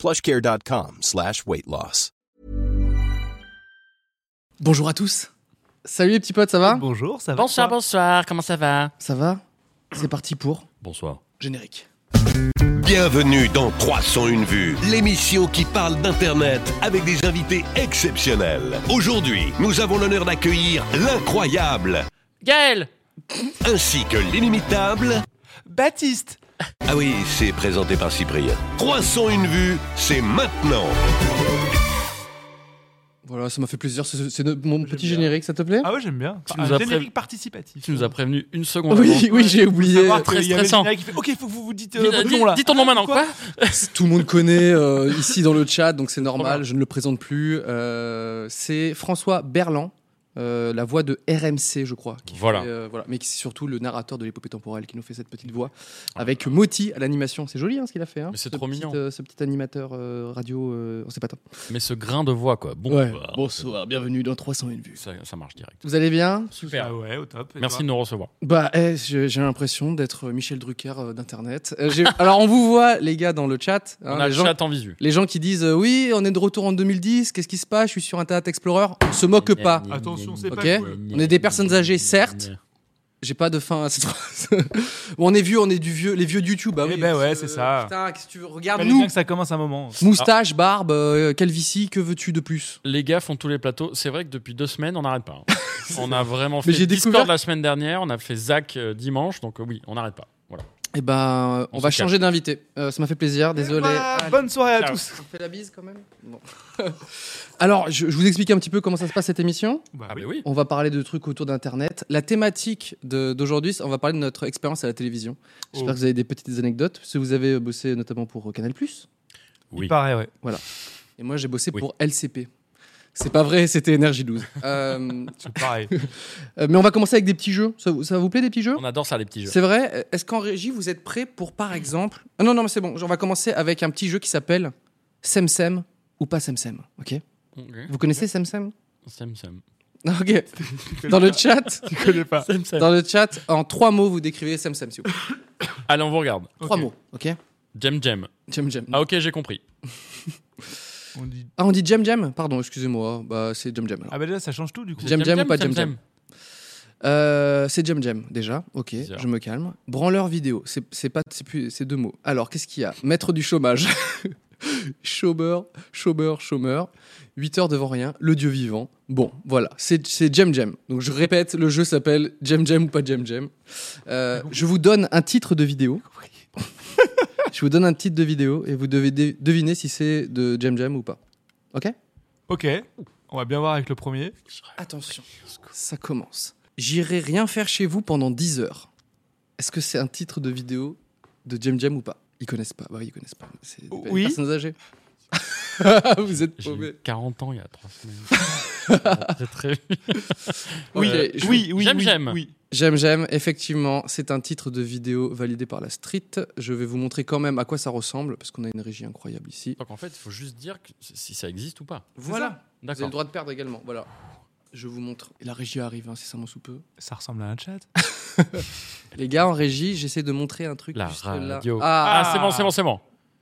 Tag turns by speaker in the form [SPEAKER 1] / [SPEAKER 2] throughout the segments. [SPEAKER 1] plushcare.com slash weight loss.
[SPEAKER 2] Bonjour à tous. Salut les petits potes, ça va
[SPEAKER 3] Bonjour, ça va
[SPEAKER 4] Bonsoir,
[SPEAKER 3] toi
[SPEAKER 4] bonsoir, comment ça va
[SPEAKER 2] Ça va C'est parti pour
[SPEAKER 5] Bonsoir.
[SPEAKER 2] générique.
[SPEAKER 6] Bienvenue dans 301 vues, l'émission qui parle d'Internet avec des invités exceptionnels. Aujourd'hui, nous avons l'honneur d'accueillir l'incroyable
[SPEAKER 4] Gaël
[SPEAKER 6] ainsi que l'inimitable.
[SPEAKER 3] Baptiste
[SPEAKER 6] Ah oui, c'est présenté par Cyprien. 301 vues, c'est maintenant.
[SPEAKER 2] Voilà, ça m'a fait plaisir. C'est c'est no- mon petit générique, ça te plaît
[SPEAKER 3] Ah ouais, j'aime bien.
[SPEAKER 5] Tu
[SPEAKER 3] un
[SPEAKER 5] nous as
[SPEAKER 3] générique
[SPEAKER 5] pré-
[SPEAKER 3] participatif.
[SPEAKER 5] Tu nous as prévenu une seconde avant.
[SPEAKER 2] Oui, oui, j'ai oublié.
[SPEAKER 3] Savoir
[SPEAKER 4] Très
[SPEAKER 3] qu'il y avait le
[SPEAKER 4] stressant.
[SPEAKER 3] générique qui fait, ok, il faut que vous vous dites euh,
[SPEAKER 4] Dis-
[SPEAKER 3] votre
[SPEAKER 4] dis-
[SPEAKER 3] nom là.
[SPEAKER 4] dis ton nom maintenant, quoi
[SPEAKER 2] Tout le monde connaît euh, ici dans le chat, donc c'est normal. Je ne le présente plus. Euh, c'est François Berland, euh, la voix de RMC, je crois. qui
[SPEAKER 5] Voilà.
[SPEAKER 2] fait, euh, voilà. Mais qui- c'est surtout le narrateur de l'épopée temporelle qui nous fait cette petite voix avec Moti à l'animation. C'est joli hein, ce qu'il a fait. hein,
[SPEAKER 5] Ah. Mais c'est
[SPEAKER 2] ce
[SPEAKER 5] trop
[SPEAKER 2] petit,
[SPEAKER 5] mignon.
[SPEAKER 2] euh, ce petit animateur euh, radio, euh, on sait pas tant.
[SPEAKER 5] Mais ce grain de voix, quoi. Bon, bah,
[SPEAKER 2] Bonsoir, bienvenue dans 301 vues.
[SPEAKER 5] ça, ça marche direct.
[SPEAKER 2] Vous allez bien
[SPEAKER 5] Super.
[SPEAKER 3] Ah ouais, au top. Et
[SPEAKER 5] Merci de
[SPEAKER 3] toi
[SPEAKER 5] nous recevoir.
[SPEAKER 2] Bah, eh, j'ai j'ai l'impression d'être Michel Drucker euh, d'Internet. Euh, j'ai- Alors, on vous voit, les gars, dans le chat. hein,
[SPEAKER 5] On a
[SPEAKER 2] les,
[SPEAKER 5] le
[SPEAKER 2] gens,
[SPEAKER 5] chat en visu.
[SPEAKER 2] les gens qui disent euh, Oui, on est de retour en 2010, qu'est-ce qui se passe Je suis sur Internet Explorer. On se moque pas.
[SPEAKER 3] Attention, c'est
[SPEAKER 2] Ok.
[SPEAKER 3] pas cool.
[SPEAKER 2] On est des personnes âgées, certes. J'ai pas de fin à cette phrase. Bon, on est vieux, on est du vieux, les vieux de YouTube. Bah
[SPEAKER 3] Eh
[SPEAKER 2] oui,
[SPEAKER 3] ben ouais,
[SPEAKER 2] parce que,
[SPEAKER 3] c'est ça.
[SPEAKER 2] Putain, qu'est-ce que tu veux
[SPEAKER 3] Fallait
[SPEAKER 2] Regarde
[SPEAKER 3] bien
[SPEAKER 2] nous
[SPEAKER 3] que ça commence un moment.
[SPEAKER 2] Moustache, barbe, euh, calvitie, que veux-tu de plus
[SPEAKER 5] Les gars font tous les plateaux. C'est vrai que depuis deux semaines, on n'arrête pas. hein. on a vraiment fait
[SPEAKER 2] Mais j'ai
[SPEAKER 5] Discord
[SPEAKER 2] découvert-
[SPEAKER 5] la semaine dernière. On a fait Zach euh, dimanche. Donc euh, oui, on n'arrête pas. Voilà.
[SPEAKER 2] Eh ben, on,
[SPEAKER 5] On
[SPEAKER 2] va
[SPEAKER 5] se
[SPEAKER 2] changer d'invité. Euh, ça m'a fait plaisir, désolé.
[SPEAKER 3] Voilà, bonne soirée à
[SPEAKER 5] Ciao.
[SPEAKER 3] tous.
[SPEAKER 2] On fait la bise quand même Alors, je, je vous explique un petit peu comment ça se passe cette émission.
[SPEAKER 3] Bah
[SPEAKER 5] Ah
[SPEAKER 3] oui.
[SPEAKER 5] mais oui.
[SPEAKER 2] On va parler de trucs autour d'Internet. La thématique de- d'aujourd'hui, c'est- on va parler de notre expérience à la télévision. J'espère
[SPEAKER 3] Oh.
[SPEAKER 2] que vous avez des petites anecdotes. Parce que vous avez bossé notamment pour euh, Canal+.
[SPEAKER 5] Oui.
[SPEAKER 3] Pareil, ouais.
[SPEAKER 2] Et moi, j'ai bossé
[SPEAKER 5] Oui.
[SPEAKER 2] pour LCP. C'est pas vrai, c'était Energy 12. Euh,
[SPEAKER 3] C'est pareil.
[SPEAKER 2] euh, mais on va commencer avec des petits jeux. Ça, vous- ça vous plaît des petits jeux
[SPEAKER 5] On adore ça, les petits jeux.
[SPEAKER 2] C'est vrai Euh, Est-ce qu'en régie, vous êtes prêts pour, par exemple... Ah non, non, mais c'est bon. On va commencer avec un petit jeu qui s'appelle Semsem ou pas Semsem. Ok
[SPEAKER 5] Ok.
[SPEAKER 2] Vous connaissez Semsem
[SPEAKER 5] Sam, Sam.
[SPEAKER 2] Ok. Dans
[SPEAKER 3] euh,
[SPEAKER 2] le chat,
[SPEAKER 3] Tu connais pas.
[SPEAKER 5] Sam, Sam.
[SPEAKER 2] dans le chat, en trois mots, vous décrivez Sam Sam, s'il vous plaît.
[SPEAKER 5] Allez, on vous regarde.
[SPEAKER 2] Trois
[SPEAKER 3] Ok.
[SPEAKER 2] mots, ok
[SPEAKER 5] Jem Jem.
[SPEAKER 2] Jam Jam.
[SPEAKER 5] Ah ok, j'ai compris.
[SPEAKER 3] On dit-
[SPEAKER 2] Ah, on dit Jam Jam Pardon, excusez-moi, bah, c'est Jam Jam. alors.
[SPEAKER 3] Ah bah déjà, ça change tout du coup.
[SPEAKER 2] Jam Jam ou pas Jam Jam Euh, c'est Jam Jam, déjà, ok,
[SPEAKER 5] Bizarre.
[SPEAKER 2] je me calme. Branleur vidéo, c'est c'est pas, c'est plus- c'est deux mots. Alors, qu'est-ce qu'il y a Maître du chômage. chômeur, chômeur, chômeur. 8 heures devant rien, le dieu vivant. Bon, voilà, c'est c'est Jam Jam. Donc, je répète, le jeu s'appelle Jam Jam ou pas Jam Jam. Euh, je vous donne un titre de vidéo. je vous donne un titre de vidéo et vous devez dé- deviner si c'est de Jam Jam ou pas. Ok
[SPEAKER 3] Ok, on va bien voir avec le premier.
[SPEAKER 2] Attention, ça commence. J'irai rien faire chez vous pendant 10 heures. Est-ce que c'est un titre de vidéo de Jam Jam ou pas Ils connaissent pas. Bah oui, ils connaissent pas. C'est des
[SPEAKER 3] Oui.
[SPEAKER 2] personnes âgées. vous êtes
[SPEAKER 5] Oh,
[SPEAKER 3] Oh,
[SPEAKER 5] J'ai
[SPEAKER 2] paumés.
[SPEAKER 5] eu 40 ans il y a 3 semaines. très très vite.
[SPEAKER 2] Oui,
[SPEAKER 5] Euh,
[SPEAKER 2] je-
[SPEAKER 3] oui, oui,
[SPEAKER 5] J'aime,
[SPEAKER 3] oui,
[SPEAKER 5] j'aime.
[SPEAKER 3] Oui.
[SPEAKER 2] Jam Jam, effectivement, c'est un titre de vidéo validé par la street. Je vais vous montrer quand même à quoi ça ressemble parce qu'on a une régie incroyable ici.
[SPEAKER 5] Donc en fait, il faut juste dire que- si ça existe ou pas.
[SPEAKER 2] Voilà. Vous avez
[SPEAKER 5] D'accord.
[SPEAKER 2] le droit de perdre également. Voilà. Je vous montre. Et la régie arrive incessamment sous peu.
[SPEAKER 3] Ça ressemble à un chat.
[SPEAKER 2] Les gars en régie, j'essaie de montrer un truc.
[SPEAKER 5] La
[SPEAKER 2] juste là.
[SPEAKER 5] radio.
[SPEAKER 2] Ah,
[SPEAKER 5] Ah, c'est bon, c'est bon, c'est bon.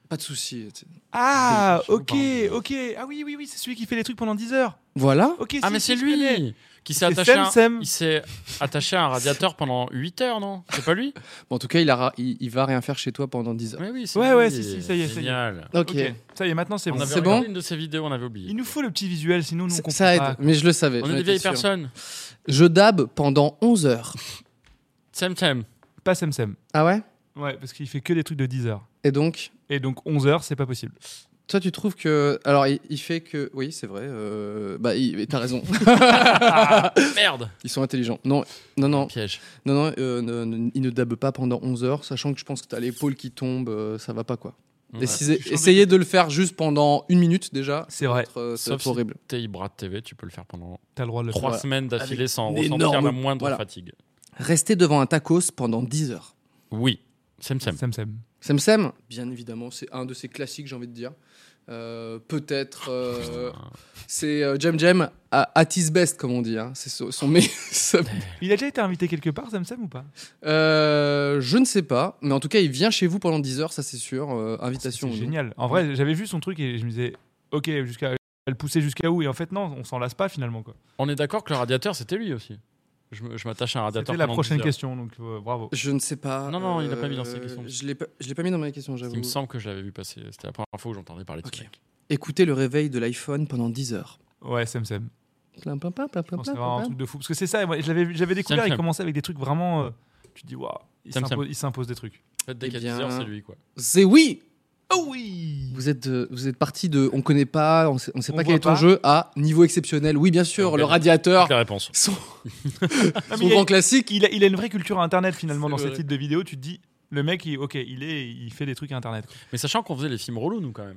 [SPEAKER 2] pas de souci.
[SPEAKER 3] Ah,
[SPEAKER 5] Je
[SPEAKER 3] ok,
[SPEAKER 5] comprends.
[SPEAKER 3] ok. Ah oui, oui, oui, c'est celui qui fait les trucs pendant 10 heures.
[SPEAKER 2] Voilà.
[SPEAKER 3] Ok,
[SPEAKER 5] Ah
[SPEAKER 3] si,
[SPEAKER 5] mais
[SPEAKER 3] si,
[SPEAKER 5] c'est
[SPEAKER 3] je connais.
[SPEAKER 5] lui qui s'est
[SPEAKER 3] C'est
[SPEAKER 5] attaché, à
[SPEAKER 3] Sam,
[SPEAKER 5] un-
[SPEAKER 3] Sam.
[SPEAKER 5] il s'est attaché à un radiateur pendant 8 heures, non C'est pas lui
[SPEAKER 2] Bon, en tout cas, il, a ra- il, il va rien faire chez toi pendant 10 heures.
[SPEAKER 5] Mais oui, c'est
[SPEAKER 3] Ouais,
[SPEAKER 5] lui.
[SPEAKER 3] ouais, si, si, ça y est, ça y est.
[SPEAKER 5] Génial.
[SPEAKER 2] Ok.
[SPEAKER 3] Ça y est, maintenant c'est
[SPEAKER 5] On
[SPEAKER 3] bon.
[SPEAKER 5] avait
[SPEAKER 2] C'est
[SPEAKER 5] regardé
[SPEAKER 2] bon
[SPEAKER 5] une de ses vidéos, on avait oublié.
[SPEAKER 3] Il nous faut le petit visuel, sinon nous on
[SPEAKER 2] Ça-
[SPEAKER 3] comprend
[SPEAKER 2] Ça aide,
[SPEAKER 3] pas.
[SPEAKER 2] mais je le savais.
[SPEAKER 5] On
[SPEAKER 2] j'en
[SPEAKER 5] est des
[SPEAKER 2] étais
[SPEAKER 5] vieilles
[SPEAKER 2] sûr.
[SPEAKER 5] personnes.
[SPEAKER 2] Je dab pendant 11 heures.
[SPEAKER 5] Sam Sam.
[SPEAKER 3] Pas SemSem.
[SPEAKER 2] Ah ouais
[SPEAKER 3] Ouais, parce qu'il fait que des trucs de 10 heures.
[SPEAKER 2] Et donc,
[SPEAKER 3] Et donc 11 heures, c'est pas possible.
[SPEAKER 2] toi, tu trouves que. Alors, il, il fait que. Oui, c'est vrai. euh, Bah, il... t'as raison.
[SPEAKER 5] Merde.
[SPEAKER 2] Ils sont intelligents. Non, non, non.
[SPEAKER 5] Piège.
[SPEAKER 2] Non, non, euh, ne- ne- il ne dabe pas pendant 11 heures, sachant que je pense que t'as l'épaule qui tombe, euh, ça va pas quoi.
[SPEAKER 5] Ouais.
[SPEAKER 2] Essayez,
[SPEAKER 3] tu changes de-
[SPEAKER 2] essayez de le faire juste pendant une minute déjà.
[SPEAKER 3] C'est vrai,
[SPEAKER 2] Euh, Ça va
[SPEAKER 5] Sauf
[SPEAKER 2] être
[SPEAKER 5] si
[SPEAKER 2] horrible.
[SPEAKER 5] t'es Ibra de TV, tu peux le faire pendant
[SPEAKER 3] t'as le droit de le
[SPEAKER 5] trois
[SPEAKER 3] faire.
[SPEAKER 5] semaines d'affilée
[SPEAKER 2] Avec
[SPEAKER 5] sans
[SPEAKER 2] une
[SPEAKER 5] ressentir la
[SPEAKER 2] énorme-
[SPEAKER 5] moindre
[SPEAKER 2] voilà.
[SPEAKER 5] fatigue.
[SPEAKER 2] Restez devant un tacos pendant 10 heures.
[SPEAKER 5] Oui, Sem Sem.
[SPEAKER 3] Sem Sem.
[SPEAKER 2] Sem Sem, bien évidemment, c'est un de ses classiques, j'ai envie de dire. Euh, Peut-être. euh, c'est euh, Jem Jem à, at his best, comme on dit. hein. C'est son, son meilleur- sa-
[SPEAKER 3] Il a déjà été invité quelque part, Sem Sem, ou pas
[SPEAKER 2] Euh, je ne sais pas, mais en tout cas, il vient chez vous pendant 10 heures, ça c'est sûr. euh,
[SPEAKER 3] C'est
[SPEAKER 2] invitation. ou non.
[SPEAKER 3] génial. En vrai, j'avais vu son truc et je me disais, ok, jusqu'à elle poussait jusqu'à où Et en fait, non, on s'en lasse pas finalement. quoi.
[SPEAKER 5] On est d'accord que le radiateur, c'était lui aussi. Je, me- je m'attache à un radiateur.
[SPEAKER 3] C'était la
[SPEAKER 5] pendant
[SPEAKER 3] prochaine
[SPEAKER 5] 10 heures.
[SPEAKER 3] question, donc euh, bravo.
[SPEAKER 2] Je ne sais pas. euh,
[SPEAKER 5] Non, non, il l'a pas mis dans ses questions.
[SPEAKER 2] Je l'ai pas- je l'ai pas mis dans mes questions, j'avoue.
[SPEAKER 5] Il me semble que je l'avais vu passer. C'était la première fois où j'entendais parler de
[SPEAKER 2] Ok.
[SPEAKER 5] ce mec.
[SPEAKER 2] Écoutez le réveil de l'iPhone pendant 10 heures.
[SPEAKER 3] Ouais, Sem Sem.
[SPEAKER 2] Plin, plin, plin, plin,
[SPEAKER 3] Je
[SPEAKER 2] plin,
[SPEAKER 3] pense que C'est
[SPEAKER 2] plin,
[SPEAKER 3] vraiment un
[SPEAKER 2] plin.
[SPEAKER 3] truc de fou. Parce que c'est ça, moi, je l'avais- j'avais découvert, il
[SPEAKER 5] Sem.
[SPEAKER 3] commençait avec des trucs vraiment. euh, tu te dis, waouh, il
[SPEAKER 5] Sem Sem.
[SPEAKER 3] s'impose- il s'impose des trucs.
[SPEAKER 5] En fait, dès
[SPEAKER 2] Eh
[SPEAKER 5] qu'à 10
[SPEAKER 2] bien-
[SPEAKER 5] heures, c'est lui, quoi.
[SPEAKER 2] C'est oui
[SPEAKER 3] Oh oui
[SPEAKER 2] Vous êtes, euh, vous êtes parti de on connaît pas, on sait, on sait
[SPEAKER 3] On
[SPEAKER 2] pas quel est
[SPEAKER 3] voit
[SPEAKER 2] ton
[SPEAKER 3] pas.
[SPEAKER 2] jeu, à niveau exceptionnel. Oui, bien sûr,
[SPEAKER 5] Alors,
[SPEAKER 2] le
[SPEAKER 5] regarde.
[SPEAKER 2] radiateur,
[SPEAKER 5] Toutes les réponses.
[SPEAKER 2] son,
[SPEAKER 5] Ah,
[SPEAKER 3] Non, mais
[SPEAKER 2] son
[SPEAKER 3] il,
[SPEAKER 2] grand
[SPEAKER 3] a,
[SPEAKER 2] classique.
[SPEAKER 3] il a- il a une vraie culture internet finalement
[SPEAKER 2] C'est
[SPEAKER 3] dans ce
[SPEAKER 2] vrai.
[SPEAKER 3] type de vidéo. Tu te dis, le mec, il, ok, il est, il fait des trucs internet. quoi.
[SPEAKER 5] Mais sachant qu'on faisait les films relous, nous, quand même.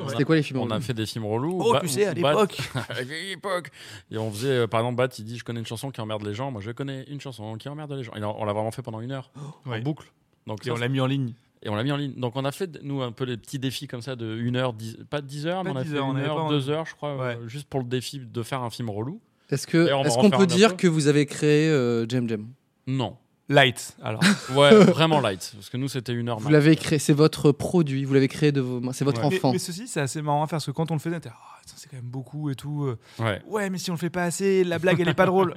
[SPEAKER 5] On a-
[SPEAKER 2] C'était quoi les films Oh,
[SPEAKER 5] On a fait des films relous.
[SPEAKER 3] Oh,
[SPEAKER 5] Bat- Bat- à l'époque. Et on faisait, euh, par exemple, Bat, il dit Je connais une chanson qui emmerde les gens. Moi, je connais une chanson qui emmerde les gens. Et on on l'a vraiment fait pendant une heure,
[SPEAKER 3] Ouais.
[SPEAKER 5] en boucle. Donc,
[SPEAKER 3] Et
[SPEAKER 5] ça,
[SPEAKER 3] on l'a mis en ligne.
[SPEAKER 5] c'est- et on l'a mis en ligne. Donc, on a fait, nous, un peu les petits défis comme ça de une heure, dix- pas 10 heures,
[SPEAKER 3] Pas
[SPEAKER 5] mais on a
[SPEAKER 3] 10
[SPEAKER 5] fait
[SPEAKER 3] heures, on
[SPEAKER 5] une
[SPEAKER 3] avait pas
[SPEAKER 5] heure,
[SPEAKER 3] en-
[SPEAKER 5] deux heures, je crois,
[SPEAKER 3] Ouais.
[SPEAKER 5] euh, juste pour le défi de faire un film relou.
[SPEAKER 2] Est-ce que-
[SPEAKER 5] D'ailleurs, on va
[SPEAKER 2] est-ce
[SPEAKER 5] en
[SPEAKER 2] qu'on
[SPEAKER 5] faire
[SPEAKER 2] peut
[SPEAKER 5] un
[SPEAKER 2] dire
[SPEAKER 5] bientôt.
[SPEAKER 2] que vous avez créé euh, Jem Jem
[SPEAKER 5] Non.
[SPEAKER 3] Light. Alors,
[SPEAKER 5] Ouais, vraiment light. Parce que nous, c'était une heure.
[SPEAKER 2] Vous
[SPEAKER 5] max.
[SPEAKER 2] l'avez créé, c'est votre produit, vous l'avez créé de vos mains, c'est votre
[SPEAKER 5] Ouais.
[SPEAKER 3] mais,
[SPEAKER 2] enfant.
[SPEAKER 3] mais ceci, c'est assez marrant à faire parce que quand on le faisait, t'es, Ah, putain, c'est quand même beaucoup et tout. euh,
[SPEAKER 5] Ouais.
[SPEAKER 3] Ouais, mais si on le fait pas assez, la blague elle est pas drôle.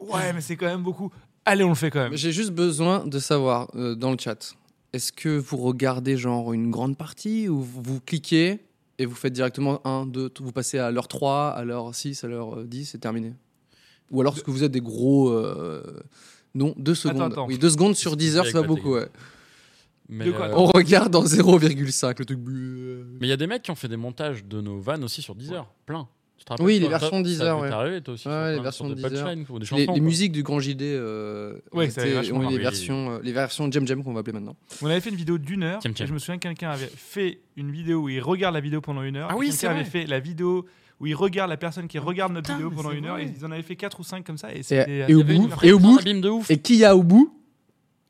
[SPEAKER 3] Ouais, mais c'est quand même beaucoup. Allez, on le fait quand même.
[SPEAKER 2] J'ai juste besoin de savoir euh, dans le chat, est-ce que vous regardez genre une grande partie ou vous vous cliquez et vous faites directement 1, 2, vous passez à l'heure 3, à l'heure 6, à l'heure euh, 10, c'est terminé Ou alors est-ce que vous êtes des gros... euh, Non, 2 secondes.
[SPEAKER 3] attends.
[SPEAKER 2] Oui, 2 secondes sur 10 heures, c'est
[SPEAKER 5] Avec
[SPEAKER 2] pas
[SPEAKER 5] la
[SPEAKER 2] beaucoup. ouais.
[SPEAKER 5] Mais
[SPEAKER 3] De quoi
[SPEAKER 5] euh,
[SPEAKER 2] On regarde en 0,5 le truc. bleu.
[SPEAKER 5] mais il y a des mecs qui ont fait des montages de nos vannes aussi sur 10 heures. Plein. Tu te rappelles,
[SPEAKER 2] Oui, les
[SPEAKER 5] toi,
[SPEAKER 2] versions
[SPEAKER 5] ça-
[SPEAKER 2] 10
[SPEAKER 5] ça
[SPEAKER 2] heures,
[SPEAKER 5] t'est
[SPEAKER 2] ouais.
[SPEAKER 5] arrivé, toi aussi,
[SPEAKER 2] Ouais,
[SPEAKER 5] sur
[SPEAKER 2] ouais,
[SPEAKER 5] plein
[SPEAKER 2] les
[SPEAKER 5] de-
[SPEAKER 2] versions
[SPEAKER 5] sur des
[SPEAKER 2] 10 heures.
[SPEAKER 5] punchlines ou des
[SPEAKER 2] Les,
[SPEAKER 5] chansons,
[SPEAKER 2] les
[SPEAKER 5] quoi.
[SPEAKER 2] musiques du Grand JD euh,
[SPEAKER 3] Ouais,
[SPEAKER 2] ont
[SPEAKER 3] ça avait
[SPEAKER 2] été-
[SPEAKER 5] vachement
[SPEAKER 2] ont eu les
[SPEAKER 5] marqué.
[SPEAKER 2] versions, euh, les versions Jam Jam qu'on va appeler maintenant.
[SPEAKER 3] On avait fait une vidéo d'une heure.
[SPEAKER 5] Tiens, tiens.
[SPEAKER 3] Et je me souviens que quelqu'un avait fait une vidéo où il regarde la vidéo pendant une heure.
[SPEAKER 5] Ah
[SPEAKER 3] et
[SPEAKER 5] oui, c'est
[SPEAKER 3] Quelqu'un avait
[SPEAKER 5] vrai. Oh,
[SPEAKER 3] fait la vidéo où il regarde la personne qui regarde notre
[SPEAKER 5] putain,
[SPEAKER 3] vidéo
[SPEAKER 5] mais
[SPEAKER 3] pendant
[SPEAKER 5] c'est
[SPEAKER 3] une heure.
[SPEAKER 5] vrai. Ah,
[SPEAKER 3] Et ils en avaient fait quatre ou cinq comme ça. Et,
[SPEAKER 2] Et,
[SPEAKER 3] c'était-
[SPEAKER 2] et au
[SPEAKER 3] il y avait une
[SPEAKER 2] bout,
[SPEAKER 3] vraie-
[SPEAKER 2] et au
[SPEAKER 5] Un
[SPEAKER 2] bout,
[SPEAKER 5] abîme de ouf.
[SPEAKER 2] et qui y a au bout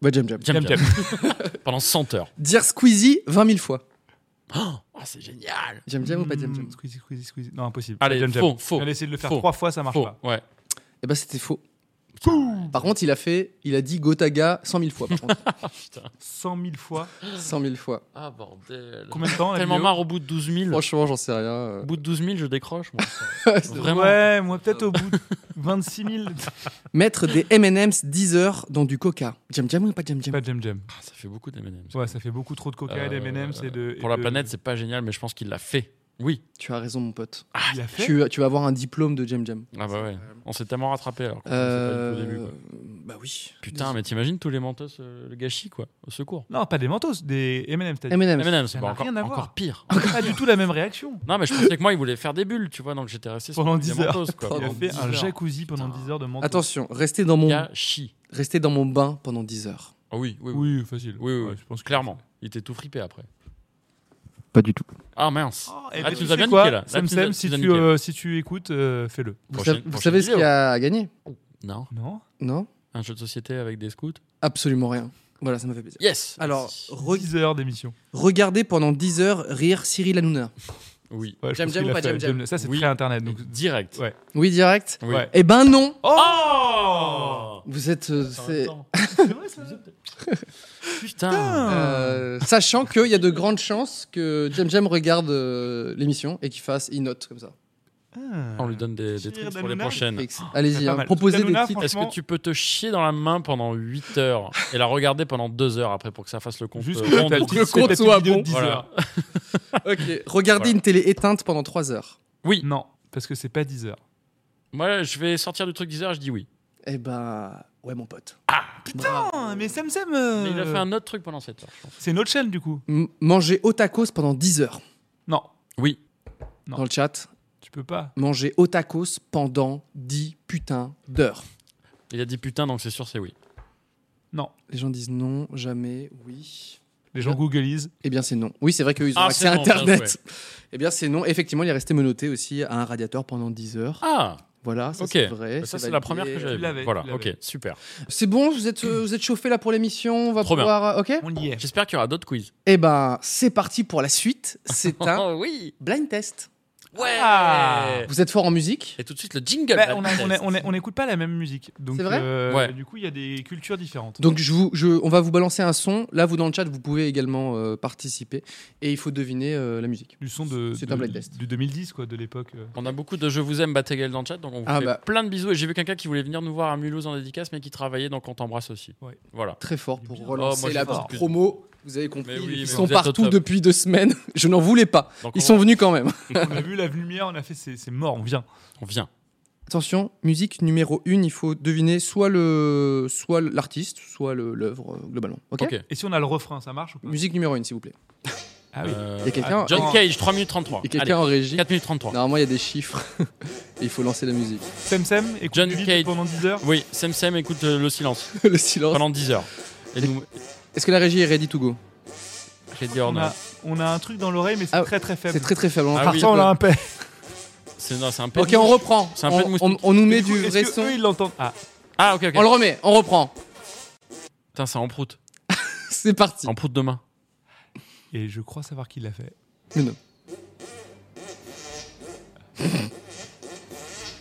[SPEAKER 2] Bah Jam Jam.
[SPEAKER 5] Jam Jam.
[SPEAKER 3] Jam
[SPEAKER 5] Pendant 100 heures.
[SPEAKER 2] Dire Squeezie 20 000 fois.
[SPEAKER 5] Oh, c'est génial.
[SPEAKER 2] J'aime Jam ou pas Jam
[SPEAKER 3] Hmm,
[SPEAKER 2] Jam
[SPEAKER 3] Squeezie, squeezie, squeezie. Non, impossible.
[SPEAKER 2] Ah,
[SPEAKER 5] Allez,
[SPEAKER 3] Jam, jam.
[SPEAKER 5] faux, faux.
[SPEAKER 3] On a essayé de le faire
[SPEAKER 5] Faux.
[SPEAKER 3] trois fois, ça marche
[SPEAKER 5] Faux,
[SPEAKER 3] pas.
[SPEAKER 5] ouais.
[SPEAKER 2] Eh ben c'était faux. Par contre, il a fait, il a dit Gotaga 100 000 fois. Par contre.
[SPEAKER 3] 100 000 fois.
[SPEAKER 2] 100 000 fois.
[SPEAKER 5] Ah, bordel.
[SPEAKER 3] Combien de temps la
[SPEAKER 5] Tellement
[SPEAKER 3] vidéo
[SPEAKER 5] marre au bout de 12 000.
[SPEAKER 2] Franchement, j'en sais rien.
[SPEAKER 5] Au
[SPEAKER 2] euh.
[SPEAKER 5] bout de 12 000, je décroche. Moi. Vraiment.
[SPEAKER 3] Ouais, moi peut-être au bout de 26 000.
[SPEAKER 2] Mettre des M&M's 10 heures dans du Coca. Jam Jam ou pas Jam Jam
[SPEAKER 3] Pas Jam Jam.
[SPEAKER 5] Ah, ça fait beaucoup d'M&M's.
[SPEAKER 3] Ouais, ça fait beaucoup trop de coca et
[SPEAKER 5] Euh,
[SPEAKER 3] d'M&M's et de.
[SPEAKER 5] Pour
[SPEAKER 3] et
[SPEAKER 5] la
[SPEAKER 3] de-
[SPEAKER 5] planète, c'est pas génial, mais je pense qu'il l'a fait. Oui.
[SPEAKER 2] Tu as raison, mon pote.
[SPEAKER 3] Il a fait.
[SPEAKER 2] Tu, tu vas avoir un diplôme de Jam Jam.
[SPEAKER 5] Ah bah ouais. On s'est tellement rattrapé alors. qu'on
[SPEAKER 2] Euh,
[SPEAKER 5] s'est pas du tout au début, quoi.
[SPEAKER 2] bah oui.
[SPEAKER 5] Putain, mais t'imagines tous les mentos, euh, le gâchis, quoi. Au secours.
[SPEAKER 3] Non, pas des mentos, des M&M's. t'as dit.
[SPEAKER 2] M&M's.
[SPEAKER 5] M&M's, c'est
[SPEAKER 3] n'a
[SPEAKER 5] pas encore,
[SPEAKER 3] rien à voir.
[SPEAKER 5] encore pire.
[SPEAKER 3] Pas du tout la même réaction.
[SPEAKER 5] Non, mais je pensais que moi, il voulait faire des bulles, tu vois, donc j'étais resté sur
[SPEAKER 3] Pendant
[SPEAKER 5] des
[SPEAKER 3] 10 heures.
[SPEAKER 5] mentos, quoi.
[SPEAKER 3] Il a
[SPEAKER 2] Pendant
[SPEAKER 3] fait
[SPEAKER 5] 10
[SPEAKER 3] un
[SPEAKER 5] heures.
[SPEAKER 3] jacuzzi pendant
[SPEAKER 5] Oh, Putain.
[SPEAKER 3] 10 heures de mentos.
[SPEAKER 2] Attention, rester dans mon,
[SPEAKER 5] Gâchis.
[SPEAKER 2] rester dans mon bain pendant 10 heures.
[SPEAKER 5] Ah oui, oui, oui.
[SPEAKER 3] Oui, facile.
[SPEAKER 5] Oui, oui,
[SPEAKER 3] Ouais,
[SPEAKER 5] oui.
[SPEAKER 3] je pense que-
[SPEAKER 5] Clairement. Il était tout fripé après.
[SPEAKER 2] Pas du tout.
[SPEAKER 5] Ah mince.
[SPEAKER 3] Oh, eh
[SPEAKER 5] ah,
[SPEAKER 3] ben,
[SPEAKER 5] tu nous as
[SPEAKER 3] sais
[SPEAKER 5] bien
[SPEAKER 3] quoi,
[SPEAKER 5] niqué là. Là,
[SPEAKER 3] Sam
[SPEAKER 5] tu nous as-
[SPEAKER 3] Sam,
[SPEAKER 5] tu
[SPEAKER 3] si
[SPEAKER 5] nous as
[SPEAKER 3] tu,
[SPEAKER 5] niqué, là.
[SPEAKER 3] euh, si tu écoutes, euh, fais-le.
[SPEAKER 2] Vous,
[SPEAKER 5] Prochaine-
[SPEAKER 2] savez- vous
[SPEAKER 5] prochaine
[SPEAKER 2] savez ce
[SPEAKER 5] vidéo.
[SPEAKER 2] qu'il y a à gagner
[SPEAKER 5] Non.
[SPEAKER 3] Non
[SPEAKER 2] Non
[SPEAKER 5] Un jeu de société avec des scouts
[SPEAKER 2] Absolument rien. Voilà, ça m'a fait plaisir.
[SPEAKER 5] Yes
[SPEAKER 2] Alors, re-
[SPEAKER 3] 10 heures d'émission.
[SPEAKER 2] regardez pendant 10 heures rire Cyril Hanouna.
[SPEAKER 5] Oui.
[SPEAKER 3] Ouais, je
[SPEAKER 2] Jam
[SPEAKER 3] pense
[SPEAKER 2] Jam
[SPEAKER 3] qu'il
[SPEAKER 2] ou
[SPEAKER 3] a
[SPEAKER 2] pas
[SPEAKER 3] fait
[SPEAKER 2] Jam Jam
[SPEAKER 3] Ça, c'est
[SPEAKER 5] Oui.
[SPEAKER 3] très internet. Donc...
[SPEAKER 5] Direct.
[SPEAKER 3] Ouais.
[SPEAKER 2] Oui, direct
[SPEAKER 5] Oui.
[SPEAKER 3] Ouais.
[SPEAKER 2] Eh ben non
[SPEAKER 3] Oh
[SPEAKER 2] Vous êtes. euh, c'est-
[SPEAKER 3] C'est vrai, ça
[SPEAKER 5] Putain.
[SPEAKER 2] euh, sachant qu'il y a de grandes chances que Jam Jam regarde euh, l'émission et qu'il fasse, il note comme ça.
[SPEAKER 5] Ah, On lui donne des, des
[SPEAKER 3] Cyril
[SPEAKER 5] trucs pour les
[SPEAKER 3] Hanouna.
[SPEAKER 5] prochaines.
[SPEAKER 2] Fix. Allez-y,
[SPEAKER 3] pas
[SPEAKER 2] hein,
[SPEAKER 3] mal.
[SPEAKER 2] proposez des
[SPEAKER 3] Hanouna,
[SPEAKER 2] titres.
[SPEAKER 5] Est-ce que tu peux te chier dans la main pendant 8 heures et la regarder pendant 2 heures après pour que ça fasse le compte
[SPEAKER 3] Juste
[SPEAKER 5] euh,
[SPEAKER 3] que
[SPEAKER 5] rond
[SPEAKER 3] t'as
[SPEAKER 5] de-
[SPEAKER 3] le
[SPEAKER 2] le
[SPEAKER 3] titre,
[SPEAKER 2] compte
[SPEAKER 3] t'as
[SPEAKER 2] soit
[SPEAKER 3] une vidéo de
[SPEAKER 2] bon.
[SPEAKER 3] 10
[SPEAKER 5] Voilà.
[SPEAKER 3] heures.
[SPEAKER 2] Ok. Regardez
[SPEAKER 5] Voilà.
[SPEAKER 2] une télé éteinte pendant 3 heures.
[SPEAKER 5] Oui.
[SPEAKER 3] Non, parce que c'est pas 10 heures.
[SPEAKER 5] Moi, je vais sortir du truc 10 heures, je dis oui.
[SPEAKER 2] Eh ben. Ouais, mon pote.
[SPEAKER 3] Putain, mais euh, Sam Sam.
[SPEAKER 5] Mais il a fait un autre truc pendant 7 heures. je pense.
[SPEAKER 3] C'est notre chaîne du coup.
[SPEAKER 2] M- manger au tacos pendant 10 heures.
[SPEAKER 3] Non,
[SPEAKER 5] Oui.
[SPEAKER 3] Non.
[SPEAKER 2] Dans le chat,
[SPEAKER 3] tu peux pas.
[SPEAKER 2] manger au tacos pendant 10 putains d'heures.
[SPEAKER 5] Il a dit putain, donc c'est sûr, c'est oui.
[SPEAKER 3] Non.
[SPEAKER 2] Les gens disent non, jamais, oui.
[SPEAKER 3] Les gens googlisent.
[SPEAKER 2] Eh bien, c'est non. Oui, c'est vrai qu'ils ont
[SPEAKER 5] Ah,
[SPEAKER 2] accès
[SPEAKER 5] c'est
[SPEAKER 2] à
[SPEAKER 5] non, bien
[SPEAKER 2] Internet.
[SPEAKER 5] joué.
[SPEAKER 2] Eh bien, c'est non. Effectivement, il est resté menotté aussi à un radiateur pendant 10 heures.
[SPEAKER 5] Ah,
[SPEAKER 2] Voilà, ça,
[SPEAKER 5] ok. Bah,
[SPEAKER 2] c'est vrai.
[SPEAKER 5] ça, c'est la première que
[SPEAKER 2] validé.
[SPEAKER 5] j'avais.
[SPEAKER 3] Tu l'avais,
[SPEAKER 5] vue. Voilà,
[SPEAKER 3] tu l'avais.
[SPEAKER 5] ok, super.
[SPEAKER 2] C'est bon, vous êtes, euh, vous êtes chauffé là pour l'émission. On va
[SPEAKER 5] Trop bien.
[SPEAKER 2] pouvoir. euh, Ok
[SPEAKER 3] On y est.
[SPEAKER 5] J'espère qu'il y aura d'autres quiz.
[SPEAKER 2] Eh ben, c'est parti pour la suite. C'est un
[SPEAKER 5] Oh oui
[SPEAKER 2] blind test.
[SPEAKER 5] Ouais
[SPEAKER 3] Ah.
[SPEAKER 2] Vous êtes fort en musique
[SPEAKER 5] Et tout de suite, le jingle.
[SPEAKER 3] Bah, on a- on a- on a- on n'écoute pas la même musique. Donc,
[SPEAKER 2] C'est vrai
[SPEAKER 3] euh,
[SPEAKER 5] Ouais.
[SPEAKER 3] Du coup, il y a des cultures différentes.
[SPEAKER 2] donc je vous, je, on va vous balancer un son. Là, vous dans le chat, vous pouvez également euh, participer et il faut deviner euh, la musique.
[SPEAKER 3] du son de,
[SPEAKER 2] c'est
[SPEAKER 3] de-
[SPEAKER 2] un blind test.
[SPEAKER 3] du 2010, quoi, de l'époque. euh.
[SPEAKER 5] On a beaucoup de Je vous aime, Bategel dans le chat, donc on vous
[SPEAKER 2] Ah
[SPEAKER 5] fait
[SPEAKER 2] bah.
[SPEAKER 5] plein de bisous. Et j'ai vu quelqu'un qui voulait venir nous voir à Mulhouse en dédicace, mais qui travaillait, donc on t'embrasse aussi.
[SPEAKER 3] Ouais.
[SPEAKER 5] Voilà.
[SPEAKER 2] Très fort
[SPEAKER 3] Oh,
[SPEAKER 2] pour
[SPEAKER 3] moi,
[SPEAKER 2] relancer
[SPEAKER 5] je
[SPEAKER 2] la
[SPEAKER 5] suis fort.
[SPEAKER 2] petite promo. Vous avez compris,
[SPEAKER 5] Mais oui, mais
[SPEAKER 2] ils
[SPEAKER 5] vous
[SPEAKER 2] sont
[SPEAKER 5] êtes au
[SPEAKER 2] partout
[SPEAKER 5] top.
[SPEAKER 2] depuis deux semaines. Je n'en voulais pas.
[SPEAKER 5] Donc
[SPEAKER 2] Ils
[SPEAKER 5] on-
[SPEAKER 2] sont venus quand même.
[SPEAKER 3] on a vu la lumière, on a fait c'est c'est mort, on vient.
[SPEAKER 5] On vient.
[SPEAKER 2] Attention, musique numéro une, il faut deviner soit le, soit l'artiste, soit le- l'œuvre euh, globalement. Ok.
[SPEAKER 5] Ok.
[SPEAKER 3] Et si on a le refrain, ça marche ou pas
[SPEAKER 2] Musique numéro une, s'il vous plaît.
[SPEAKER 3] Ah oui.
[SPEAKER 5] Euh,
[SPEAKER 2] Il y a quelqu'un-
[SPEAKER 5] John Cage, 3 minutes 33.
[SPEAKER 2] Oh. Et quelqu'un en régie.
[SPEAKER 5] 4 minutes 33.
[SPEAKER 2] Normalement, il y a des chiffres. Et il faut lancer la musique.
[SPEAKER 3] Sem Sem, écoute
[SPEAKER 5] John
[SPEAKER 3] du vide
[SPEAKER 5] Cage.
[SPEAKER 3] pendant 10 heures.
[SPEAKER 5] Oui, Sam Sam écoute euh, le silence
[SPEAKER 2] le silence.
[SPEAKER 5] pendant 10 heures. Et nous,
[SPEAKER 2] Est-ce que la régie est ready to go
[SPEAKER 5] j'ai dit, oh,
[SPEAKER 3] On
[SPEAKER 5] non.
[SPEAKER 3] a, on a un truc dans l'oreille, mais c'est
[SPEAKER 2] Ah,
[SPEAKER 3] très très faible.
[SPEAKER 2] C'est très très faible. On
[SPEAKER 5] Ah
[SPEAKER 2] part
[SPEAKER 5] oui.
[SPEAKER 2] sur
[SPEAKER 3] Parfois, on
[SPEAKER 2] quoi
[SPEAKER 3] a un paix.
[SPEAKER 5] euh, C'est non, c'est un peu.
[SPEAKER 2] Ok, on reprend.
[SPEAKER 5] C'est un
[SPEAKER 2] on,
[SPEAKER 5] peu de moustique.
[SPEAKER 2] on- on nous met
[SPEAKER 3] Mais
[SPEAKER 2] du
[SPEAKER 3] coup, est-ce
[SPEAKER 2] vrai
[SPEAKER 3] que
[SPEAKER 2] son.
[SPEAKER 3] eux, ils l'entendent Ah,
[SPEAKER 5] Ah, ok, ok.
[SPEAKER 2] On le remet, on reprend.
[SPEAKER 5] Putain, c'est en prout.
[SPEAKER 2] C'est parti.
[SPEAKER 5] En prout demain.
[SPEAKER 3] et je crois savoir qui l'a fait.
[SPEAKER 2] Non, non.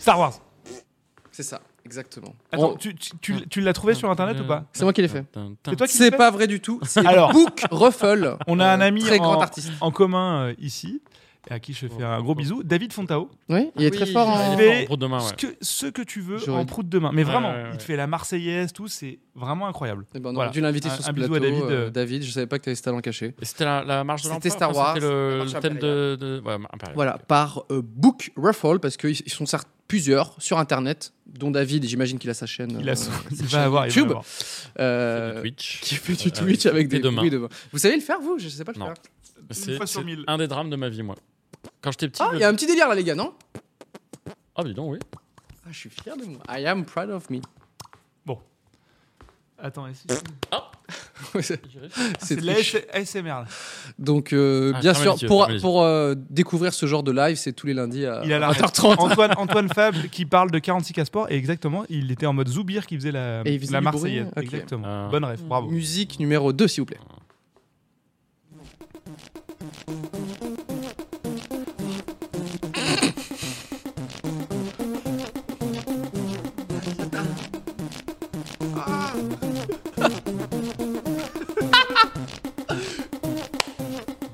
[SPEAKER 3] Star Wars.
[SPEAKER 2] C'est ça, exactement.
[SPEAKER 3] Attends,
[SPEAKER 2] On-
[SPEAKER 3] tu, tu, tu- tu l'as trouvé sur internet ou pas
[SPEAKER 2] C'est moi qui l'ai fait.
[SPEAKER 3] C'est toi qui l'as
[SPEAKER 2] C'est
[SPEAKER 3] fait
[SPEAKER 2] pas vrai du tout. C'est
[SPEAKER 3] Alors.
[SPEAKER 2] Book Ruffle.
[SPEAKER 3] On a un ami
[SPEAKER 2] Très grand
[SPEAKER 3] en-
[SPEAKER 2] artiste.
[SPEAKER 3] en commun euh, ici, et à qui je fais un gros bisou, David Fontao.
[SPEAKER 2] Oui, il est très fort. en- Eh ben,
[SPEAKER 5] Il est fort en prout demain,
[SPEAKER 3] Ce
[SPEAKER 5] ouais.
[SPEAKER 3] que, ce que tu veux
[SPEAKER 2] J'aurais
[SPEAKER 3] en
[SPEAKER 2] dit.
[SPEAKER 3] prout demain. Mais
[SPEAKER 5] Ouais,
[SPEAKER 3] vraiment,
[SPEAKER 5] ouais, ouais.
[SPEAKER 3] il te fait la Marseillaise, tout, c'est vraiment incroyable.
[SPEAKER 2] Eh ben, on aurait
[SPEAKER 3] Voilà.
[SPEAKER 2] dû l'inviter
[SPEAKER 3] Un-
[SPEAKER 2] sur ce
[SPEAKER 3] un bisou à
[SPEAKER 2] plateau.
[SPEAKER 3] David,
[SPEAKER 2] euh,
[SPEAKER 3] euh.
[SPEAKER 2] David, je savais pas que tu avais ce talent caché.
[SPEAKER 5] Et C'était la, la marche de l'empereur.
[SPEAKER 2] C'était Star
[SPEAKER 5] enfin,
[SPEAKER 2] Wars,
[SPEAKER 5] C'était le,
[SPEAKER 2] c'était la
[SPEAKER 5] le thème
[SPEAKER 2] marche
[SPEAKER 5] de. de- ouais, impériale.
[SPEAKER 2] Voilà, par euh, Book Ruffle, parce qu'ils ils sont certes plusieurs sur Internet, dont David, j'imagine qu'il a sa chaîne.
[SPEAKER 3] Il, a son-
[SPEAKER 2] euh,
[SPEAKER 3] il
[SPEAKER 2] sa
[SPEAKER 3] va
[SPEAKER 2] chaîne
[SPEAKER 3] avoir. il va
[SPEAKER 2] YouTube.
[SPEAKER 3] avoir.
[SPEAKER 2] euh,
[SPEAKER 5] C'est du Twitch.
[SPEAKER 2] qui fait du
[SPEAKER 5] Euh,
[SPEAKER 2] Twitch avec des
[SPEAKER 5] et demain.
[SPEAKER 2] bruits de voix. Vous savez le faire, vous Je sais pas le
[SPEAKER 5] Non.
[SPEAKER 2] faire.
[SPEAKER 5] C'est
[SPEAKER 3] fois sur
[SPEAKER 5] c'est
[SPEAKER 3] mille.
[SPEAKER 5] un des drames de ma vie, moi. Quand j'étais petit.
[SPEAKER 2] Ah,
[SPEAKER 5] le-
[SPEAKER 2] il y a un petit délire là, les gars, non
[SPEAKER 5] Ah, dis donc, oui.
[SPEAKER 2] Ah, je suis fier de moi. I am proud of me.
[SPEAKER 3] Attends, est-ce-
[SPEAKER 2] c'est
[SPEAKER 3] c'est de la
[SPEAKER 2] triche.
[SPEAKER 3] AS- ASMR. là.
[SPEAKER 2] Donc, euh,
[SPEAKER 5] Ah,
[SPEAKER 2] bien
[SPEAKER 5] fermez
[SPEAKER 2] sûr,
[SPEAKER 5] les yeux,
[SPEAKER 2] pour,
[SPEAKER 5] fermez les
[SPEAKER 2] pour euh, découvrir ce genre de live, c'est tous les lundis à
[SPEAKER 3] Il a la
[SPEAKER 2] 20h30.
[SPEAKER 3] Antoine, Antoine Fabre qui parle de 46 Casport, et exactement, il était en mode Zoubir qui faisait la,
[SPEAKER 2] Et il faisait
[SPEAKER 3] la
[SPEAKER 2] du bruit,
[SPEAKER 3] Marseillaise.
[SPEAKER 2] ok. Mm.
[SPEAKER 3] Exactement.
[SPEAKER 5] Ah.
[SPEAKER 3] Bonne rêve, bravo.
[SPEAKER 2] Musique numéro 2, s'il vous plaît.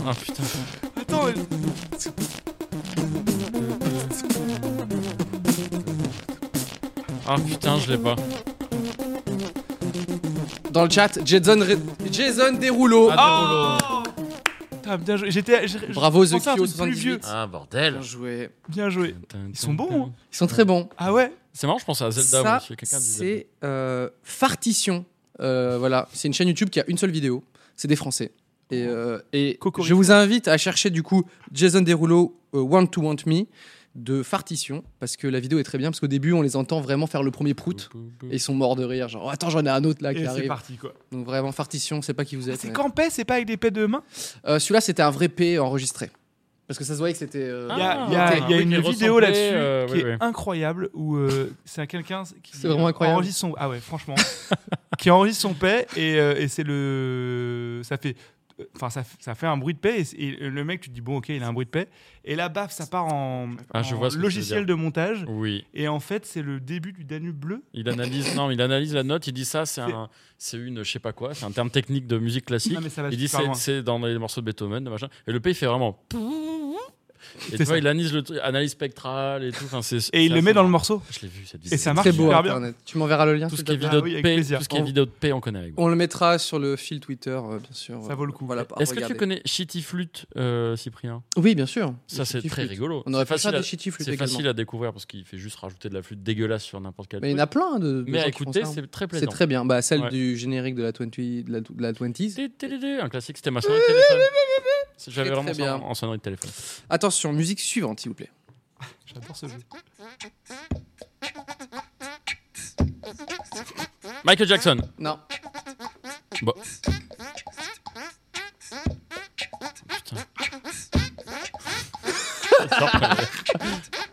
[SPEAKER 5] Ah, putain.
[SPEAKER 3] Attends, elle-
[SPEAKER 5] Ah, putain, je l'ai pas.
[SPEAKER 2] Dans le chat, Jason, Re- Jason Derulo.
[SPEAKER 5] Ah,
[SPEAKER 3] putain, bien joué. J'étais. j'ai- j'ai-
[SPEAKER 2] Bravo,
[SPEAKER 3] je pensais à un truc plus vieux.
[SPEAKER 2] Zokio78.
[SPEAKER 5] Ah, bordel.
[SPEAKER 2] Bien joué.
[SPEAKER 3] Bien joué. Ils sont bons, hein.
[SPEAKER 2] Ils sont très bons.
[SPEAKER 3] Ah ouais
[SPEAKER 5] C'est marrant, je pense à Zelda
[SPEAKER 2] Ça,
[SPEAKER 5] aussi. Quelqu'un disait.
[SPEAKER 2] c'est euh, Fartition. Euh, voilà, c'est une chaîne YouTube qui a une seule vidéo. C'est des Français. Et, euh, et
[SPEAKER 3] Cocorico.
[SPEAKER 2] je vous invite à chercher du coup Jason Derulo euh, Want to Want Me de Fartition parce que la vidéo est très bien parce qu'au début on les entend vraiment faire le premier prout
[SPEAKER 5] Mm.
[SPEAKER 2] et ils sont morts de rire genre Oh, attends j'en ai un autre là qui
[SPEAKER 3] Et c'est
[SPEAKER 2] arrive
[SPEAKER 3] parti quoi.
[SPEAKER 2] donc vraiment Fartition c'est pas qui vous êtes
[SPEAKER 3] C'est
[SPEAKER 2] mais-
[SPEAKER 3] qu'en paix, c'est pas avec des paix de main
[SPEAKER 2] Euh, celui-là c'était un vrai P enregistré parce que ça se voyait que c'était euh,
[SPEAKER 3] Il y a,
[SPEAKER 5] Ah,
[SPEAKER 3] il y a-
[SPEAKER 2] ok.
[SPEAKER 3] il y a
[SPEAKER 5] Oui,
[SPEAKER 3] une
[SPEAKER 5] qui
[SPEAKER 3] vidéo
[SPEAKER 5] ressemblait,
[SPEAKER 3] là-dessus
[SPEAKER 5] euh,
[SPEAKER 3] qui
[SPEAKER 5] oui,
[SPEAKER 3] est
[SPEAKER 5] oui.
[SPEAKER 3] incroyable où euh, c'est un quelqu'un qui
[SPEAKER 2] C'est vraiment incroyable.
[SPEAKER 3] enregistre son ah ouais franchement qui enregistre son paix et, euh, et c'est le ça fait enfin ça, f- ça fait un bruit de paix et, c'est- et le mec tu te dis bon ok il a un bruit de paix et là baf ça part en,
[SPEAKER 5] Ah, je
[SPEAKER 3] en
[SPEAKER 5] vois ce que tu veux
[SPEAKER 3] logiciel de montage
[SPEAKER 5] Oui,
[SPEAKER 3] et en fait c'est le début du Danube bleu
[SPEAKER 5] il analyse, non, il analyse la note, il dit ça, c'est un, c'est une, je sais pas quoi, c'est un terme technique de musique classique.
[SPEAKER 3] Ah, mais ça va
[SPEAKER 5] il dit
[SPEAKER 3] super
[SPEAKER 5] c'est,
[SPEAKER 3] loin.
[SPEAKER 5] c'est dans les morceaux de Beethoven, de machin. Et le P, il fait vraiment. Et
[SPEAKER 3] C'est
[SPEAKER 5] tu vois,
[SPEAKER 3] ça.
[SPEAKER 5] il analyse, le, tru- analyse spectrale et tout. Enfin, c'est,
[SPEAKER 3] et il le met dans le morceau
[SPEAKER 5] Je l'ai vu cette vidéo.
[SPEAKER 3] et ça marche
[SPEAKER 2] très beau hein,
[SPEAKER 3] super bien
[SPEAKER 2] internet tu m'enverras le lien
[SPEAKER 5] Tout ce
[SPEAKER 2] s'il
[SPEAKER 5] qui est
[SPEAKER 2] te plaît.
[SPEAKER 5] vidéo
[SPEAKER 3] Ah oui,
[SPEAKER 5] de
[SPEAKER 3] avec
[SPEAKER 5] paix,
[SPEAKER 3] plaisir.
[SPEAKER 5] tout ce qui est
[SPEAKER 2] On-
[SPEAKER 5] vidéo de paix, on connaît avec vous.
[SPEAKER 2] on le mettra sur le fil Twitter euh, bien sûr
[SPEAKER 3] Ça vaut le coup.
[SPEAKER 2] voilà, à
[SPEAKER 5] Est-ce que
[SPEAKER 2] regarder.
[SPEAKER 5] tu connais Shitty Flute, euh, Cyprien
[SPEAKER 2] Oui, bien sûr.
[SPEAKER 5] Ça,
[SPEAKER 2] Des
[SPEAKER 5] c'est
[SPEAKER 2] shitty
[SPEAKER 5] très
[SPEAKER 2] flûtes.
[SPEAKER 5] rigolo.
[SPEAKER 2] On aurait
[SPEAKER 5] C'est
[SPEAKER 2] pu faire
[SPEAKER 5] facile à-
[SPEAKER 2] des shitty flutes
[SPEAKER 5] C'est
[SPEAKER 2] également.
[SPEAKER 5] facile à découvrir parce qu'il fait juste rajouter de la flûte dégueulasse sur n'importe quel.
[SPEAKER 2] Mais il y en
[SPEAKER 5] truc.
[SPEAKER 2] a plein de. de
[SPEAKER 5] Mais
[SPEAKER 2] gens qui
[SPEAKER 5] à
[SPEAKER 2] font
[SPEAKER 5] écouter,
[SPEAKER 2] ça, hein.
[SPEAKER 5] c'est très
[SPEAKER 2] C'est
[SPEAKER 5] plaisant.
[SPEAKER 2] très bien. Bah, celle
[SPEAKER 5] Ouais.
[SPEAKER 2] du générique de la 20 de la, de la 20s.
[SPEAKER 5] Télédé, Un classique, c'était ma sonnerie de téléphone. J'avais
[SPEAKER 2] Très,
[SPEAKER 5] vraiment
[SPEAKER 2] très
[SPEAKER 5] ça en-
[SPEAKER 2] bien.
[SPEAKER 5] en sonnerie de téléphone.
[SPEAKER 2] Attention, musique suivante, s'il vous plaît.
[SPEAKER 3] j'adore ce jeu
[SPEAKER 5] Michael Jackson.
[SPEAKER 2] Non.
[SPEAKER 5] Bon.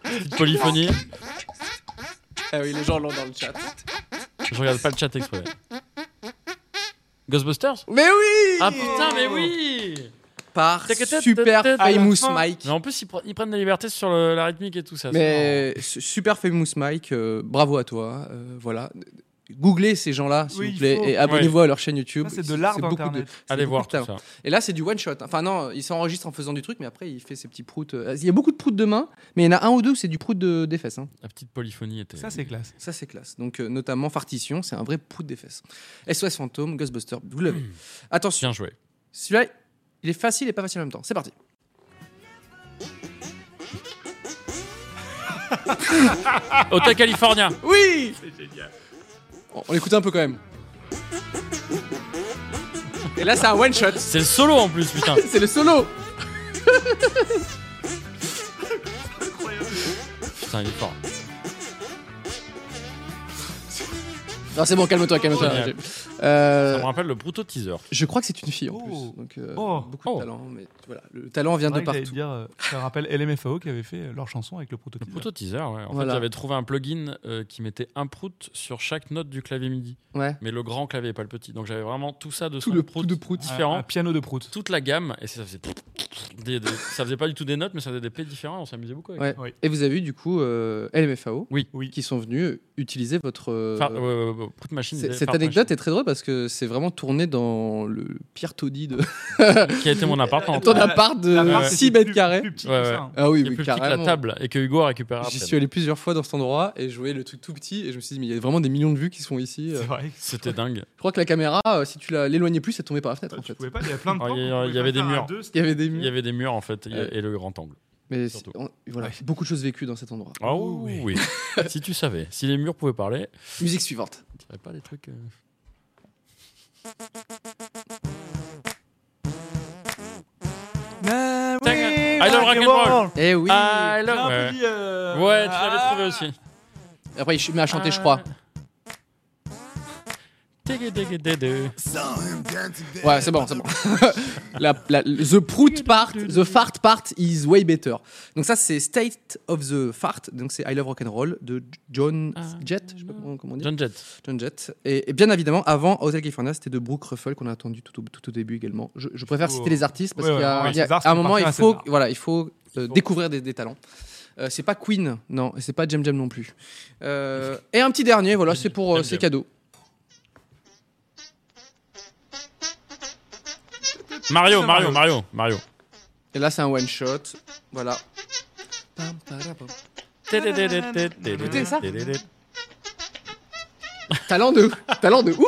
[SPEAKER 5] Petite polyphonie.
[SPEAKER 2] Ah oui, les gens l'ont dans le chat.
[SPEAKER 5] Je regarde pas le chat exprès. Ghostbusters
[SPEAKER 2] Mais oui
[SPEAKER 5] Ah putain, mais oui
[SPEAKER 2] Par
[SPEAKER 5] Tac-tac-tac-tac-tac.
[SPEAKER 2] Super Famous Mike.
[SPEAKER 5] Mais en plus, ils, pre- ils prennent des libertés sur le- la rythmique et tout ça. c'est
[SPEAKER 2] Mais su- Super Famous Mike, euh, bravo à toi. euh, voilà. Googlez ces gens-là, s'il
[SPEAKER 3] Oui,
[SPEAKER 2] vous
[SPEAKER 3] il
[SPEAKER 2] plaît,
[SPEAKER 3] faut.
[SPEAKER 2] et abonnez-vous à leur chaîne YouTube.
[SPEAKER 3] Ça, c'est de l'art
[SPEAKER 2] beaucoup
[SPEAKER 3] d'Internet.
[SPEAKER 5] marrant. Allez
[SPEAKER 2] beaucoup
[SPEAKER 5] voir
[SPEAKER 2] de
[SPEAKER 5] tout
[SPEAKER 2] talent.
[SPEAKER 5] ça.
[SPEAKER 2] Et là, c'est du one shot. Enfin, non, il s'enregistre en faisant du truc, mais après, il fait ses petits proutes. Euh, Il y a beaucoup de proutes de main, mais il y en a un ou deux où c'est du prout de, des fesses. hein.
[SPEAKER 5] La petite polyphonie était.
[SPEAKER 3] Ça, c'est classe.
[SPEAKER 2] Ça, c'est classe. Donc, euh, notamment Fartition, c'est un vrai prout des fesses. SOS Fantôme, Ghostbuster, vous l'avez. Attention,
[SPEAKER 5] Bien joué.
[SPEAKER 2] celui-là, il est facile et pas facile en même temps. C'est parti.
[SPEAKER 5] Ah, Hotel California.
[SPEAKER 2] Oui On, on l'écoute un peu quand même. Et là, c'est un one shot.
[SPEAKER 5] C'est le solo en plus, putain.
[SPEAKER 2] C'est le solo.
[SPEAKER 5] Putain, il est fort.
[SPEAKER 2] Non, c'est bon, calme-toi, calme-toi.
[SPEAKER 5] Génial.
[SPEAKER 2] Euh,
[SPEAKER 5] Ça me rappelle le Bruto Teaser.
[SPEAKER 2] je crois que c'est une fille en
[SPEAKER 3] Oh.
[SPEAKER 2] plus. Donc, euh,
[SPEAKER 3] Oh.
[SPEAKER 2] beaucoup
[SPEAKER 5] Oh.
[SPEAKER 2] de talent. Mais voilà, le talent vient de
[SPEAKER 3] C'est vrai que j'allais
[SPEAKER 2] partout.
[SPEAKER 3] dire, euh, ça rappelle LMFAO qui avait fait euh, leur chanson avec le
[SPEAKER 5] Le
[SPEAKER 3] prototype.
[SPEAKER 5] Bruto Teaser, ouais. En
[SPEAKER 2] Voilà.
[SPEAKER 5] fait, j'avais trouvé un plugin euh, qui mettait un prout sur chaque note du clavier MIDI.
[SPEAKER 2] Ouais.
[SPEAKER 5] Mais le grand clavier, pas le petit. Donc j'avais vraiment tout ça de
[SPEAKER 2] Tout
[SPEAKER 5] son
[SPEAKER 2] le prout de prout.
[SPEAKER 5] différent.
[SPEAKER 3] Un, un piano de prout.
[SPEAKER 5] Toute la gamme. Et ça faisait. des- des- ça faisait pas du tout des notes, mais ça faisait des plays différents. On s'amusait beaucoup avec.
[SPEAKER 2] Ouais.
[SPEAKER 3] Oui.
[SPEAKER 2] Et vous avez eu du coup euh, LMFAO
[SPEAKER 5] Oui.
[SPEAKER 3] Oui.
[SPEAKER 2] qui sont venus euh, utiliser votre. euh,
[SPEAKER 5] Enfin, ouais, ouais, ouais, prout machine.
[SPEAKER 2] c'est-
[SPEAKER 5] des-
[SPEAKER 2] cette
[SPEAKER 5] Fart
[SPEAKER 2] anecdote est très drôle parce que c'est vraiment tourné dans le pire taudis de
[SPEAKER 5] Machine, qui a été mon appart en
[SPEAKER 2] ton
[SPEAKER 3] la-
[SPEAKER 2] appart
[SPEAKER 3] La
[SPEAKER 2] de
[SPEAKER 3] marque,
[SPEAKER 2] 6
[SPEAKER 3] c'était
[SPEAKER 2] mètres
[SPEAKER 3] plus-
[SPEAKER 2] carrés.
[SPEAKER 3] plus petit
[SPEAKER 5] Ouais,
[SPEAKER 3] que
[SPEAKER 5] ouais.
[SPEAKER 3] ça, hein.
[SPEAKER 2] Ah oui,
[SPEAKER 5] qui est
[SPEAKER 2] oui,
[SPEAKER 5] plus petit que la
[SPEAKER 2] carrément.
[SPEAKER 5] table et que Hugo a récupéré
[SPEAKER 2] J'y
[SPEAKER 5] après.
[SPEAKER 2] suis allé plusieurs fois dans cet endroit et je voyais le truc tout petit et je me suis dit mais il y a vraiment des millions de vues qui sont ici.
[SPEAKER 3] C'est
[SPEAKER 2] Euh,
[SPEAKER 3] vrai. que
[SPEAKER 5] C'était dingue.
[SPEAKER 2] Je crois que la caméra, euh, si tu la- l'éloignais plus, elle tombait par la fenêtre
[SPEAKER 3] ça,
[SPEAKER 2] en
[SPEAKER 3] Tu
[SPEAKER 2] fait.
[SPEAKER 3] pouvais pas, il y avait plein de
[SPEAKER 5] Ah,
[SPEAKER 3] temps.
[SPEAKER 5] il y-
[SPEAKER 3] qu'on pouvait
[SPEAKER 5] il y avait
[SPEAKER 3] pas
[SPEAKER 5] des
[SPEAKER 3] faire à
[SPEAKER 5] murs.
[SPEAKER 3] deux,
[SPEAKER 2] Il y avait des
[SPEAKER 5] Il
[SPEAKER 2] murs.
[SPEAKER 5] y avait des murs en fait et,
[SPEAKER 2] Ouais.
[SPEAKER 5] et le grand angle.
[SPEAKER 2] Mais
[SPEAKER 5] surtout.
[SPEAKER 2] c'est- on- voilà,
[SPEAKER 3] Ouais.
[SPEAKER 2] beaucoup de choses vécues dans cet endroit.
[SPEAKER 5] Ah oui, oui. si tu savais, si les murs pouvaient parler,
[SPEAKER 2] Musique suivante.
[SPEAKER 5] tu ferais pas des trucs. euh,
[SPEAKER 3] Ah,
[SPEAKER 5] Tang-
[SPEAKER 3] oui,
[SPEAKER 5] I love rock'n'roll.
[SPEAKER 2] Eh oui.
[SPEAKER 5] Ah, I love-
[SPEAKER 3] Ah,
[SPEAKER 5] Ouais,
[SPEAKER 3] puis, euh,
[SPEAKER 5] Ouais, tu l'avais
[SPEAKER 3] ah,
[SPEAKER 5] trouvé aussi.
[SPEAKER 2] Après, il se met à chanter, je crois.
[SPEAKER 5] Tégué-tégué-tégué.
[SPEAKER 2] Ouais, c'est bon, c'est bon. La- la- the prout part, the fart part is way better. Donc ça, c'est State of the Fart. Donc c'est I Love Rock'n'Roll de John Jett. Je sais pas comment, comment on dit.
[SPEAKER 5] John Jett.
[SPEAKER 2] John Jett. Et, et bien évidemment, avant Hotel California, c'était de Brooke Ruffle qu'on a entendu tout au, tout au début également. Je, je préfère
[SPEAKER 3] Oh.
[SPEAKER 2] citer les artistes parce
[SPEAKER 3] Ouais,
[SPEAKER 2] qu'il y a,
[SPEAKER 3] ouais,
[SPEAKER 2] il y a-
[SPEAKER 3] César,
[SPEAKER 2] à un
[SPEAKER 3] c'est
[SPEAKER 2] moment, il
[SPEAKER 3] parfait à
[SPEAKER 2] faut,
[SPEAKER 3] César.
[SPEAKER 2] voilà, il faut euh,
[SPEAKER 5] faut.
[SPEAKER 2] découvrir des, des talents. Euh, c'est pas Queen, non, et c'est pas Jam Jam non plus. Euh, et un petit dernier, voilà, c'est pour euh,
[SPEAKER 5] Jam
[SPEAKER 2] c'est
[SPEAKER 5] Jam.
[SPEAKER 2] cadeau.
[SPEAKER 5] Mario, Mario, Mario, Mario.
[SPEAKER 2] Et là, c'est un one shot, voilà. Pam, parapam. Écoutez ça. Talent de, talent de ouf,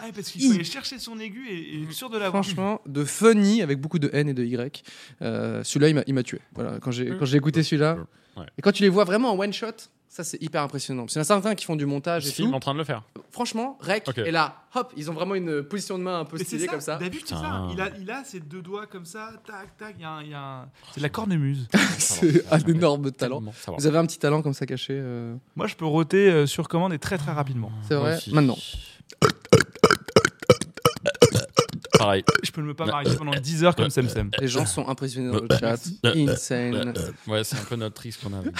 [SPEAKER 3] Ah, parce qu'il fallait chercher son aigu et, et être sûr de l'avoir.
[SPEAKER 2] franchement, de funny avec beaucoup de N et de Y. Euh, celui-là, il m'a- il m'a tué. Voilà, quand
[SPEAKER 3] Mmh.
[SPEAKER 2] j'ai quand j'ai écouté celui-là,
[SPEAKER 5] Ouais.
[SPEAKER 2] et quand tu les vois vraiment en one shot, ça c'est hyper impressionnant. Parce qu'il y en a certains qui font du montage et
[SPEAKER 5] Je
[SPEAKER 2] tout.
[SPEAKER 5] suis Ah, en train de le faire.
[SPEAKER 2] Franchement, Rec,
[SPEAKER 5] Ok.
[SPEAKER 2] et là, hop, ils ont vraiment une position de main un peu
[SPEAKER 3] Mais c'est
[SPEAKER 2] stylée comme ça.
[SPEAKER 3] David, c'est ça.
[SPEAKER 5] Putain.
[SPEAKER 3] Il a, il a ses deux doigts comme ça, tac, tac. Il y a, un- il y a un- C'est de la cornemuse.
[SPEAKER 2] C'est un énorme talent.
[SPEAKER 5] Tellement, ça va.
[SPEAKER 2] Vous avez un petit talent comme ça caché euh,
[SPEAKER 3] Moi, je peux roter euh, sur commande et très très rapidement.
[SPEAKER 2] C'est
[SPEAKER 5] Moi
[SPEAKER 2] vrai
[SPEAKER 5] aussi.
[SPEAKER 2] Maintenant.
[SPEAKER 5] Pareil.
[SPEAKER 3] Je peux me
[SPEAKER 5] Bah,
[SPEAKER 3] pas marier pendant
[SPEAKER 5] euh,
[SPEAKER 3] 10 heures comme Sem Sem.
[SPEAKER 2] Les gens sont impressionnés dans le chat.
[SPEAKER 5] euh,
[SPEAKER 2] Insane.
[SPEAKER 5] Ouais, c'est un peu notre risque qu'on a. avec.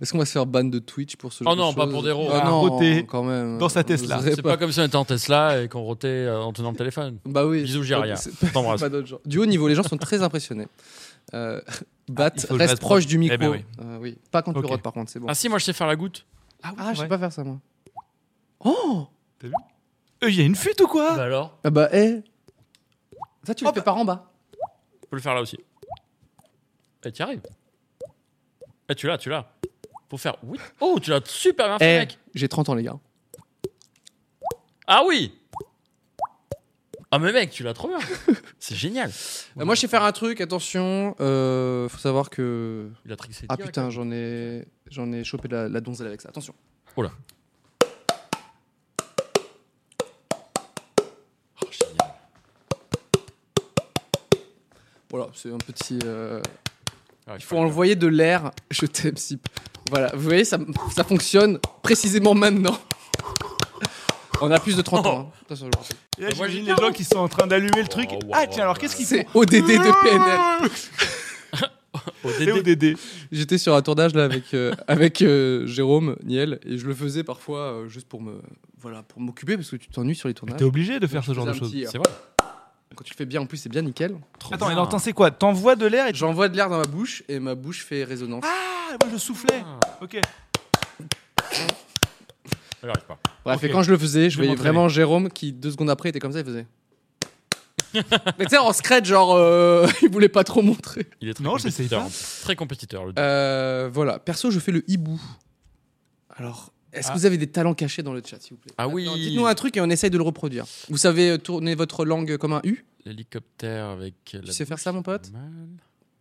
[SPEAKER 2] Est-ce qu'on va se faire ban de Twitch pour ce
[SPEAKER 5] Oh
[SPEAKER 2] genre de
[SPEAKER 5] non, pas
[SPEAKER 2] choses
[SPEAKER 5] pour des rôles.
[SPEAKER 2] Ah
[SPEAKER 3] Ah,
[SPEAKER 2] non,
[SPEAKER 3] roter
[SPEAKER 2] quand même.
[SPEAKER 3] dans sa Tesla.
[SPEAKER 2] Vous aurez
[SPEAKER 5] Ah, C'est pas comme si on était en Tesla et qu'on rotait euh, en tenant le téléphone.
[SPEAKER 2] Bah oui.
[SPEAKER 5] Bisous, Giria.
[SPEAKER 2] C'est pas-
[SPEAKER 5] T'embrasse.
[SPEAKER 2] pas d'autre genre. Du haut niveau, les gens sont très impressionnés. Euh, Bat,
[SPEAKER 3] il faut que je
[SPEAKER 2] reste
[SPEAKER 3] reste
[SPEAKER 2] proche du micro.
[SPEAKER 3] Eh ben oui.
[SPEAKER 2] Euh, oui. Pas quand tu
[SPEAKER 3] Ok.
[SPEAKER 2] rotes, par contre, c'est bon.
[SPEAKER 5] Ah si, moi je sais faire la goutte.
[SPEAKER 2] Ah, je sais
[SPEAKER 3] ouais.
[SPEAKER 2] pas faire ça, moi. Oh
[SPEAKER 3] Euh, Il y a une fuite ou quoi
[SPEAKER 5] Bah alors
[SPEAKER 2] Ah bah, eh Ça, tu le
[SPEAKER 3] Oh
[SPEAKER 2] fais par en bas.
[SPEAKER 5] Je peux le faire là aussi. Et tu arrives. Et tu l'as, tu l'as. Pour faire oui. Oh, tu l'as super bien fait,
[SPEAKER 2] Eh,
[SPEAKER 5] mec.
[SPEAKER 2] j'ai 30 ans, les gars.
[SPEAKER 5] Ah oui. Ah mais mec, tu l'as trop bien. C'est génial.
[SPEAKER 2] Euh, Moi, je sais faire un truc, attention. euh, faut savoir que.
[SPEAKER 5] Il a trixé.
[SPEAKER 2] Ah
[SPEAKER 5] direct.
[SPEAKER 2] putain, j'en ai, j'en ai chopé de la, la donzelle avec ça. Attention.
[SPEAKER 5] Oh, génial.
[SPEAKER 2] Voilà, c'est un petit. euh,
[SPEAKER 5] Ouais,
[SPEAKER 2] Il faut envoyer de l'air. Je t'aime, Sip. Voilà, vous voyez, ça, ça fonctionne précisément maintenant. On a plus de 30 ans. hein. Attention, je vous rappelle.
[SPEAKER 3] Et là,
[SPEAKER 5] Moi,
[SPEAKER 3] j'imagine
[SPEAKER 5] j'ai-
[SPEAKER 3] les gens qui sont en train d'allumer le truc.
[SPEAKER 5] Oh, wow,
[SPEAKER 3] ah, tiens, alors
[SPEAKER 5] wow,
[SPEAKER 3] qu'est-ce qu'ils font
[SPEAKER 2] C'est ODD de PNL.
[SPEAKER 5] Au
[SPEAKER 3] Et au
[SPEAKER 5] DD.
[SPEAKER 3] DD.
[SPEAKER 2] J'étais sur un tournage là avec, euh, avec euh, Jérôme, Niel, et je le faisais parfois euh, juste pour me voilà pour m'occuper parce que tu t'ennuies sur les tournages.
[SPEAKER 3] T'es obligé de faire ce genre de
[SPEAKER 2] Faisais un
[SPEAKER 3] choses.
[SPEAKER 2] petit, euh,
[SPEAKER 5] C'est vrai.
[SPEAKER 2] Quand tu le fais bien en plus, c'est bien nickel.
[SPEAKER 5] Trop
[SPEAKER 3] Attends,
[SPEAKER 5] bien.
[SPEAKER 3] alors attends, c'est quoi T'envoies de l'air et tu-
[SPEAKER 2] J'envoie de l'air dans ma bouche et ma bouche fait résonance.
[SPEAKER 3] Ah, moi je soufflais. Ok.
[SPEAKER 5] J'arrive pas.
[SPEAKER 2] Bref,
[SPEAKER 3] ok.
[SPEAKER 2] et quand je le faisais, je
[SPEAKER 3] Je vais
[SPEAKER 2] voyais
[SPEAKER 3] m'entraîner.
[SPEAKER 2] vraiment Jérôme qui deux secondes après était comme ça, il faisait. Mais tu sais, en secret, genre, euh, il voulait pas trop montrer.
[SPEAKER 5] Il est très
[SPEAKER 3] Non, j'essaye
[SPEAKER 5] compétiteur.
[SPEAKER 3] pas.
[SPEAKER 5] hein. Très compétiteur. Le
[SPEAKER 2] Euh, voilà, perso, je fais le hibou. Alors, est-ce
[SPEAKER 3] Ah.
[SPEAKER 2] que vous avez des talents cachés dans le chat, s'il vous plaît
[SPEAKER 5] Ah oui.
[SPEAKER 2] Attends, Dites-nous un truc et on essaye de le reproduire. Vous savez euh, tourner votre langue comme un U
[SPEAKER 5] L'hélicoptère avec. la
[SPEAKER 2] Tu sais
[SPEAKER 5] bouche,
[SPEAKER 2] faire ça, mon pote
[SPEAKER 5] c'est pas mal.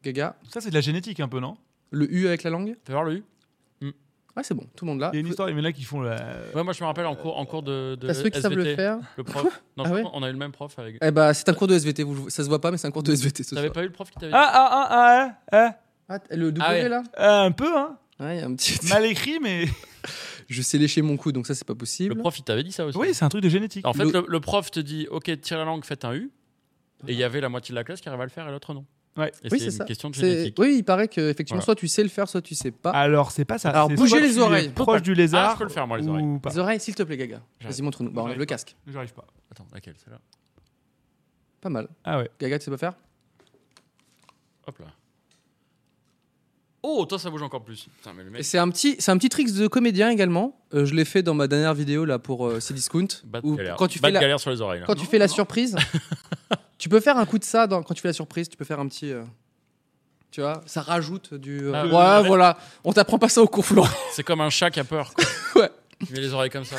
[SPEAKER 2] Gaga
[SPEAKER 3] Ça, c'est de la génétique un peu, non
[SPEAKER 2] Le U avec la langue
[SPEAKER 5] Fais voir le U.
[SPEAKER 2] Ah, c'est bon, tout le monde là.
[SPEAKER 3] Il y a une histoire, il y en a qui font la.
[SPEAKER 5] Ouais, moi je me rappelle en cours, en cours de, de
[SPEAKER 2] T'as ceux qui savent le
[SPEAKER 5] SVT,
[SPEAKER 2] faire
[SPEAKER 5] le prof. Non, je
[SPEAKER 2] Ah ouais
[SPEAKER 5] crois qu'on a eu le même prof avec.
[SPEAKER 2] Eh bah, c'est un cours de SVT. Vous, ça se voit pas, mais c'est un cours de SVT ce
[SPEAKER 5] T'avais
[SPEAKER 2] soir.
[SPEAKER 5] pas eu le prof qui t'avait.
[SPEAKER 3] Ah, ah, ah, ah,
[SPEAKER 2] Ah, t- le W
[SPEAKER 5] Ah ouais.
[SPEAKER 2] là
[SPEAKER 3] ah, ah, un peu, hein.
[SPEAKER 2] Ouais, il y a un petit.
[SPEAKER 3] Mal écrit, mais.
[SPEAKER 2] je sais lécher mon cou, donc ça, c'est pas possible.
[SPEAKER 5] le prof il t'avait dit ça aussi.
[SPEAKER 3] Oui, c'est un truc de génétique.
[SPEAKER 5] En fait,
[SPEAKER 2] Le-
[SPEAKER 5] le, le prof te dit Ok, tire la langue, faites un U. Et il y avait la moitié de la classe qui arrivait à le faire et l'autre non.
[SPEAKER 3] Ouais.
[SPEAKER 5] Et
[SPEAKER 2] oui,
[SPEAKER 5] c'est
[SPEAKER 2] c'est
[SPEAKER 5] une
[SPEAKER 2] ça.
[SPEAKER 5] question de
[SPEAKER 2] C'est-
[SPEAKER 5] génétique.
[SPEAKER 2] Oui, il paraît que effectivement,
[SPEAKER 5] Voilà.
[SPEAKER 2] soit tu sais le faire, soit tu sais pas.
[SPEAKER 3] Alors, c'est pas ça.
[SPEAKER 2] Alors,
[SPEAKER 3] c'est
[SPEAKER 2] bougez
[SPEAKER 3] soit
[SPEAKER 2] les
[SPEAKER 3] tu es
[SPEAKER 2] oreilles.
[SPEAKER 3] Proche du
[SPEAKER 5] Ah,
[SPEAKER 3] lézard.
[SPEAKER 5] je peux le faire moi les oreilles.
[SPEAKER 3] Ou pas.
[SPEAKER 2] Les oreilles, s'il te plaît, Gaga.
[SPEAKER 5] J'arrive.
[SPEAKER 2] Vas-y, montre-nous. Bah, enlève le casque.
[SPEAKER 3] J'arrive pas.
[SPEAKER 5] Attends, laquelle celle-là
[SPEAKER 2] Pas mal.
[SPEAKER 3] Ah ouais.
[SPEAKER 2] Gaga, tu sais pas faire
[SPEAKER 5] Hop là. Oh, toi ça bouge encore plus. Putain, mais le
[SPEAKER 2] Et
[SPEAKER 5] mec.
[SPEAKER 2] C'est un petit, c'est un petit trick de comédien également. Euh, je l'ai fait dans ma dernière vidéo là pour euh, Cdiscount.
[SPEAKER 5] Bat
[SPEAKER 2] où
[SPEAKER 5] galère.
[SPEAKER 2] quand tu
[SPEAKER 5] Bat
[SPEAKER 2] fais la,
[SPEAKER 5] galère sur les oreilles. là.
[SPEAKER 2] quand tu fais la surprise, tu peux faire un coup de ça dans- quand tu fais la surprise. Tu peux faire un petit, euh, tu vois, ça rajoute du. euh,
[SPEAKER 5] Ah,
[SPEAKER 2] ouais,
[SPEAKER 5] oui, oui, oui.
[SPEAKER 2] voilà. On t'apprend pas ça au cours Florent.
[SPEAKER 5] C'est comme un chat qui a peur. Quoi.
[SPEAKER 2] Ouais.
[SPEAKER 5] Tu mets les oreilles comme ça.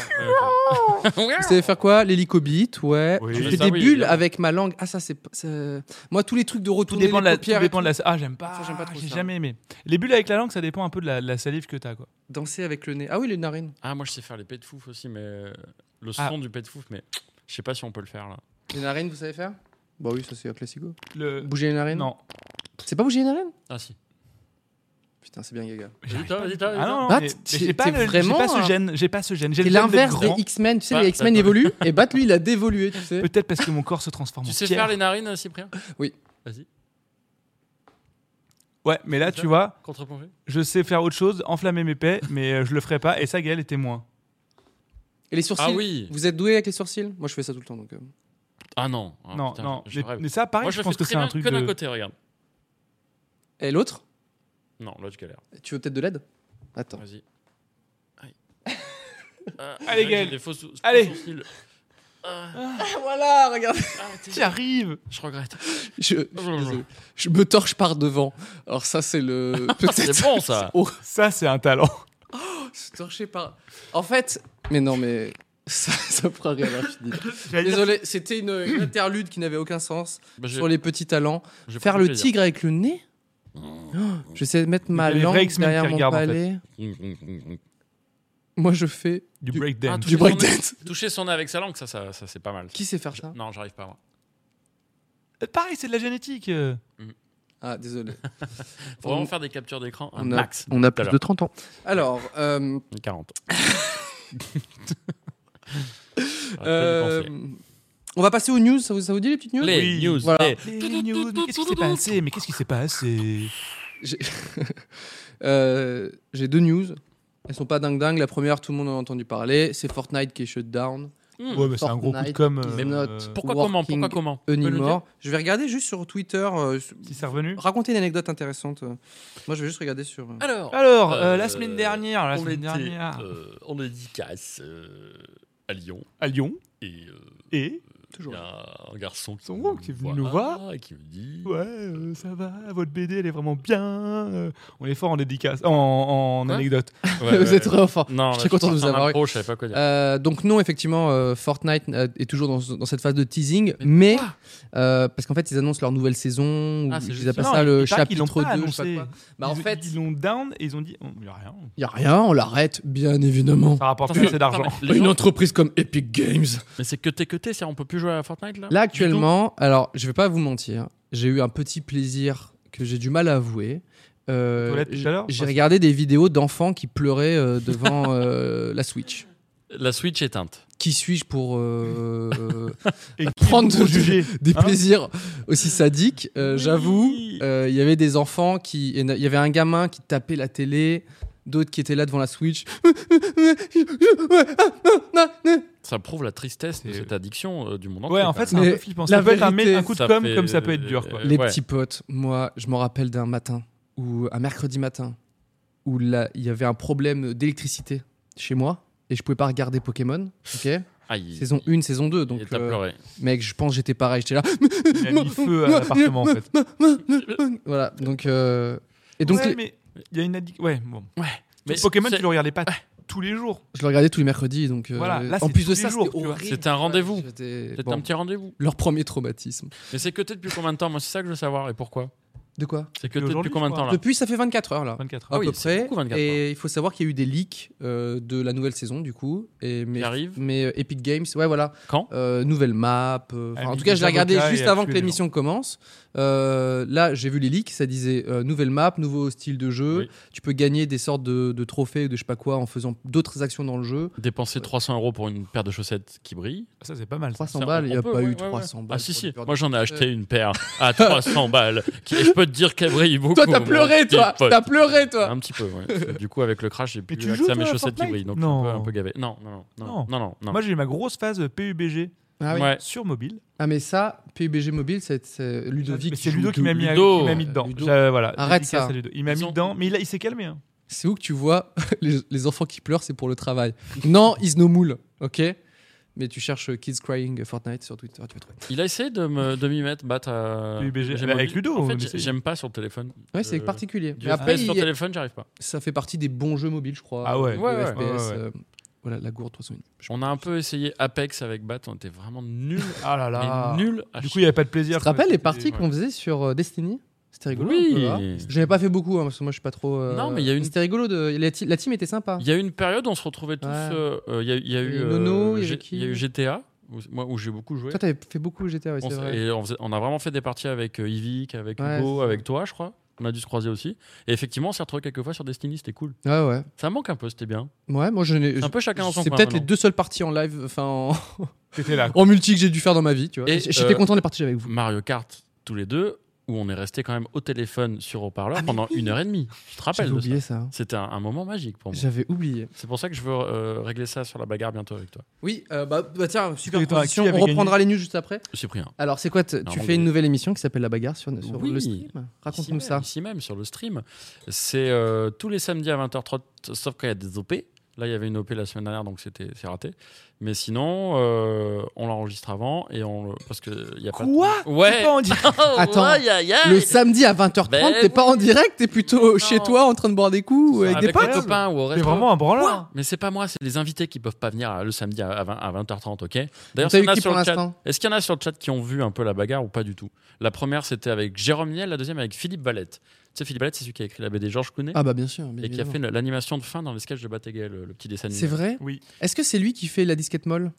[SPEAKER 2] Vous savez faire quoi L'hélicobite, ouais.
[SPEAKER 3] Oui.
[SPEAKER 2] je
[SPEAKER 5] Mais
[SPEAKER 2] fais
[SPEAKER 5] ça,
[SPEAKER 2] des
[SPEAKER 5] oui,
[SPEAKER 2] bulles
[SPEAKER 5] évidemment.
[SPEAKER 2] avec ma langue. Ah ça c'est, pas- c'est- moi tous les trucs de
[SPEAKER 3] Tout
[SPEAKER 2] retourner
[SPEAKER 3] dépend de
[SPEAKER 2] les
[SPEAKER 3] la. Tout
[SPEAKER 2] paupières et
[SPEAKER 3] dépend de
[SPEAKER 2] tout.
[SPEAKER 3] la. Ah, j'aime pas.
[SPEAKER 2] Ça, j'aime pas trop
[SPEAKER 3] J'ai
[SPEAKER 2] ça.
[SPEAKER 3] jamais aimé. Les bulles avec la langue, ça dépend un peu de la, de la salive que t'as, quoi.
[SPEAKER 2] danser avec le nez. Ah oui les narines.
[SPEAKER 5] Ah, moi je sais faire les pets de fouf aussi, mais euh, le son
[SPEAKER 3] Ah.
[SPEAKER 5] du pet de fouf, mais je sais pas si on peut le faire là.
[SPEAKER 2] Les narines, vous savez faire Bah oui, ça c'est un classico.
[SPEAKER 3] Le.
[SPEAKER 2] Bouger les narines.
[SPEAKER 3] Non.
[SPEAKER 2] C'est pas bouger les narines
[SPEAKER 5] Ah si.
[SPEAKER 2] Putain, c'est bien Gaga.
[SPEAKER 5] Vas-y, toi, vas-y, toi, vas-y,
[SPEAKER 3] Ah
[SPEAKER 5] toi.
[SPEAKER 3] non,
[SPEAKER 2] Bah,
[SPEAKER 3] mais-
[SPEAKER 2] t'es-
[SPEAKER 3] mais j'ai pas,
[SPEAKER 2] t'es
[SPEAKER 3] le- j'ai
[SPEAKER 2] vraiment
[SPEAKER 3] pas ce
[SPEAKER 2] un-
[SPEAKER 3] gène, j'ai pas ce gène. J'ai
[SPEAKER 2] C'est
[SPEAKER 3] le gène d'être
[SPEAKER 2] l'inverse des
[SPEAKER 3] grand. bah,
[SPEAKER 2] X-Men, tu sais,
[SPEAKER 5] Ah,
[SPEAKER 2] les X-Men
[SPEAKER 5] d'accord.
[SPEAKER 2] évoluent, et Bat, lui, il a dévolué, tu sais.
[SPEAKER 3] Peut-être parce que mon corps se transforme en
[SPEAKER 5] Tu sais
[SPEAKER 3] pierre.
[SPEAKER 5] faire les narines, euh, Cyprien
[SPEAKER 2] Oui.
[SPEAKER 5] Vas-y,
[SPEAKER 3] Ouais, mais là,
[SPEAKER 5] C'est ça
[SPEAKER 3] tu vois,
[SPEAKER 5] contre-plongée.
[SPEAKER 3] je sais faire autre chose, enflammer mes paix, mais euh, je le ferai pas. Et ça, Gaël était moins.
[SPEAKER 2] Et les sourcils
[SPEAKER 5] Ah oui
[SPEAKER 2] Vous êtes doué avec les sourcils Moi, je fais ça tout le temps, donc... euh.
[SPEAKER 5] Ah non. Ah,
[SPEAKER 3] non,
[SPEAKER 5] putain,
[SPEAKER 3] non.
[SPEAKER 5] je
[SPEAKER 3] Mais,
[SPEAKER 5] rêve.
[SPEAKER 3] mais ça, pareil,
[SPEAKER 5] Moi
[SPEAKER 3] je,
[SPEAKER 5] le
[SPEAKER 3] pense
[SPEAKER 5] fais
[SPEAKER 3] que
[SPEAKER 5] très
[SPEAKER 3] c'est un
[SPEAKER 5] bien
[SPEAKER 3] truc
[SPEAKER 5] que d'un
[SPEAKER 3] de.
[SPEAKER 5] côté, regarde.
[SPEAKER 2] Et l'autre
[SPEAKER 5] Non, là je galère.
[SPEAKER 2] Tu veux peut-être de l'aide Attends.
[SPEAKER 5] Vas-y. Aïe. Ah,
[SPEAKER 3] Allez,
[SPEAKER 5] j'ai
[SPEAKER 3] Gaël.
[SPEAKER 5] des faux sou-
[SPEAKER 3] Allez.
[SPEAKER 5] faux sourcils. Ah,
[SPEAKER 2] voilà, regarde
[SPEAKER 5] arrêtez.
[SPEAKER 3] J'y arrive
[SPEAKER 5] Je regrette.
[SPEAKER 2] je, désolé. Je me torche par devant. Alors ça, c'est le...
[SPEAKER 5] C'est bon ça.
[SPEAKER 2] Oh,
[SPEAKER 3] Ça, c'est un talent.
[SPEAKER 2] se torcher par... En fait... Mais non, mais... Ça, ça fera rien, hein, je dis. Désolé, c'était une, une interlude qui n'avait aucun sens
[SPEAKER 5] Bah, j'ai-
[SPEAKER 2] sur les petits talents.
[SPEAKER 5] j'ai
[SPEAKER 2] Faire
[SPEAKER 5] pris
[SPEAKER 2] le
[SPEAKER 5] plaisir.
[SPEAKER 2] tigre avec le nez Oh, Je sais mettre ma
[SPEAKER 3] Il y a les vrais
[SPEAKER 2] langue
[SPEAKER 3] X-Men qui
[SPEAKER 2] derrière mon
[SPEAKER 3] regardent, en fait.
[SPEAKER 2] palais.
[SPEAKER 5] Mmh,
[SPEAKER 2] Moi, je fais
[SPEAKER 3] Du
[SPEAKER 2] Du-
[SPEAKER 5] Ah,
[SPEAKER 3] breakdance.
[SPEAKER 2] du
[SPEAKER 5] toucher son nez-
[SPEAKER 2] breakdance.
[SPEAKER 5] Toucher son nez avec sa langue, ça, ça, ça, c'est pas mal.
[SPEAKER 2] Qui sait faire ça
[SPEAKER 5] Non, j'arrive pas moi.
[SPEAKER 3] Euh, pareil, c'est de la génétique. euh.
[SPEAKER 5] Eh.
[SPEAKER 2] Ah, désolé.
[SPEAKER 5] Faut vraiment faire des captures d'écran. Un
[SPEAKER 2] on a,
[SPEAKER 5] max.
[SPEAKER 2] on a
[SPEAKER 5] tout à
[SPEAKER 2] plus
[SPEAKER 5] l'heure.
[SPEAKER 2] de 30 ans. Alors, euh,
[SPEAKER 5] 40.
[SPEAKER 2] euh, on va passer aux news. Ça vous, ça vous dit les petites news
[SPEAKER 5] les
[SPEAKER 3] oui,
[SPEAKER 5] news.
[SPEAKER 2] voilà.
[SPEAKER 5] les-
[SPEAKER 3] Les news, mais Qu'est-ce qui s'est passé Mais qu'est-ce qui s'est passé
[SPEAKER 2] J'ai Euh, j'ai deux news. Elles sont pas dingue dingue. La première, tout le monde en a entendu parler. C'est Fortnite qui est shut down.
[SPEAKER 5] Hmm.
[SPEAKER 3] Ouais, mais c'est un gros coup de
[SPEAKER 2] Fortnite
[SPEAKER 3] com.
[SPEAKER 2] is
[SPEAKER 3] euh,
[SPEAKER 2] not
[SPEAKER 3] euh,
[SPEAKER 5] Pourquoi comment Pourquoi
[SPEAKER 2] Working
[SPEAKER 5] comment Tu peux nous le dire
[SPEAKER 2] Anymore. Je vais regarder juste sur Twitter. euh, s-
[SPEAKER 3] Si c'est revenu.
[SPEAKER 2] raconter une anecdote intéressante. euh. Moi, je vais juste regarder sur. euh,
[SPEAKER 5] Alors,
[SPEAKER 3] Alors, euh, la
[SPEAKER 5] euh,
[SPEAKER 3] semaine dernière, la
[SPEAKER 5] on
[SPEAKER 3] semaine
[SPEAKER 5] était,
[SPEAKER 3] dernière,
[SPEAKER 5] euh, en dédicace euh, à Lyon
[SPEAKER 3] à Lyon,
[SPEAKER 5] et euh,
[SPEAKER 3] et
[SPEAKER 5] il
[SPEAKER 2] toujours.
[SPEAKER 5] y a un garçon qui,
[SPEAKER 3] Son gros qui est venu nous voir.
[SPEAKER 5] et qui me dit
[SPEAKER 3] Ouais, euh, ça va, votre BD elle est vraiment bien. euh, on est fort en dédicace, en, en
[SPEAKER 5] Quoi
[SPEAKER 3] anecdote.
[SPEAKER 5] Ouais,
[SPEAKER 2] vous
[SPEAKER 5] ouais.
[SPEAKER 2] êtes vraiment fort.
[SPEAKER 5] Non,
[SPEAKER 2] Je suis
[SPEAKER 5] là,
[SPEAKER 2] content de vous
[SPEAKER 5] parti en
[SPEAKER 2] avoir eu.
[SPEAKER 5] impro, je savais pas quoi dire.
[SPEAKER 2] Euh, donc non, effectivement, euh, Fortnite euh, est toujours dans, dans cette phase de teasing, mais, euh, parce qu'en fait, ils annoncent leur nouvelle saison, ou
[SPEAKER 5] Ah, c'est
[SPEAKER 2] ils
[SPEAKER 5] juste
[SPEAKER 2] appellent
[SPEAKER 3] ça.
[SPEAKER 2] ça
[SPEAKER 3] Non,
[SPEAKER 2] le
[SPEAKER 3] il paraît qu'ils l'ont
[SPEAKER 2] chapitre 2,
[SPEAKER 3] pas
[SPEAKER 2] je sais pas
[SPEAKER 3] annoncé.
[SPEAKER 2] quoi. Bah, en
[SPEAKER 3] Ils-
[SPEAKER 2] fait,
[SPEAKER 3] ils l'ont down et ils ont dit, oh, il n'y a rien.
[SPEAKER 2] il y a rien, on l'arrête, bien évidemment.
[SPEAKER 3] Ça rapporte
[SPEAKER 5] Attends,
[SPEAKER 3] pas assez
[SPEAKER 5] attends,
[SPEAKER 3] d'argent.
[SPEAKER 5] mais les
[SPEAKER 2] Une
[SPEAKER 5] gens-
[SPEAKER 2] entreprise comme Epic Games.
[SPEAKER 5] Mais c'est que t'es que t'es, c'est- on peut plus jouer à Fortnite là
[SPEAKER 2] Là, actuellement, alors, je vais pas vous mentir, j'ai eu un petit plaisir que j'ai du mal à avouer. Euh,
[SPEAKER 3] Toilette tout à l'heure
[SPEAKER 2] j'ai regardé des vidéos d'enfants qui pleuraient euh, devant euh, la Switch.
[SPEAKER 5] La Switch éteinte.
[SPEAKER 2] Qui suis-je pour euh, euh,
[SPEAKER 3] Et qui
[SPEAKER 2] prendre
[SPEAKER 3] vous
[SPEAKER 2] des,
[SPEAKER 3] jugez,
[SPEAKER 2] des
[SPEAKER 3] hein
[SPEAKER 2] plaisirs aussi sadiques Euh, J'avoue, euh, il y avait des enfants qui. Il y avait un gamin qui tapait la télé, d'autres qui étaient là devant la Switch.
[SPEAKER 5] Ça prouve la tristesse de
[SPEAKER 3] C'est-
[SPEAKER 5] cette addiction euh, du monde entier.
[SPEAKER 3] Ouais, en fait, c'est un
[SPEAKER 2] Mais
[SPEAKER 3] peu flippant.
[SPEAKER 2] la
[SPEAKER 3] Ça peut être un,
[SPEAKER 2] vérité-
[SPEAKER 3] mé- un coup de
[SPEAKER 5] Ça
[SPEAKER 3] com'
[SPEAKER 5] fait-
[SPEAKER 3] comme ça peut être dur. Quoi.
[SPEAKER 5] euh,
[SPEAKER 2] Les
[SPEAKER 5] ouais.
[SPEAKER 2] petits potes, moi, je me rappelle d'un matin, ou un mercredi matin, où là, il y avait un problème d'électricité chez moi, et je pouvais pas regarder Pokémon, ok
[SPEAKER 5] Aïe.
[SPEAKER 2] Saison 1, saison 2, donc...
[SPEAKER 5] Et t'as
[SPEAKER 2] euh,
[SPEAKER 5] pleuré.
[SPEAKER 2] mec, je pense que j'étais pareil, j'étais là...
[SPEAKER 3] Il a mis feu à l'appartement, en fait.
[SPEAKER 2] Voilà, donc... euh, Et donc,
[SPEAKER 3] Ouais,
[SPEAKER 2] les-
[SPEAKER 3] mais il y a une addiction. Ouais, bon.
[SPEAKER 5] Mais
[SPEAKER 3] Pokémon,
[SPEAKER 5] c'est-
[SPEAKER 3] tu le regardais pas tous les jours.
[SPEAKER 2] je le regardais tous les mercredis, donc... euh,
[SPEAKER 3] Voilà, là,
[SPEAKER 2] en
[SPEAKER 3] c'est
[SPEAKER 2] plus de
[SPEAKER 3] tous les
[SPEAKER 2] ça,
[SPEAKER 3] jours,
[SPEAKER 2] c'était
[SPEAKER 3] tu vois.
[SPEAKER 2] horrible.
[SPEAKER 5] C'était un rendez-vous.
[SPEAKER 2] Ouais, j'étais-
[SPEAKER 5] C'était
[SPEAKER 2] bon,
[SPEAKER 5] un petit rendez-vous.
[SPEAKER 2] Leur premier traumatisme.
[SPEAKER 5] Mais c'est que t'es depuis combien de temps Moi, c'est ça que je veux savoir. Et pourquoi
[SPEAKER 2] De quoi
[SPEAKER 5] C'est que
[SPEAKER 3] Et
[SPEAKER 5] t'es depuis
[SPEAKER 3] aujourd'hui,
[SPEAKER 5] combien de
[SPEAKER 3] je
[SPEAKER 5] temps
[SPEAKER 3] crois.
[SPEAKER 5] là
[SPEAKER 2] Depuis, ça fait 24 heures, là.
[SPEAKER 3] 24
[SPEAKER 2] à
[SPEAKER 3] heures.
[SPEAKER 5] Ah oui,
[SPEAKER 2] peu
[SPEAKER 5] c'est
[SPEAKER 2] près.
[SPEAKER 5] beaucoup, hein. 24
[SPEAKER 2] et il faut savoir qu'il y a eu des leaks euh, de la nouvelle saison, du coup. Et mais,
[SPEAKER 5] Qui arrive
[SPEAKER 2] mais euh, Epic Games, ouais, voilà.
[SPEAKER 5] Quand
[SPEAKER 2] Euh, Nouvelle map. euh, enfin,
[SPEAKER 3] Ah,
[SPEAKER 2] en
[SPEAKER 3] mais
[SPEAKER 2] tout cas,
[SPEAKER 3] des
[SPEAKER 2] je l'ai regardé
[SPEAKER 3] avocats
[SPEAKER 2] juste
[SPEAKER 3] et à
[SPEAKER 2] avant
[SPEAKER 3] tuer
[SPEAKER 2] que
[SPEAKER 3] les
[SPEAKER 2] l'émission commence. Euh, là, j'ai vu les leaks, ça disait euh, nouvelle map, nouveau style de jeu.
[SPEAKER 5] Oui.
[SPEAKER 2] Tu peux gagner des sortes de, de trophées ou de je sais pas quoi en faisant d'autres actions dans le jeu.
[SPEAKER 5] Dépenser 300 euros pour une paire de chaussettes qui brille.
[SPEAKER 3] Ça, c'est pas mal. ça.
[SPEAKER 2] 300
[SPEAKER 5] Ça, on-
[SPEAKER 2] balles, il n'y a
[SPEAKER 5] on peut,
[SPEAKER 2] pas
[SPEAKER 5] ouais,
[SPEAKER 2] eu
[SPEAKER 5] ouais,
[SPEAKER 2] 300
[SPEAKER 5] Ah
[SPEAKER 2] balles.
[SPEAKER 5] si
[SPEAKER 2] pour
[SPEAKER 5] si,
[SPEAKER 2] le perdre.
[SPEAKER 5] moi j'en ai acheté une paire à 300 balles. Qui, et je peux te dire qu'elle brille beaucoup.
[SPEAKER 2] Toi, t'as
[SPEAKER 5] mon
[SPEAKER 2] pleuré,
[SPEAKER 5] petit
[SPEAKER 2] toi
[SPEAKER 5] pote. Ah,
[SPEAKER 2] T'as pleuré, toi
[SPEAKER 5] Un petit peu, ouais. Parce que Du coup, avec le crash, j'ai plus
[SPEAKER 3] tu
[SPEAKER 5] accès
[SPEAKER 3] joues,
[SPEAKER 5] à mes
[SPEAKER 3] toi, à
[SPEAKER 5] chaussettes qui
[SPEAKER 3] Fortnite
[SPEAKER 5] brillent. Donc,
[SPEAKER 3] Non.
[SPEAKER 5] je suis un peu, un peu gavé. Non, non, non. Non,
[SPEAKER 3] Non. Ah
[SPEAKER 5] non, non. non.
[SPEAKER 3] Moi, j'ai eu ma grosse phase PUBG
[SPEAKER 2] Ah oui.
[SPEAKER 5] Ouais.
[SPEAKER 3] sur mobile.
[SPEAKER 2] Ah, mais ça, PUBG Mobile, c'est c'est Ludovic.
[SPEAKER 3] Mais C'est
[SPEAKER 2] joue
[SPEAKER 3] Ludo qui m'a mis, à-
[SPEAKER 5] Ludo.
[SPEAKER 3] qui m'a mis dedans.
[SPEAKER 2] Ludo.
[SPEAKER 3] Je- voilà,
[SPEAKER 2] Arrête
[SPEAKER 3] dédicace
[SPEAKER 2] ça.
[SPEAKER 3] à Ludo. Il m'a
[SPEAKER 5] Ils
[SPEAKER 3] mis
[SPEAKER 5] ont-
[SPEAKER 3] dedans, mais il, a- il s'est calmé. hein.
[SPEAKER 2] C'est où que tu vois les, les enfants qui pleurent, c'est pour le travail. Non, is no moule, ok Mais tu cherches Kids Crying Fortnite sur Twitter, tu vas trouver.
[SPEAKER 5] Il a essayé de me- de m'y mettre, battre à.
[SPEAKER 3] PUBG.
[SPEAKER 5] j'ai
[SPEAKER 3] Bah,
[SPEAKER 5] mobile.
[SPEAKER 3] avec Ludo,
[SPEAKER 5] En
[SPEAKER 3] on
[SPEAKER 5] fait,
[SPEAKER 3] essaye.
[SPEAKER 5] j'aime pas sur le téléphone.
[SPEAKER 2] Ouais, c'est
[SPEAKER 5] Euh,
[SPEAKER 2] particulier.
[SPEAKER 5] Du
[SPEAKER 2] Mais après,
[SPEAKER 5] FPS sur
[SPEAKER 2] il y a-
[SPEAKER 5] téléphone, j'arrive pas.
[SPEAKER 2] ça fait partie des bons jeux mobiles, je crois.
[SPEAKER 3] Ah ouais.
[SPEAKER 2] de
[SPEAKER 5] Ouais, ouais,
[SPEAKER 2] FPS,
[SPEAKER 3] ouais, ouais.
[SPEAKER 2] euh, voilà, la gourde 301. Je-
[SPEAKER 5] On a un peu essayé Apex avec Bat, on était vraiment nuls.
[SPEAKER 3] Ah là Ah, là.
[SPEAKER 5] mais nuls à
[SPEAKER 3] Du coup, il
[SPEAKER 5] chier.
[SPEAKER 3] n'y avait pas de plaisir.
[SPEAKER 2] Tu te rappelles
[SPEAKER 3] quoi.
[SPEAKER 2] les parties qu'on faisait sur euh, Destiny C'était rigolo.
[SPEAKER 5] Oui.
[SPEAKER 2] un peu, hein J'en ai pas fait beaucoup, hein, parce que moi je suis pas trop. euh,
[SPEAKER 5] Non, mais il y a une-
[SPEAKER 2] C'était rigolo, de... la, ti- la team était sympa.
[SPEAKER 5] Il y a eu une période où on se retrouvait tous.
[SPEAKER 2] Hein. Ouais.
[SPEAKER 5] euh, euh, Il y a- il y a
[SPEAKER 2] Il y
[SPEAKER 5] eu.
[SPEAKER 2] a eu
[SPEAKER 5] euh,
[SPEAKER 2] Nono, il y
[SPEAKER 5] G-
[SPEAKER 2] avait qui
[SPEAKER 5] il y a eu GTA, où- moi, où j'ai beaucoup joué.
[SPEAKER 2] Toi, t'avais fait beaucoup GTA, ouais,
[SPEAKER 5] On
[SPEAKER 2] c'est
[SPEAKER 5] s-
[SPEAKER 2] vrai.
[SPEAKER 5] et on, faisait- on a vraiment fait des parties avec euh, Yvick, avec
[SPEAKER 2] Ouais,
[SPEAKER 5] Hugo,
[SPEAKER 2] c'est
[SPEAKER 5] avec toi, je crois. On a dû se croiser aussi. Et effectivement, on s'est retrouvés quelques fois sur Destiny, c'était cool.
[SPEAKER 2] Ah ouais.
[SPEAKER 5] Ça manque un peu, c'était bien.
[SPEAKER 2] Ouais, moi je n'ai.
[SPEAKER 5] C'est un peu chacun dans son
[SPEAKER 2] C'est
[SPEAKER 5] coin,
[SPEAKER 2] peut-être les
[SPEAKER 5] maintenant.
[SPEAKER 2] deux seules parties en live, enfin en,
[SPEAKER 3] T'étais là.
[SPEAKER 2] en multi que j'ai dû faire dans ma vie, tu vois.
[SPEAKER 5] Et,
[SPEAKER 2] Et J'étais
[SPEAKER 5] euh,
[SPEAKER 2] content des parties avec vous.
[SPEAKER 5] Mario Kart, tous les deux, où on est resté quand même au téléphone sur haut-parleur
[SPEAKER 2] Ah,
[SPEAKER 5] pendant une heure et demie. Tu te rappelles
[SPEAKER 2] J'avais
[SPEAKER 5] de ça
[SPEAKER 2] oublié ça. hein.
[SPEAKER 5] C'était un, un moment magique pour moi.
[SPEAKER 2] J'avais oublié.
[SPEAKER 5] C'est pour ça que je veux euh, régler ça sur la bagarre bientôt avec toi.
[SPEAKER 2] Oui, euh, bah, bah tiens, super
[SPEAKER 3] Et toi,
[SPEAKER 2] transition.
[SPEAKER 3] qui
[SPEAKER 2] On
[SPEAKER 3] avait gagné
[SPEAKER 2] reprendra les news juste après.
[SPEAKER 5] Cyprien.
[SPEAKER 2] Alors, c'est quoi t-
[SPEAKER 5] Non,
[SPEAKER 2] Tu
[SPEAKER 5] mais-
[SPEAKER 2] fais une nouvelle émission qui s'appelle La bagarre sur, sur
[SPEAKER 5] Oui.
[SPEAKER 2] le stream
[SPEAKER 5] Ici
[SPEAKER 2] Raconte-nous
[SPEAKER 5] même,
[SPEAKER 2] ça.
[SPEAKER 5] Ici même, sur le stream. C'est euh, tous les samedis à 20h30, sauf qu'il y a des OP. Là, il y avait une OP la semaine dernière, donc c'était c'est raté. Mais sinon, euh, on l'enregistre avant et on le- parce que il y a pas.
[SPEAKER 3] Quoi
[SPEAKER 5] Ouais.
[SPEAKER 3] Pas en direct.
[SPEAKER 2] Attends,
[SPEAKER 5] aïe, aïe, aïe.
[SPEAKER 2] Le samedi à 20h30,
[SPEAKER 5] Ben
[SPEAKER 2] t'es pas en direct, t'es plutôt
[SPEAKER 5] Non.
[SPEAKER 2] chez toi en train de boire des coups ou avec,
[SPEAKER 5] avec
[SPEAKER 2] des potes.
[SPEAKER 5] les copains ou au
[SPEAKER 3] C'est
[SPEAKER 5] resto.
[SPEAKER 3] vraiment hein. un branleur.
[SPEAKER 5] Mais c'est pas moi, c'est les invités qui peuvent pas venir euh, le samedi à 20, h 30 ok
[SPEAKER 2] On
[SPEAKER 5] D'ailleurs,
[SPEAKER 2] t'a eu
[SPEAKER 5] s'il y en a
[SPEAKER 2] qui
[SPEAKER 5] sur
[SPEAKER 2] pour
[SPEAKER 5] le chat-
[SPEAKER 2] l'instant
[SPEAKER 5] est-ce qu'il y en a sur le chat qui ont vu un peu la bagarre ou pas du tout La première, c'était avec Jérôme Niel, la deuxième avec Philippe Valette. Tu sais, Philippe Valette, c'est celui qui a écrit la BD Georges Clooney
[SPEAKER 2] Ah bah bien sûr. bien
[SPEAKER 5] et qui a
[SPEAKER 2] évidemment.
[SPEAKER 5] fait l'animation de fin dans les sketchs de Batéguet, le, le petit dessin animé.
[SPEAKER 2] C'est vrai
[SPEAKER 3] Oui.
[SPEAKER 2] Est-ce que c'est lui qui fait la disquette molle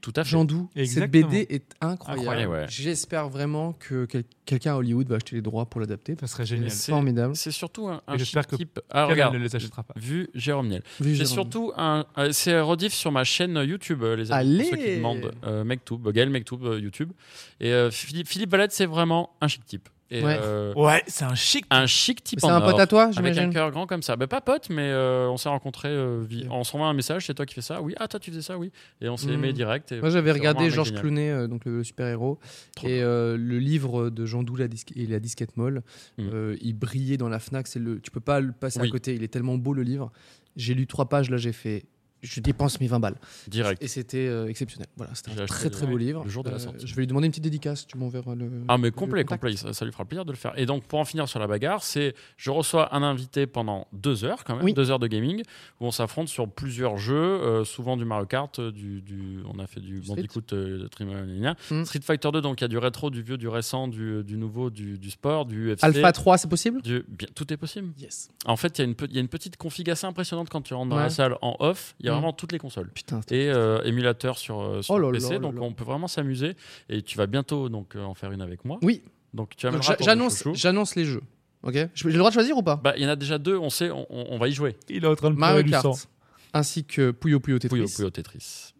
[SPEAKER 5] Tout à fait.
[SPEAKER 2] Jean Doux. Cette
[SPEAKER 3] Exactement.
[SPEAKER 2] BD est incroyable.
[SPEAKER 5] Incroyable, ouais.
[SPEAKER 2] J'espère vraiment que quel- quelqu'un à Hollywood va acheter les droits pour l'adapter.
[SPEAKER 3] Ça serait
[SPEAKER 2] C'est
[SPEAKER 3] génial.
[SPEAKER 5] C'est-
[SPEAKER 2] formidable.
[SPEAKER 5] C'est surtout un, un
[SPEAKER 3] Et j'espère
[SPEAKER 5] chic
[SPEAKER 3] que
[SPEAKER 5] type. Ah,
[SPEAKER 3] Cal
[SPEAKER 5] regarde.
[SPEAKER 3] ne les achètera pas.
[SPEAKER 5] Vu Jérôme Niel.
[SPEAKER 2] Oui,
[SPEAKER 5] C'est
[SPEAKER 2] Jérôme.
[SPEAKER 5] surtout un. euh, c'est rediff sur ma chaîne YouTube, euh, les amis. Pour ceux qui
[SPEAKER 2] Allez
[SPEAKER 5] demandent euh, Mektoub, euh, Gaël Mektoub, euh, YouTube. Et euh, Philippe, Philippe Valette, c'est vraiment un chic type. Et,
[SPEAKER 2] Ouais.
[SPEAKER 5] euh,
[SPEAKER 3] Ouais, c'est un chic.
[SPEAKER 5] un chic type
[SPEAKER 2] C'est
[SPEAKER 5] en
[SPEAKER 2] un
[SPEAKER 5] or,
[SPEAKER 2] pote à toi,
[SPEAKER 5] avec un
[SPEAKER 2] j'imagine.
[SPEAKER 5] cœur grand comme ça. Bah, pas pote, mais euh, on s'est rencontrés. euh, vi-
[SPEAKER 2] Ok.
[SPEAKER 5] On s'envoie un message, c'est toi qui fais ça. Oui, ah, toi tu faisais ça, oui. Et on s'est
[SPEAKER 2] Mm.
[SPEAKER 5] aimé direct. et
[SPEAKER 2] Moi, j'avais
[SPEAKER 5] c'est vraiment un
[SPEAKER 2] regardé
[SPEAKER 5] mec
[SPEAKER 2] Georges
[SPEAKER 5] génial.
[SPEAKER 2] Clooney, euh, donc le super-héros,
[SPEAKER 5] Trop
[SPEAKER 2] et euh, le livre de Jean Doux la disque- et la disquette molle.
[SPEAKER 5] Mm.
[SPEAKER 2] Euh, il brillait dans la Fnac. C'est le, tu peux pas le passer
[SPEAKER 5] Oui.
[SPEAKER 2] à côté. Il est tellement beau le livre. J'ai lu trois pages. Là, j'ai fait. Je dépense mes 20 balles.
[SPEAKER 5] Direct.
[SPEAKER 2] Et c'était euh, exceptionnel. Voilà, c'était
[SPEAKER 5] J'ai
[SPEAKER 2] un
[SPEAKER 5] acheté
[SPEAKER 2] très très beau
[SPEAKER 5] le
[SPEAKER 2] livre. Euh,
[SPEAKER 5] jour de la sortie.
[SPEAKER 2] Je vais lui demander une petite dédicace. Tu m'enverras le.
[SPEAKER 5] Ah mais
[SPEAKER 2] le
[SPEAKER 5] complet,
[SPEAKER 2] contact.
[SPEAKER 5] complet, ça, ça lui fera plaisir de le faire. Et donc pour en finir sur la bagarre, c'est je reçois un invité pendant deux heures quand même,
[SPEAKER 2] Oui.
[SPEAKER 5] deux heures de gaming, où on s'affronte sur plusieurs jeux, euh, souvent du Mario Kart, euh, du, du- on a fait du
[SPEAKER 2] Street.
[SPEAKER 5] Bandicoot, euh, de Trimmer, gna, gna.
[SPEAKER 2] Hmm.
[SPEAKER 5] Street Fighter 2, donc il y a du rétro, du vieux, du récent, du, euh, du nouveau, du, du sport, du UFC.
[SPEAKER 2] Alpha 3, c'est possible
[SPEAKER 5] du- bien, tout est possible.
[SPEAKER 2] Yes.
[SPEAKER 5] En fait, il y, a une pe- il y a une petite config assez impressionnante quand tu rentres dans
[SPEAKER 2] Ouais.
[SPEAKER 5] la salle en off. Il y a
[SPEAKER 2] Hmm.
[SPEAKER 5] vraiment toutes les consoles
[SPEAKER 2] Putain.
[SPEAKER 5] et euh, émulateur sur, euh, sur
[SPEAKER 2] Oh là là
[SPEAKER 5] le PC.
[SPEAKER 2] là
[SPEAKER 5] donc
[SPEAKER 2] là.
[SPEAKER 5] on peut vraiment s'amuser. Et tu vas bientôt donc euh, en faire une avec moi.
[SPEAKER 2] Oui.
[SPEAKER 5] Donc tu
[SPEAKER 2] Donc,
[SPEAKER 5] amèneras
[SPEAKER 2] j'a-
[SPEAKER 5] ton
[SPEAKER 2] J'annonce,
[SPEAKER 5] chouchou.
[SPEAKER 2] j'annonce les jeux. Ok. Je- J'ai le droit de choisir ou pas
[SPEAKER 5] Bah, il y en a déjà deux, on sait, on, on- on va y jouer.
[SPEAKER 3] Il est en train de pleurer
[SPEAKER 2] Mario
[SPEAKER 3] du sang.
[SPEAKER 2] Kart. ainsi que Puyo Puyo Tetris.
[SPEAKER 5] Puyo Puyo Tetris.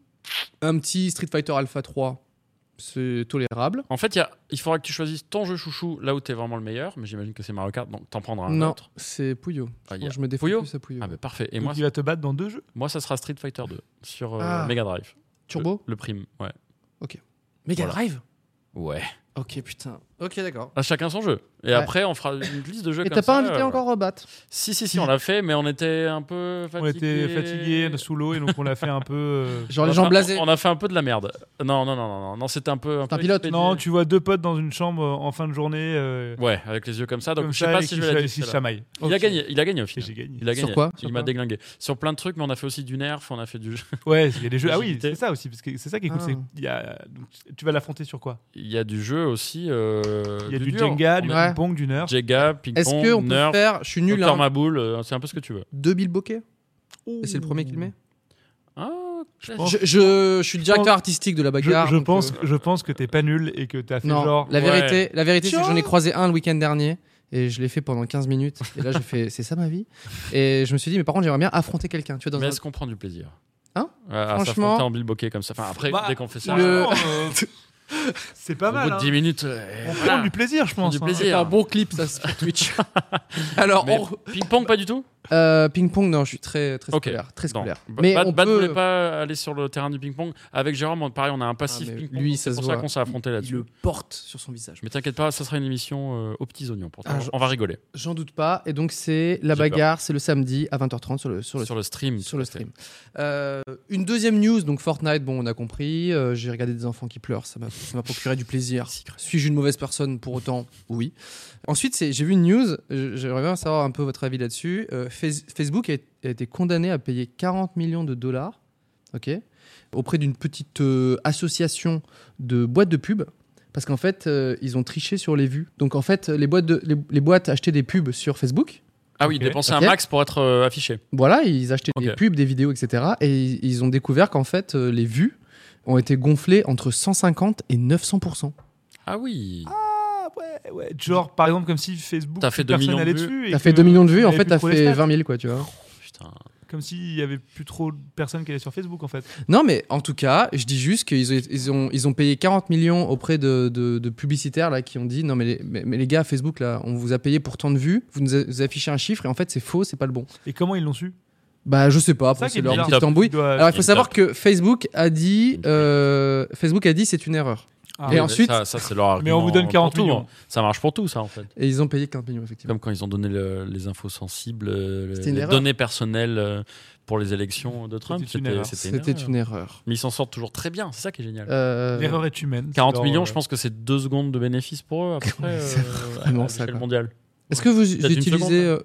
[SPEAKER 2] Un petit Street Fighter Alpha 3, c'est tolérable.
[SPEAKER 5] En fait, il y a- il faudra que tu choisisses ton jeu chouchou là où t'es vraiment le meilleur, mais j'imagine que c'est Mario Kart, donc t'en prendras un
[SPEAKER 2] non,
[SPEAKER 5] autre.
[SPEAKER 2] c'est Puyo.
[SPEAKER 5] Ah, il y
[SPEAKER 2] Moi,
[SPEAKER 5] a-
[SPEAKER 2] Je me défends
[SPEAKER 5] Puyo
[SPEAKER 2] plus à Puyo.
[SPEAKER 5] Ah, mais parfait. Et
[SPEAKER 3] Et
[SPEAKER 5] moi,
[SPEAKER 3] moi, tu vas te battre dans deux jeux.
[SPEAKER 5] moi, ça sera Street Fighter 2 sur euh,
[SPEAKER 2] Ah.
[SPEAKER 5] Mega Drive.
[SPEAKER 2] Turbo
[SPEAKER 5] Le, le prime, ouais.
[SPEAKER 2] Mega
[SPEAKER 5] voilà.
[SPEAKER 2] Drive
[SPEAKER 5] Ouais.
[SPEAKER 2] Ok, putain. Ok, d'accord.
[SPEAKER 5] À chacun son jeu. Et
[SPEAKER 2] Ouais.
[SPEAKER 5] après, on fera une liste de jeux
[SPEAKER 2] Et
[SPEAKER 5] comme
[SPEAKER 2] t'as pas
[SPEAKER 5] ça,
[SPEAKER 2] invité
[SPEAKER 5] euh,
[SPEAKER 2] encore Robat
[SPEAKER 5] Si, si, si, on l'a fait, mais on était un peu fatigués.
[SPEAKER 3] On était fatigués, sous l'eau, et donc on l'a fait un peu. euh,
[SPEAKER 2] Genre
[SPEAKER 5] On a
[SPEAKER 2] les gens
[SPEAKER 5] fait-
[SPEAKER 2] blasés.
[SPEAKER 5] On a fait un peu de la merde. Non, non, non, non, non, non c'était un peu.
[SPEAKER 2] C'est un
[SPEAKER 5] peu
[SPEAKER 2] pilote.
[SPEAKER 5] expédié.
[SPEAKER 3] Non, tu vois deux potes dans une chambre euh, en fin de journée. euh,
[SPEAKER 5] Ouais, avec les yeux comme ça. Donc
[SPEAKER 3] comme
[SPEAKER 5] je sais
[SPEAKER 3] ça,
[SPEAKER 5] pas
[SPEAKER 3] et
[SPEAKER 5] si
[SPEAKER 3] qui
[SPEAKER 5] je vais la
[SPEAKER 3] se-
[SPEAKER 5] dire,
[SPEAKER 3] qui se
[SPEAKER 5] celle-là.
[SPEAKER 3] chamaillent.
[SPEAKER 5] Il a gagné, il a gagné au
[SPEAKER 3] Et
[SPEAKER 5] final.
[SPEAKER 3] j'ai gagné.
[SPEAKER 5] Il a
[SPEAKER 2] Sur
[SPEAKER 5] gagné.
[SPEAKER 2] quoi Sur
[SPEAKER 5] Il m'a
[SPEAKER 2] quoi
[SPEAKER 5] déglingué. Sur plein de trucs, mais on a fait aussi du nerf, on a fait du jeu.
[SPEAKER 3] Ouais, il y a des jeux. Ah oui,
[SPEAKER 5] Agilité.
[SPEAKER 3] c'est ça aussi, parce que c'est ça qui est cool.
[SPEAKER 2] Ah.
[SPEAKER 3] c'est qu'il y a- donc, tu vas l'affronter sur quoi
[SPEAKER 5] Il y a du jeu aussi. euh,
[SPEAKER 3] Il y a du
[SPEAKER 5] dur.
[SPEAKER 3] Jenga,
[SPEAKER 5] On
[SPEAKER 3] du
[SPEAKER 2] Ouais.
[SPEAKER 5] a-
[SPEAKER 3] ping-pong, du nerf.
[SPEAKER 5] Jenga, ping
[SPEAKER 2] Est-ce qu'on
[SPEAKER 5] pong,
[SPEAKER 2] peut
[SPEAKER 5] nerf,
[SPEAKER 2] faire, je suis nul,
[SPEAKER 5] Docteur
[SPEAKER 2] hein,
[SPEAKER 5] Maboule, euh, c'est un peu ce que tu veux.
[SPEAKER 2] deux Bill Bokeh Et c'est le premier qui le met
[SPEAKER 5] Ah,
[SPEAKER 3] pense-
[SPEAKER 2] je, je- je suis directeur
[SPEAKER 3] pense-
[SPEAKER 2] artistique de la
[SPEAKER 3] Je,
[SPEAKER 2] bagarre.
[SPEAKER 3] je
[SPEAKER 2] donc,
[SPEAKER 3] pense,
[SPEAKER 2] euh,
[SPEAKER 3] je pense que t'es pas nul et que t'as fait
[SPEAKER 2] Non,
[SPEAKER 3] genre.
[SPEAKER 2] la
[SPEAKER 5] ouais.
[SPEAKER 2] vérité, la vérité c'est que
[SPEAKER 3] Tiens.
[SPEAKER 2] j'en ai croisé un le week-end dernier et je l'ai fait pendant 15 minutes. Et là, j'ai fait, c'est ça ma vie. Et je me suis dit, mais par contre, j'aimerais bien affronter quelqu'un. Tu vois, dans
[SPEAKER 5] mais
[SPEAKER 2] un-
[SPEAKER 5] est-ce qu'on prend du plaisir
[SPEAKER 2] Hein
[SPEAKER 5] Ouais, à
[SPEAKER 2] Franchement-
[SPEAKER 5] s'affronter en bilboquet comme ça. Enfin, après,
[SPEAKER 3] Bah,
[SPEAKER 5] dès qu'on fait ça,
[SPEAKER 2] le-
[SPEAKER 3] franchement, euh, c'est pas
[SPEAKER 5] au
[SPEAKER 3] mal.
[SPEAKER 5] bout de
[SPEAKER 3] hein.
[SPEAKER 5] 10 minutes, euh,
[SPEAKER 3] On
[SPEAKER 5] voilà.
[SPEAKER 3] prend du plaisir, je
[SPEAKER 5] prend
[SPEAKER 3] pense.
[SPEAKER 5] du
[SPEAKER 3] hein.
[SPEAKER 5] plaisir.
[SPEAKER 2] C'est un bon clip, ça, sur Twitch.
[SPEAKER 3] Oh,
[SPEAKER 2] Alors,
[SPEAKER 5] Mais
[SPEAKER 2] on-
[SPEAKER 5] ping-pong, pas du tout
[SPEAKER 2] Euh, ping-pong, non, je suis très, très
[SPEAKER 5] Ok.
[SPEAKER 2] scolaire. Très
[SPEAKER 5] Non.
[SPEAKER 2] scolaire.
[SPEAKER 5] Ba-
[SPEAKER 2] Mais
[SPEAKER 5] Bad,
[SPEAKER 2] on
[SPEAKER 5] Bad
[SPEAKER 2] peut.
[SPEAKER 5] voulait pas aller sur le terrain du ping-pong. Avec Jérôme, on- pareil, on a un passif
[SPEAKER 2] Ah, mais
[SPEAKER 5] ping-pong.
[SPEAKER 2] lui,
[SPEAKER 5] C'est
[SPEAKER 2] ça
[SPEAKER 5] pour
[SPEAKER 2] se
[SPEAKER 5] ça
[SPEAKER 2] voit.
[SPEAKER 5] qu'on s'est affronté
[SPEAKER 2] Il
[SPEAKER 5] là-dessus.
[SPEAKER 2] le porte sur son visage.
[SPEAKER 5] Mais t'inquiète pas, ça sera une émission euh, aux petits oignons. Pour toi.
[SPEAKER 2] Ah, je-
[SPEAKER 5] On va rigoler
[SPEAKER 2] J'en doute pas. Et donc, c'est la
[SPEAKER 5] J'ai peur.
[SPEAKER 2] bagarre, c'est le samedi à 20h30 sur le, sur
[SPEAKER 5] sur
[SPEAKER 2] le,
[SPEAKER 5] le, stream.
[SPEAKER 2] sur le stream. Euh, une deuxième news, donc Fortnite, bon, on a compris. Euh, J'ai regardé des enfants qui pleurent, ça m'a ça m'a procuré du plaisir. Suis-je une mauvaise personne pour autant Oui. Ensuite, c'est- j'ai vu une news, je- j'aimerais bien savoir un peu votre avis là-dessus. Euh, Fais- Facebook a, a été condamné à payer 40 millions de dollars ok, auprès d'une petite euh, association de boîtes de pub. Parce qu'en fait, euh, ils ont triché sur les vues. Donc en fait, les boîtes, de- les- les boîtes achetaient des pubs sur Facebook.
[SPEAKER 5] Ah oui,
[SPEAKER 3] Ok.
[SPEAKER 5] dépenser
[SPEAKER 2] Ok.
[SPEAKER 5] un max pour être euh, affiché.
[SPEAKER 2] Voilà, ils achetaient des
[SPEAKER 5] Ok.
[SPEAKER 2] pubs, des vidéos, etc. Et ils ils ont découvert qu'en fait, euh, les vues ont été gonflées entre 150 et 900%.
[SPEAKER 5] Ah oui.
[SPEAKER 3] Ah, ouais, ouais. Genre, par exemple, comme si Facebook.
[SPEAKER 5] T'as fait
[SPEAKER 3] plus
[SPEAKER 5] 2 millions
[SPEAKER 3] personne
[SPEAKER 5] de
[SPEAKER 3] allait
[SPEAKER 5] vues.
[SPEAKER 3] dessus et
[SPEAKER 2] T'as fait
[SPEAKER 3] que
[SPEAKER 2] 2 millions de vues, en
[SPEAKER 3] il y avait
[SPEAKER 2] fait,
[SPEAKER 3] plus
[SPEAKER 2] t'as
[SPEAKER 3] trop les
[SPEAKER 2] fait
[SPEAKER 3] stats.
[SPEAKER 2] 20 000, quoi, tu vois.
[SPEAKER 5] Putain.
[SPEAKER 3] Comme s'il y avait plus trop de personnes qui allaient sur Facebook, en fait.
[SPEAKER 2] Non, mais en tout cas, je dis juste qu'ils ont, ils ont, ils ont payé 40 millions auprès de, de- de publicitaires là, qui ont dit Non, mais les, mais, mais les gars, Facebook, là, on vous a payé pour tant de vues, vous nous a- vous affichez un chiffre et en fait, c'est faux, c'est pas le bon.
[SPEAKER 3] Et comment ils l'ont su
[SPEAKER 2] Bah, je sais pas,
[SPEAKER 3] Ça
[SPEAKER 2] après,
[SPEAKER 3] qui
[SPEAKER 2] c'est
[SPEAKER 3] est
[SPEAKER 2] leur
[SPEAKER 3] bizarre.
[SPEAKER 2] petite tambouille.
[SPEAKER 3] Ils doivent-
[SPEAKER 2] Alors, il faut
[SPEAKER 5] Une
[SPEAKER 2] savoir
[SPEAKER 5] tape.
[SPEAKER 2] que Facebook a dit
[SPEAKER 5] Une tape.
[SPEAKER 2] euh, Facebook a dit c'est une erreur.
[SPEAKER 3] Ah,
[SPEAKER 2] Et
[SPEAKER 3] ouais.
[SPEAKER 5] mais
[SPEAKER 2] ensuite-
[SPEAKER 5] Ça, ça, c'est leur
[SPEAKER 3] Mais on vous
[SPEAKER 5] argument
[SPEAKER 3] donne 40
[SPEAKER 5] pour tout,
[SPEAKER 3] millions.
[SPEAKER 5] hein. Ça marche pour tout, ça, en fait.
[SPEAKER 2] Et ils ont payé 40 millions, effectivement.
[SPEAKER 5] Comme quand ils ont donné le- les infos sensibles, euh, le-
[SPEAKER 2] C'était une
[SPEAKER 5] les
[SPEAKER 2] erreur.
[SPEAKER 5] données personnelles euh, pour les élections de Trump.
[SPEAKER 3] C'était une erreur.
[SPEAKER 2] C'était une erreur.
[SPEAKER 5] Mais ils s'en sortent toujours très bien, c'est ça qui est génial.
[SPEAKER 2] Euh,
[SPEAKER 3] L'erreur est humaine.
[SPEAKER 5] 40
[SPEAKER 3] Alors,
[SPEAKER 5] millions,
[SPEAKER 3] euh,
[SPEAKER 5] je pense que c'est 2 secondes de bénéfice pour eux après
[SPEAKER 2] Ouais, c'est vraiment
[SPEAKER 5] vraiment
[SPEAKER 2] ça, quoi.
[SPEAKER 5] mondial.
[SPEAKER 2] Est-ce que vous
[SPEAKER 5] Peut-être une seconde,
[SPEAKER 2] utilisez. euh,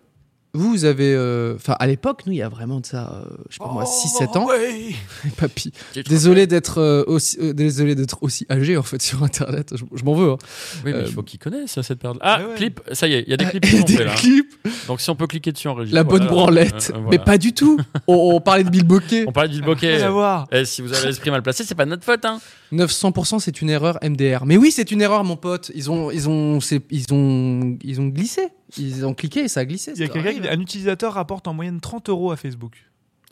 [SPEAKER 2] vous, vous avez. euh, Enfin, à l'époque, nous, il y a vraiment de ça, euh, je sais
[SPEAKER 3] Oh,
[SPEAKER 2] pas moi,
[SPEAKER 5] Oh,
[SPEAKER 2] 6-7 ans. Et papy. Désolé d'être euh, aussi, euh, désolé d'être aussi âgé, en fait, sur Internet. Je, je m'en veux. hein.
[SPEAKER 5] Oui, mais
[SPEAKER 2] Euh,
[SPEAKER 5] il faut qu'ils connaissent cette période. Ah,
[SPEAKER 3] Ouais, ouais.
[SPEAKER 5] clip, ça y est, il y a des clips qui
[SPEAKER 2] Et
[SPEAKER 5] sont
[SPEAKER 2] des
[SPEAKER 5] faits là.
[SPEAKER 2] clips,
[SPEAKER 5] Donc si on peut cliquer dessus en régie.
[SPEAKER 2] la bonne
[SPEAKER 5] voilà.
[SPEAKER 2] branlette.
[SPEAKER 5] Euh, euh, voilà.
[SPEAKER 2] Mais pas du tout. on, on parlait de Bill Bokeh.
[SPEAKER 5] On parlait du
[SPEAKER 3] Rien à
[SPEAKER 5] bokeh.
[SPEAKER 3] voir.
[SPEAKER 5] Eh, si vous avez l'esprit mal placé, c'est pas de notre faute. Hein.
[SPEAKER 2] 900%, c'est une erreur MDR. Mais oui, c'est une erreur, mon pote. Ils ont, ils ont, c'est- ils ont, ils ont glissé. Ils ont cliqué et ça a glissé.
[SPEAKER 3] Il y a
[SPEAKER 2] ça
[SPEAKER 3] quelqu'un,
[SPEAKER 2] arrive.
[SPEAKER 3] qui- un utilisateur rapporte en moyenne 30 euros à Facebook.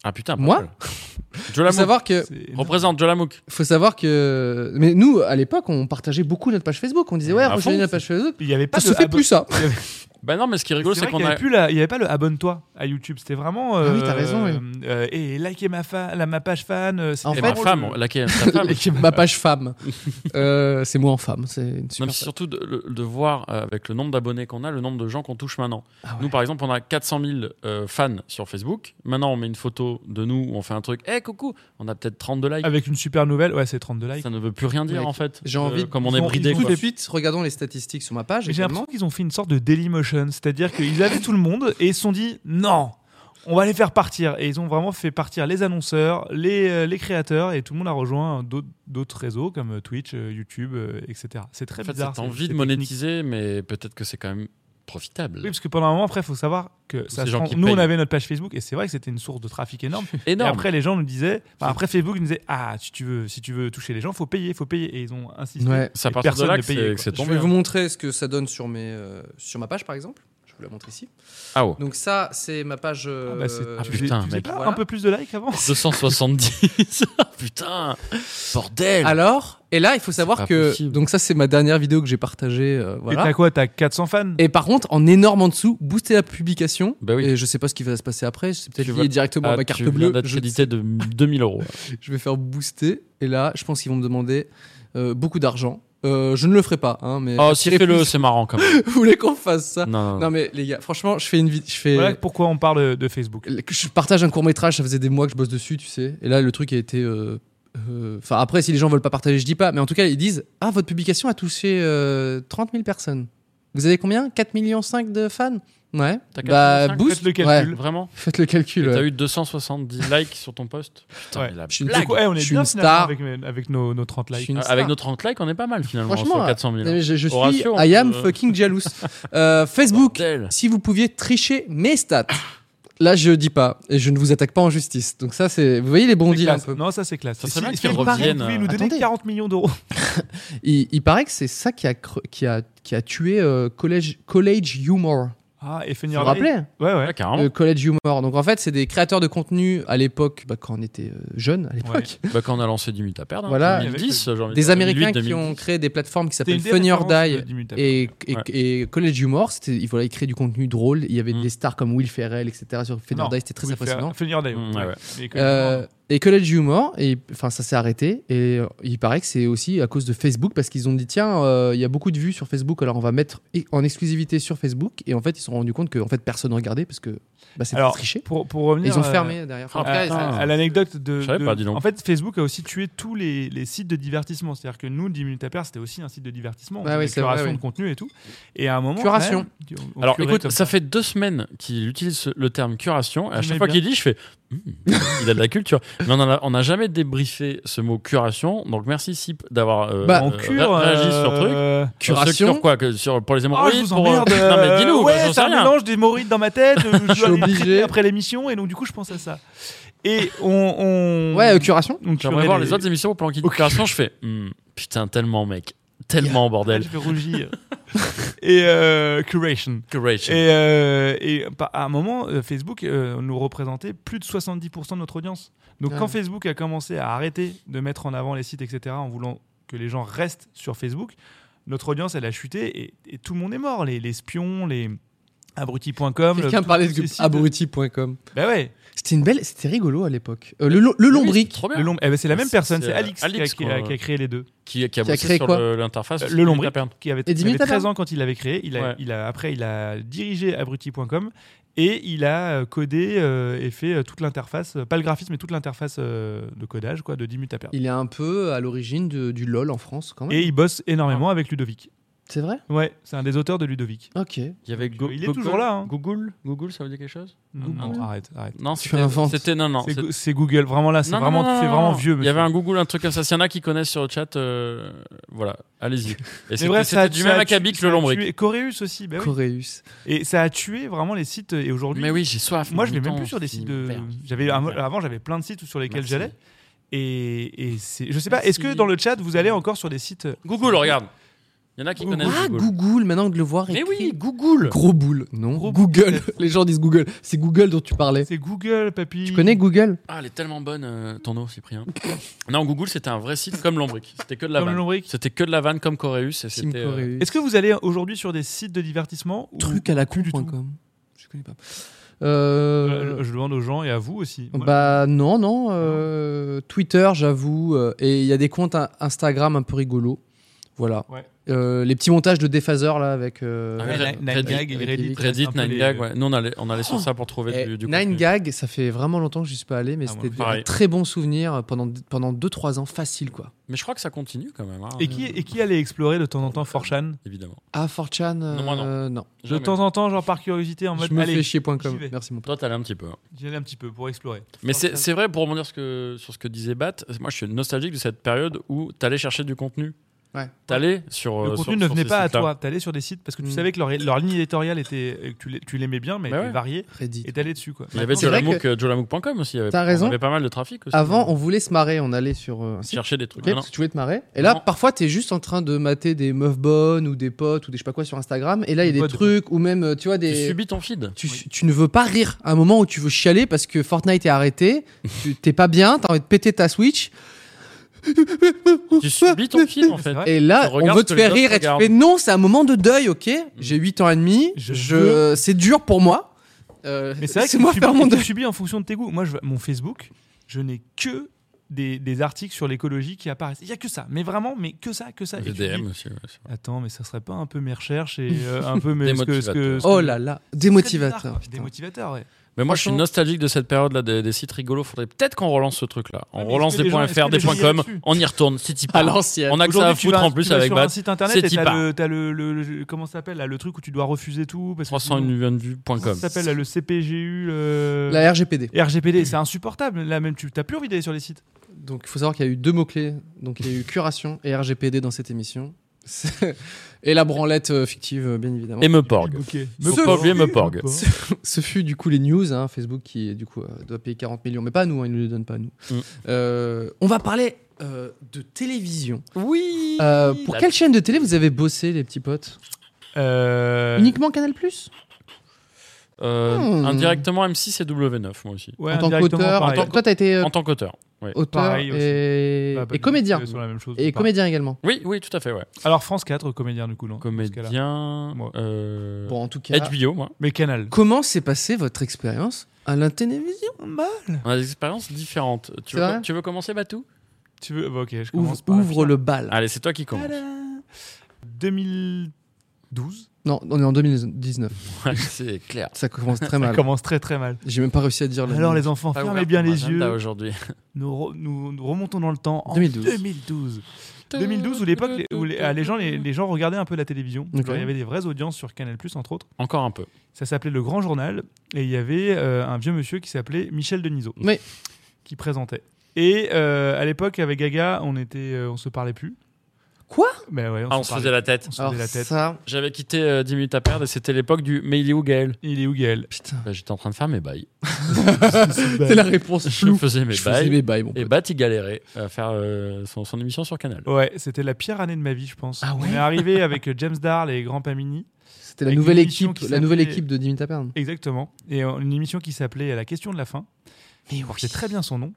[SPEAKER 5] Ah putain. pas
[SPEAKER 2] Moi
[SPEAKER 5] mal. Jola
[SPEAKER 2] Faut
[SPEAKER 5] Mouk.
[SPEAKER 2] savoir que
[SPEAKER 3] C'est énorme.
[SPEAKER 5] Représente Jolamouk.
[SPEAKER 2] faut savoir que. Mais nous, à l'époque, on partageait beaucoup notre page Facebook. On disait, ouais,
[SPEAKER 5] À
[SPEAKER 2] rejoignez
[SPEAKER 5] fond.
[SPEAKER 2] notre page Facebook.
[SPEAKER 3] Il n'y avait pas
[SPEAKER 2] Ça
[SPEAKER 3] de
[SPEAKER 2] se fait
[SPEAKER 3] abo-
[SPEAKER 2] plus, ça.
[SPEAKER 5] Bah non, mais ce qui est
[SPEAKER 3] C'est
[SPEAKER 5] rigolo, c'est
[SPEAKER 3] vrai qu'il
[SPEAKER 5] qu'on
[SPEAKER 3] n'y
[SPEAKER 5] a.
[SPEAKER 3] avait, plus la- il y avait pas le abonne-toi à YouTube. C'était vraiment.
[SPEAKER 2] Ah oui, t'as raison, oui.
[SPEAKER 3] euh, et likez ma, fa- la- ma page fan. euh, c'était
[SPEAKER 2] En
[SPEAKER 5] Et
[SPEAKER 2] fait-
[SPEAKER 5] Eh, ma
[SPEAKER 3] vraiment
[SPEAKER 5] femme,
[SPEAKER 3] le-
[SPEAKER 5] laquelle ta femme.
[SPEAKER 2] Ma page femme. Euh, c'est moi en femme. C'est une
[SPEAKER 5] Non,
[SPEAKER 2] super
[SPEAKER 5] mais c'est surtout de, le- de voir euh, avec le nombre d'abonnés qu'on a, le nombre de gens qu'on touche maintenant.
[SPEAKER 2] Ah ouais.
[SPEAKER 5] Nous, par exemple, on a 400 000 euh, fans sur Facebook. Maintenant, on met une photo de nous où on fait un truc. Eh, coucou On a peut-être 32 likes.
[SPEAKER 3] Avec une super nouvelle. Ouais, c'est 32 Ah likes.
[SPEAKER 5] Ça ne veut plus rien dire,
[SPEAKER 2] Mec,
[SPEAKER 5] en fait. euh,
[SPEAKER 2] j'ai envie de-
[SPEAKER 5] Comme on
[SPEAKER 3] ils
[SPEAKER 5] est
[SPEAKER 3] ont-
[SPEAKER 5] bridé,
[SPEAKER 3] ils ont
[SPEAKER 5] quoi.
[SPEAKER 2] Tout de suite, regardons les statistiques sur ma page.
[SPEAKER 3] Mais J'ai
[SPEAKER 2] également.
[SPEAKER 3] l'impression qu'ils ont fait une sorte de Dailymotion, c'est-à-dire qu'ils avaient tout le monde et ils se sont dit non, on va les faire partir. Et ils ont vraiment fait partir les annonceurs, les, euh, les créateurs et tout le monde a rejoint d'autres- d'autres réseaux comme euh, Twitch, euh, YouTube, euh, etc. C'est très
[SPEAKER 5] En fait,
[SPEAKER 3] bizarre.
[SPEAKER 5] cette
[SPEAKER 3] c'est-
[SPEAKER 5] envie de
[SPEAKER 3] c'est technique.
[SPEAKER 5] monétiser, mais peut-être que c'est quand même profitable.
[SPEAKER 3] Oui, parce que pendant un moment, après, il faut savoir que ça
[SPEAKER 5] ces
[SPEAKER 3] se
[SPEAKER 5] gens
[SPEAKER 3] rend-
[SPEAKER 5] qui
[SPEAKER 3] nous, on
[SPEAKER 5] payent.
[SPEAKER 3] avait notre page Facebook et c'est vrai que c'était une source de trafic énorme. Et
[SPEAKER 5] Énorme.
[SPEAKER 3] après, les gens nous disaient, enfin, après Facebook nous disait, ah, si tu veux, si tu veux toucher les gens, faut payer, faut payer. Et ils ont insisté.
[SPEAKER 2] Ouais.
[SPEAKER 5] ça
[SPEAKER 3] et
[SPEAKER 5] part de
[SPEAKER 3] personne
[SPEAKER 5] là
[SPEAKER 3] ne
[SPEAKER 5] que
[SPEAKER 3] payait,
[SPEAKER 5] c'est-
[SPEAKER 3] quoi.
[SPEAKER 5] que c'est
[SPEAKER 2] Je
[SPEAKER 5] tombé.
[SPEAKER 2] vais vous montrer ce que ça donne sur, mes, euh, sur ma page, par exemple. Je vous la montre ici.
[SPEAKER 5] Ah ouais.
[SPEAKER 2] Donc ça, c'est ma page. euh,
[SPEAKER 3] Ah bah, c'est-
[SPEAKER 5] Ah,
[SPEAKER 3] tu
[SPEAKER 5] putain,
[SPEAKER 3] faisais- tu faisais
[SPEAKER 5] mec.
[SPEAKER 3] pas
[SPEAKER 2] Voilà.
[SPEAKER 3] un peu plus de likes avant
[SPEAKER 5] 270. Putain, bordel.
[SPEAKER 2] Ah, Alors, et là, il faut
[SPEAKER 5] pas
[SPEAKER 2] savoir que
[SPEAKER 5] possible.
[SPEAKER 2] donc ça, c'est ma dernière vidéo que j'ai partagée. euh,
[SPEAKER 3] Et
[SPEAKER 2] voilà.
[SPEAKER 3] t'as quoi T'as 400 fans
[SPEAKER 2] Et par contre, en énorme en dessous, booster la publication.
[SPEAKER 5] Bah oui.
[SPEAKER 2] Et je sais pas ce qui va se passer après. C'est peut-être
[SPEAKER 5] Tu
[SPEAKER 2] lié
[SPEAKER 5] vas-
[SPEAKER 2] directement à
[SPEAKER 5] Ah,
[SPEAKER 2] ma carte
[SPEAKER 5] tu viens
[SPEAKER 2] bleue.
[SPEAKER 5] d'être
[SPEAKER 2] Je,
[SPEAKER 5] crédité de 2000 euros.
[SPEAKER 2] je vais faire booster. Et là, je pense qu'ils vont me demander euh, beaucoup d'argent. Euh, je ne le ferai pas, hein, mais
[SPEAKER 5] Oh, si
[SPEAKER 2] Tirez
[SPEAKER 5] fais-le,
[SPEAKER 2] plus.
[SPEAKER 5] c'est marrant quand même.
[SPEAKER 2] Vous voulez qu'on fasse ça
[SPEAKER 5] Non, non,
[SPEAKER 2] Non
[SPEAKER 5] non.
[SPEAKER 2] mais les gars, franchement, je fais une vidéo, je fais,
[SPEAKER 3] Voilà pourquoi on parle de Facebook.
[SPEAKER 2] je partage un court métrage. Ça faisait des mois que je bosse dessus, tu sais. Et là, le truc a été. euh, euh, Enfin, après, si les gens veulent pas partager, je dis pas. Mais en tout cas, ils disent Ah, votre publication a touché euh, 30 000 personnes. Vous avez combien 4 millions 5 de fans Ouais.
[SPEAKER 5] T'as 4,5
[SPEAKER 2] Bah,
[SPEAKER 5] Faites
[SPEAKER 2] boost.
[SPEAKER 3] le calcul.
[SPEAKER 2] ouais.
[SPEAKER 5] Vraiment
[SPEAKER 2] Faites le
[SPEAKER 5] Et
[SPEAKER 2] calcul.
[SPEAKER 5] T'as
[SPEAKER 2] ouais.
[SPEAKER 5] eu 270 likes sur ton post Euh, Putain,
[SPEAKER 3] Ouais.
[SPEAKER 5] mais la
[SPEAKER 2] Je suis une
[SPEAKER 5] blague.
[SPEAKER 3] Du coup, eh, on
[SPEAKER 2] Je
[SPEAKER 3] est
[SPEAKER 2] suis
[SPEAKER 3] bien
[SPEAKER 2] une
[SPEAKER 3] finalement
[SPEAKER 2] star.
[SPEAKER 3] avec, mes- avec nos, nos 30
[SPEAKER 2] Je
[SPEAKER 3] likes.
[SPEAKER 2] suis une
[SPEAKER 5] Ah,
[SPEAKER 2] star.
[SPEAKER 5] Avec nos 30 likes, on est pas mal finalement
[SPEAKER 2] Franchement,
[SPEAKER 5] sur 400 000.
[SPEAKER 2] Non, mais je, je suis
[SPEAKER 5] Horatio,
[SPEAKER 2] I am
[SPEAKER 5] euh,
[SPEAKER 2] fucking jealous. Euh, Facebook,
[SPEAKER 5] Bordel.
[SPEAKER 2] si vous pouviez tricher mes stats. Là, je dis pas et je ne vous attaque pas en justice. Donc ça, c'est vous voyez les bons
[SPEAKER 3] C'est
[SPEAKER 2] deals un
[SPEAKER 3] classe.
[SPEAKER 2] peu.
[SPEAKER 3] Non, ça c'est classe.
[SPEAKER 5] Ça serait
[SPEAKER 3] Si-
[SPEAKER 5] bien
[SPEAKER 3] si
[SPEAKER 5] qu'ils
[SPEAKER 3] vous parlez,
[SPEAKER 5] reviennent,
[SPEAKER 3] Vous pouvez nous
[SPEAKER 2] euh,
[SPEAKER 3] donner
[SPEAKER 2] attendez.
[SPEAKER 3] 40 millions d'euros.
[SPEAKER 2] Il, il paraît que c'est ça qui a, cre- qui a, qui a tué euh, college, college Humor.
[SPEAKER 3] Ah, et
[SPEAKER 2] Vous vous
[SPEAKER 3] finir
[SPEAKER 2] rappelez
[SPEAKER 3] Ouais, ouais.
[SPEAKER 5] Ah, carrément.
[SPEAKER 2] Euh, College Humor. Donc en fait, c'est des créateurs de contenu à l'époque, bah, quand on était euh, jeune à l'époque.
[SPEAKER 5] Bah, quand on a lancé 10 minutes à perdre, hein,
[SPEAKER 2] Voilà.
[SPEAKER 5] 2010, j'ai envie de
[SPEAKER 2] Des
[SPEAKER 5] dire,
[SPEAKER 2] Américains
[SPEAKER 5] 2008,
[SPEAKER 2] qui ont créé des plateformes qui
[SPEAKER 3] C'était
[SPEAKER 2] s'appellent
[SPEAKER 3] une des
[SPEAKER 2] Funny or
[SPEAKER 3] références de
[SPEAKER 2] Die.
[SPEAKER 3] 10 minutes après.
[SPEAKER 2] Et, et,
[SPEAKER 5] Ouais.
[SPEAKER 2] et College Humor, c'était, il- voilà, ils créaient du contenu drôle. Il y avait
[SPEAKER 5] Mm.
[SPEAKER 2] des stars comme Will Ferrell, etc. sur Funny or
[SPEAKER 3] Non,
[SPEAKER 2] Die, c'était très
[SPEAKER 3] oui,
[SPEAKER 2] impressionnant.
[SPEAKER 3] faire- Finir d'ailleurs.
[SPEAKER 5] Mm, ouais, ouais.
[SPEAKER 3] Mais quand
[SPEAKER 2] Euh,
[SPEAKER 3] même,
[SPEAKER 2] et College Humor, et, enfin, ça s'est arrêté. Et euh, il paraît que c'est aussi à cause de Facebook, parce qu'ils ont dit tiens, euh, il y a beaucoup de vues sur Facebook, alors on va mettre e- en exclusivité sur Facebook. Et en fait, ils se sont rendus compte que en fait, personne regardait, parce que bah, c'était
[SPEAKER 3] Alors,
[SPEAKER 2] triché.
[SPEAKER 3] Pour, pour
[SPEAKER 2] Et
[SPEAKER 3] revenir.
[SPEAKER 2] ils ont
[SPEAKER 3] euh,
[SPEAKER 2] fermé derrière. Enfin, en tout
[SPEAKER 5] ah,
[SPEAKER 2] cas,
[SPEAKER 5] putain.
[SPEAKER 2] ça-
[SPEAKER 3] à l'anecdote de,
[SPEAKER 5] Je savais
[SPEAKER 3] de-
[SPEAKER 5] pas, dis donc.
[SPEAKER 3] En fait, Facebook a aussi tué tous les, les sites de divertissement. C'est-à-dire que nous, 10 minutes à perdre, c'était aussi un site de divertissement. On
[SPEAKER 2] Ouais,
[SPEAKER 3] faisait
[SPEAKER 2] oui,
[SPEAKER 3] de
[SPEAKER 2] c'est
[SPEAKER 3] curation
[SPEAKER 2] vrai, oui.
[SPEAKER 3] de contenu et tout. Et à un moment.
[SPEAKER 2] Curation.
[SPEAKER 3] quand même, on- on
[SPEAKER 5] Alors
[SPEAKER 3] curait
[SPEAKER 5] écoute,
[SPEAKER 3] comme
[SPEAKER 5] ça, fait deux semaines qu'il utilise ce- le terme curation. Et à
[SPEAKER 3] J'aimais
[SPEAKER 5] chaque fois
[SPEAKER 3] bien.
[SPEAKER 5] qu'il dit, je fais, Hmm, il a de la culture. Mais on en a- on n'a jamais débriefé ce mot curation. Donc merci Sip d'avoir euh,
[SPEAKER 2] Bah,
[SPEAKER 5] euh,
[SPEAKER 3] On cure.
[SPEAKER 5] ré- réagi sur le truc.
[SPEAKER 3] euh,
[SPEAKER 2] Curation.
[SPEAKER 5] Sur quoi que sur, Pour les
[SPEAKER 3] Ah,
[SPEAKER 5] hémorroïdes
[SPEAKER 3] je vous
[SPEAKER 5] pour, euh,
[SPEAKER 3] emmerde.
[SPEAKER 5] Non mais dis-nous,
[SPEAKER 3] ouais,
[SPEAKER 5] j'en
[SPEAKER 3] c'est
[SPEAKER 5] sais
[SPEAKER 3] un
[SPEAKER 5] rien.
[SPEAKER 3] mélange d'hémorroïdes dans ma tête. euh, Je
[SPEAKER 2] suis
[SPEAKER 3] dois les traiter
[SPEAKER 2] obligé.
[SPEAKER 3] après l'émission, et donc du coup, je pense à ça. Et on. on...
[SPEAKER 2] Ouais, euh, curation.
[SPEAKER 3] on
[SPEAKER 5] J'aimerais
[SPEAKER 3] curait Ah,
[SPEAKER 5] voir les autres émissions pendant qu'il dit curation. Je fais, Hmm, putain, tellement mec, tellement bordel.
[SPEAKER 3] Je vais rougir. et euh, curation.
[SPEAKER 5] Curation.
[SPEAKER 3] Et, euh, et par- à un moment, euh, Facebook euh, nous représentait plus de 70% de notre audience. Donc
[SPEAKER 2] Ouais.
[SPEAKER 3] quand Facebook a commencé à arrêter de mettre en avant les sites, etc., en voulant que les gens restent sur Facebook, notre audience, elle a chuté et, et tout le monde est mort. Les, les spions, les abrutis.com. le-
[SPEAKER 2] Quelqu'un parlait
[SPEAKER 3] tous ces sites.
[SPEAKER 2] de abruti.com.
[SPEAKER 3] Bah ouais,
[SPEAKER 2] C'était une belle, c'était rigolo à l'époque. Euh, le, lo- le
[SPEAKER 5] Oui,
[SPEAKER 2] lombric.
[SPEAKER 5] c'est trop bien.
[SPEAKER 3] le lomb- eh ben, c'est la
[SPEAKER 5] Mais
[SPEAKER 3] même
[SPEAKER 5] c'est-
[SPEAKER 3] personne,
[SPEAKER 5] c'est,
[SPEAKER 3] c'est
[SPEAKER 5] euh,
[SPEAKER 3] Alix,
[SPEAKER 5] Alix,
[SPEAKER 3] qui,
[SPEAKER 5] quoi.
[SPEAKER 3] a, qui a- qui a créé les deux.
[SPEAKER 5] qui, qui a
[SPEAKER 2] Qui a
[SPEAKER 5] bossé
[SPEAKER 2] créé
[SPEAKER 5] sur
[SPEAKER 2] quoi
[SPEAKER 5] le- l'interface.
[SPEAKER 3] Euh,
[SPEAKER 5] c'est
[SPEAKER 3] le
[SPEAKER 5] Minute à
[SPEAKER 3] lombric,
[SPEAKER 5] perdre.
[SPEAKER 3] qui avait,
[SPEAKER 2] Et dix
[SPEAKER 3] il avait
[SPEAKER 2] minutes à
[SPEAKER 3] 13
[SPEAKER 2] perdre.
[SPEAKER 3] ans quand il l'avait créé. Il a,
[SPEAKER 5] Ouais.
[SPEAKER 3] il a, après, il a dirigé abruti.com et il a euh, codé euh, et fait euh, toute l'interface, euh, pas le graphisme, mais toute l'interface euh, de codage quoi, de 10 minutes à perdre.
[SPEAKER 2] Il est un peu à l'origine de- du LOL en France, quand même.
[SPEAKER 3] Et il bosse énormément
[SPEAKER 5] Ah.
[SPEAKER 3] avec Ludovic.
[SPEAKER 2] C'est vrai
[SPEAKER 3] Ouais, c'est un des auteurs de Ludovic.
[SPEAKER 5] Eh
[SPEAKER 2] Ok.
[SPEAKER 5] Il y avait
[SPEAKER 3] Donc,
[SPEAKER 5] Go-
[SPEAKER 3] il est
[SPEAKER 5] Google-
[SPEAKER 3] toujours là, hein.
[SPEAKER 5] Google, Google, ça veut dire quelque chose
[SPEAKER 3] Non,
[SPEAKER 5] Ah, Google.
[SPEAKER 3] non, arrête, arrête.
[SPEAKER 5] Non,
[SPEAKER 2] Tu
[SPEAKER 5] c'était-
[SPEAKER 2] inventes.
[SPEAKER 5] C'était non, non.
[SPEAKER 3] C'est
[SPEAKER 5] c'était-
[SPEAKER 3] Go- C'est Google, vraiment là, Ah, c'est
[SPEAKER 5] Non, non,
[SPEAKER 3] vraiment,
[SPEAKER 5] non,
[SPEAKER 3] c'est
[SPEAKER 5] non,
[SPEAKER 3] vraiment
[SPEAKER 5] non.
[SPEAKER 3] vieux.
[SPEAKER 5] Il y
[SPEAKER 3] monsieur.
[SPEAKER 5] avait un Google, un truc comme ça. S'il y en a qui connaissent sur le chat, euh, voilà, allez-y. Et
[SPEAKER 3] Mais
[SPEAKER 5] c'était
[SPEAKER 3] bref, ça
[SPEAKER 5] c'était
[SPEAKER 3] a
[SPEAKER 5] du
[SPEAKER 3] ça a
[SPEAKER 5] même
[SPEAKER 3] tué-
[SPEAKER 5] acabit que
[SPEAKER 3] ça
[SPEAKER 5] le
[SPEAKER 3] a
[SPEAKER 5] lombric.
[SPEAKER 3] tué- Coréus aussi, bah oui.
[SPEAKER 2] Coréus.
[SPEAKER 3] Et ça a tué vraiment les sites. euh, Et aujourd'hui,
[SPEAKER 5] Mais oui, j'ai soif.
[SPEAKER 3] moi je vais
[SPEAKER 5] l'ai
[SPEAKER 3] même plus sur des sites de. J'avais
[SPEAKER 5] Film
[SPEAKER 3] un-
[SPEAKER 5] vert.
[SPEAKER 3] avant j'avais plein de sites sur lesquels
[SPEAKER 5] Merci.
[SPEAKER 3] j'allais. Et, et c'est, je sais pas, est-ce que
[SPEAKER 5] Merci.
[SPEAKER 3] dans le chat vous allez encore sur des sites euh,
[SPEAKER 5] Google, regarde. Il y en a qui
[SPEAKER 3] Google.
[SPEAKER 5] connaissent
[SPEAKER 2] Ah,
[SPEAKER 5] Google.
[SPEAKER 2] Google, maintenant que de le voir
[SPEAKER 5] Mais
[SPEAKER 2] écrit.
[SPEAKER 5] oui, Google.
[SPEAKER 2] Gros boule, non
[SPEAKER 3] Gros
[SPEAKER 2] Google.
[SPEAKER 3] boule.
[SPEAKER 2] Les gens disent Google. C'est Google dont tu parlais.
[SPEAKER 3] C'est Google, papy.
[SPEAKER 2] Tu connais Google
[SPEAKER 5] Ah, elle est tellement bonne, euh, ton eau, Cyprien. non, Google, c'était un vrai site comme lombric. C'était que de la
[SPEAKER 3] Comme le
[SPEAKER 5] vanne.
[SPEAKER 3] lombric.
[SPEAKER 5] C'était que de la vanne comme Coréus. et
[SPEAKER 2] Sim
[SPEAKER 5] c'était, euh,
[SPEAKER 2] Coréus.
[SPEAKER 3] Est-ce que vous allez aujourd'hui sur des sites de divertissement ou-
[SPEAKER 2] Truc à la
[SPEAKER 3] Plus du tout.
[SPEAKER 2] con.com. Je connais pas. Euh,
[SPEAKER 3] Euh, Je demande aux gens et à vous aussi. Moi,
[SPEAKER 2] Bah non, non. euh, Twitter, j'avoue. euh, et il y a des comptes in- Instagram un peu rigolos. Voilà.
[SPEAKER 3] Ouais.
[SPEAKER 2] Euh, les petits montages de déphaseur là avec. euh,
[SPEAKER 5] Ah,
[SPEAKER 3] Ouais,
[SPEAKER 5] Reddit,
[SPEAKER 3] Nine- Nine Gag et
[SPEAKER 2] avec
[SPEAKER 3] Reddit,
[SPEAKER 2] Eric.
[SPEAKER 3] ça, c'est
[SPEAKER 5] Reddit,
[SPEAKER 3] un peu les- euh, Oh Eh,
[SPEAKER 5] 9gag, ouais. Nous, on allait, on allait sur ça pour trouver
[SPEAKER 2] Et
[SPEAKER 5] du, du
[SPEAKER 2] eh, Nine
[SPEAKER 5] contenu.
[SPEAKER 2] Gag, ça fait vraiment longtemps que je suis pas allé, mais
[SPEAKER 3] Ah, moi,
[SPEAKER 2] c'était
[SPEAKER 5] pareil.
[SPEAKER 2] un très bon souvenir pendant pendant 2-3 ans facile quoi.
[SPEAKER 5] Mais je crois que ça continue quand même. hein,
[SPEAKER 3] Et qui, et qui allait explorer de temps en temps 4chan
[SPEAKER 5] Évidemment.
[SPEAKER 2] Ah 4chan,
[SPEAKER 5] Non, moi, non.
[SPEAKER 2] euh, non.
[SPEAKER 3] De temps en temps, genre par curiosité, en mode
[SPEAKER 2] Je me
[SPEAKER 3] allez,
[SPEAKER 2] fais chier.com.
[SPEAKER 3] j'y vais.
[SPEAKER 2] Merci mon pote.
[SPEAKER 5] Toi, t'allais un petit peu. hein.
[SPEAKER 3] j'y allais un petit peu pour explorer.
[SPEAKER 5] Mais c'est
[SPEAKER 3] Forcément.
[SPEAKER 5] c'est vrai, pour rebondir ce que- sur ce que disait Bat, moi je suis nostalgique de cette période où t'allais chercher du contenu.
[SPEAKER 2] Ouais.
[SPEAKER 5] T'allais sur.
[SPEAKER 3] Le
[SPEAKER 5] euh,
[SPEAKER 3] contenu
[SPEAKER 5] sur-
[SPEAKER 3] ne
[SPEAKER 5] sur
[SPEAKER 3] venait
[SPEAKER 5] ces
[SPEAKER 3] pas à
[SPEAKER 5] sites-là.
[SPEAKER 3] toi, t'allais sur des sites parce que tu
[SPEAKER 2] Mm.
[SPEAKER 3] savais que leur, leur ligne éditoriale était. et que tu l'ai- Tu l'aimais bien, mais
[SPEAKER 5] Bah
[SPEAKER 3] elle
[SPEAKER 5] ouais.
[SPEAKER 3] variait
[SPEAKER 2] Reddit.
[SPEAKER 3] et t'allais dessus quoi.
[SPEAKER 5] Il y avait
[SPEAKER 2] C'est vrai
[SPEAKER 5] Jolamook, euh, jolamook.com aussi. il y avait-
[SPEAKER 2] T'as raison.
[SPEAKER 5] On avait pas mal de trafic aussi.
[SPEAKER 2] Avant, on voulait se marrer, on allait sur euh, un site
[SPEAKER 5] cherchait des trucs.
[SPEAKER 2] ok,
[SPEAKER 5] Non, non.
[SPEAKER 2] parce que tu voulais te marrer. Et là,
[SPEAKER 5] Non.
[SPEAKER 2] parfois, t'es juste en train de mater des meufs bonnes ou des potes ou des je sais pas quoi sur Instagram. Et là, il y a des
[SPEAKER 3] Des potes,
[SPEAKER 2] trucs ou même, euh, tu vois,
[SPEAKER 5] Tu
[SPEAKER 2] des.
[SPEAKER 5] subis ton feed.
[SPEAKER 2] tu, tu ne veux pas rire à un moment où tu veux chialer parce que Fortnite est arrêté, tu t'es pas bien, t'as envie de péter ta Switch,
[SPEAKER 5] Tu subis ton feed en
[SPEAKER 3] C'est
[SPEAKER 5] fait.
[SPEAKER 3] vrai.
[SPEAKER 2] et là
[SPEAKER 5] Tu
[SPEAKER 2] on
[SPEAKER 5] regardes
[SPEAKER 2] veut te
[SPEAKER 5] ce que les
[SPEAKER 2] faire
[SPEAKER 5] autres
[SPEAKER 2] rire et tu
[SPEAKER 5] regardent.
[SPEAKER 2] fais non, c'est un moment de deuil, ok J'ai 8 ans et demi,
[SPEAKER 3] Je
[SPEAKER 2] je, euh, c'est dur pour moi. Euh,
[SPEAKER 3] Mais c'est vrai que
[SPEAKER 2] moi
[SPEAKER 3] tu
[SPEAKER 2] faire mon
[SPEAKER 3] subis, tu
[SPEAKER 2] deuil.
[SPEAKER 3] subis en fonction de tes goûts. Moi, je, mon Facebook, je n'ai que des, des articles sur l'écologie qui apparaissent. Il n'y a que ça, mais vraiment, mais que ça, que ça. Et tu te
[SPEAKER 5] VDM
[SPEAKER 3] dis,
[SPEAKER 5] aussi. ouais, c'est vrai.
[SPEAKER 3] Attends, mais ça serait pas un peu mes recherches et euh, un peu mes. ce que- ce que- ce que-
[SPEAKER 2] Oh là là, démotivateur.
[SPEAKER 3] Des motivateurs, ouais.
[SPEAKER 5] Mais moi, je suis
[SPEAKER 2] Franchement-
[SPEAKER 5] nostalgique de cette période-là des, des sites rigolos. Faudrait peut-être qu'on relance ce truc-là. On
[SPEAKER 3] Ouais, mais
[SPEAKER 5] relance
[SPEAKER 3] est-ce
[SPEAKER 5] des
[SPEAKER 3] que les gens-
[SPEAKER 5] points
[SPEAKER 3] est-ce
[SPEAKER 5] fr,
[SPEAKER 3] que
[SPEAKER 5] des
[SPEAKER 3] les gens
[SPEAKER 5] points
[SPEAKER 3] y
[SPEAKER 5] com.
[SPEAKER 3] dessus
[SPEAKER 5] On y retourne. C'est type.
[SPEAKER 2] À l'ancienne.
[SPEAKER 5] On a que ça à
[SPEAKER 3] Aujourd'hui, tu
[SPEAKER 5] foutre
[SPEAKER 3] vas-
[SPEAKER 5] en
[SPEAKER 3] tu
[SPEAKER 5] plus
[SPEAKER 3] vas
[SPEAKER 5] avec
[SPEAKER 3] sur un
[SPEAKER 5] Bad.
[SPEAKER 3] site internet
[SPEAKER 5] C'est
[SPEAKER 3] et t'as
[SPEAKER 5] Tipa.
[SPEAKER 3] le, t'as le, le- le- comment ça s'appelle là, le truc où tu dois refuser tout parce que
[SPEAKER 5] 301
[SPEAKER 3] sinon-
[SPEAKER 5] vues.com.
[SPEAKER 3] ça s'appelle là, le CPGU le-
[SPEAKER 2] La RGPD.
[SPEAKER 3] RGPD c'est insupportable là même tu t'as plus envie d'aller sur les sites
[SPEAKER 2] Donc il faut savoir qu'il y a eu deux mots-clés. Donc il y a eu curation et RGPD dans cette émission. C'est- Et la branlette euh, fictive, euh, bien évidemment.
[SPEAKER 5] Et me porg.
[SPEAKER 3] ok
[SPEAKER 5] Faut
[SPEAKER 2] Ce
[SPEAKER 5] pas oublier me porg.
[SPEAKER 2] Ce, ce fut du coup les news, hein, Facebook qui du coup euh, doit payer 40 millions, mais pas à nous, hein, ils ne les donnent pas à nous.
[SPEAKER 5] Mm.
[SPEAKER 2] Euh, on va parler euh, de télévision.
[SPEAKER 3] oui
[SPEAKER 2] Euh, pour quelle chaîne de télé vous avez bossé, les petits potes
[SPEAKER 3] Euh,
[SPEAKER 2] Uniquement Canal Plus
[SPEAKER 5] Euh,
[SPEAKER 2] Hmm.
[SPEAKER 5] Indirectement, M6 et W9, moi aussi.
[SPEAKER 3] ouais,
[SPEAKER 2] En tant
[SPEAKER 3] indirectement,
[SPEAKER 2] qu'auteur, en
[SPEAKER 3] pareil.
[SPEAKER 2] tant- toi t'as été euh,
[SPEAKER 5] En tant qu'auteur. ouais.
[SPEAKER 2] auteur
[SPEAKER 3] pareil aussi.
[SPEAKER 2] et,
[SPEAKER 3] Bah,
[SPEAKER 2] et
[SPEAKER 3] bah,
[SPEAKER 2] comédien.
[SPEAKER 3] c'est sur la même chose,
[SPEAKER 2] Et
[SPEAKER 3] pas.
[SPEAKER 2] comédien également.
[SPEAKER 5] Oui, oui, tout à fait, ouais.
[SPEAKER 3] alors France 4 comédien du coup non dans ce cas-là.
[SPEAKER 5] Comédien.
[SPEAKER 3] Moi.
[SPEAKER 5] euh,
[SPEAKER 2] Bon, en tout cas,
[SPEAKER 5] HBO, moi.
[SPEAKER 3] mais Canal
[SPEAKER 2] comment s'est passée votre expérience à la télévision
[SPEAKER 3] mal
[SPEAKER 5] On a des expériences différentes. Tu
[SPEAKER 2] C'est
[SPEAKER 5] veux,
[SPEAKER 2] vrai
[SPEAKER 5] tu veux commencer, Batou
[SPEAKER 3] tu veux bah, ok je
[SPEAKER 2] Ouvre,
[SPEAKER 3] commence par la
[SPEAKER 2] ouvre le bal.
[SPEAKER 5] Allez, c'est toi qui
[SPEAKER 3] finale.
[SPEAKER 5] commence.
[SPEAKER 3] Tadam 2012
[SPEAKER 2] Non, on est en 2019.
[SPEAKER 5] Ouais, c'est clair.
[SPEAKER 2] Ça commence très
[SPEAKER 3] ça
[SPEAKER 2] mal.
[SPEAKER 3] commence très très mal
[SPEAKER 2] J'ai même pas réussi à dire le
[SPEAKER 3] alors
[SPEAKER 2] nom.
[SPEAKER 3] les enfants
[SPEAKER 5] Pas
[SPEAKER 3] fermez
[SPEAKER 5] Ah, ouvert
[SPEAKER 3] bien
[SPEAKER 5] pour
[SPEAKER 3] les
[SPEAKER 5] agenda
[SPEAKER 3] yeux
[SPEAKER 5] aujourd'hui.
[SPEAKER 3] nous, re- nous, nous remontons dans le temps en
[SPEAKER 2] 2012.
[SPEAKER 3] 2012. 2012 où, l'époque, les- où les, ah, les gens, les, les gens regardaient un peu la télévision.
[SPEAKER 2] Ok.
[SPEAKER 3] Genre, il y avait des vraies audiences sur Canal+, entre autres.
[SPEAKER 5] Encore un peu.
[SPEAKER 3] Ça s'appelait Le Grand Journal et il y avait euh, un vieux monsieur qui s'appelait Michel Denisot
[SPEAKER 2] Oui.
[SPEAKER 3] qui présentait. Et euh, à l'époque, avec Gaga, on était, euh, on se parlait plus.
[SPEAKER 2] Quoi
[SPEAKER 3] Ben ouais, on,
[SPEAKER 5] Ah, on
[SPEAKER 3] se
[SPEAKER 5] se
[SPEAKER 3] parlait-
[SPEAKER 5] faisait la tête.
[SPEAKER 3] on se
[SPEAKER 2] Alors
[SPEAKER 3] faisait la tête.
[SPEAKER 2] ça,
[SPEAKER 5] J'avais quitté euh, 10 minutes à perdre et c'était l'époque du Mais il est où Gaël
[SPEAKER 3] Il est où Gaël
[SPEAKER 2] putain,
[SPEAKER 5] Bah, J'étais en train de faire mes bails.
[SPEAKER 2] c'est la réponse
[SPEAKER 5] Je
[SPEAKER 2] floue.
[SPEAKER 5] faisais mes
[SPEAKER 2] Je faisais
[SPEAKER 5] bails.
[SPEAKER 2] mes bails, mon
[SPEAKER 5] Et bah,
[SPEAKER 2] pote.
[SPEAKER 5] Bat, il galérait à faire euh, son, son émission sur Canal.
[SPEAKER 3] Ouais, c'était la pire année de ma vie, je pense.
[SPEAKER 2] Ah ouais
[SPEAKER 3] on est arrivé avec euh, James Darl et Grand Pamini.
[SPEAKER 2] C'était la
[SPEAKER 3] avec
[SPEAKER 2] nouvelle
[SPEAKER 3] une émission
[SPEAKER 2] équipe,
[SPEAKER 3] qui
[SPEAKER 2] la nouvelle
[SPEAKER 3] s'appelait-
[SPEAKER 2] équipe de Dimitri Perne.
[SPEAKER 3] Exactement. Et euh, une émission qui s'appelait La question de la fin.
[SPEAKER 2] Mais
[SPEAKER 3] C'est très bien son nom.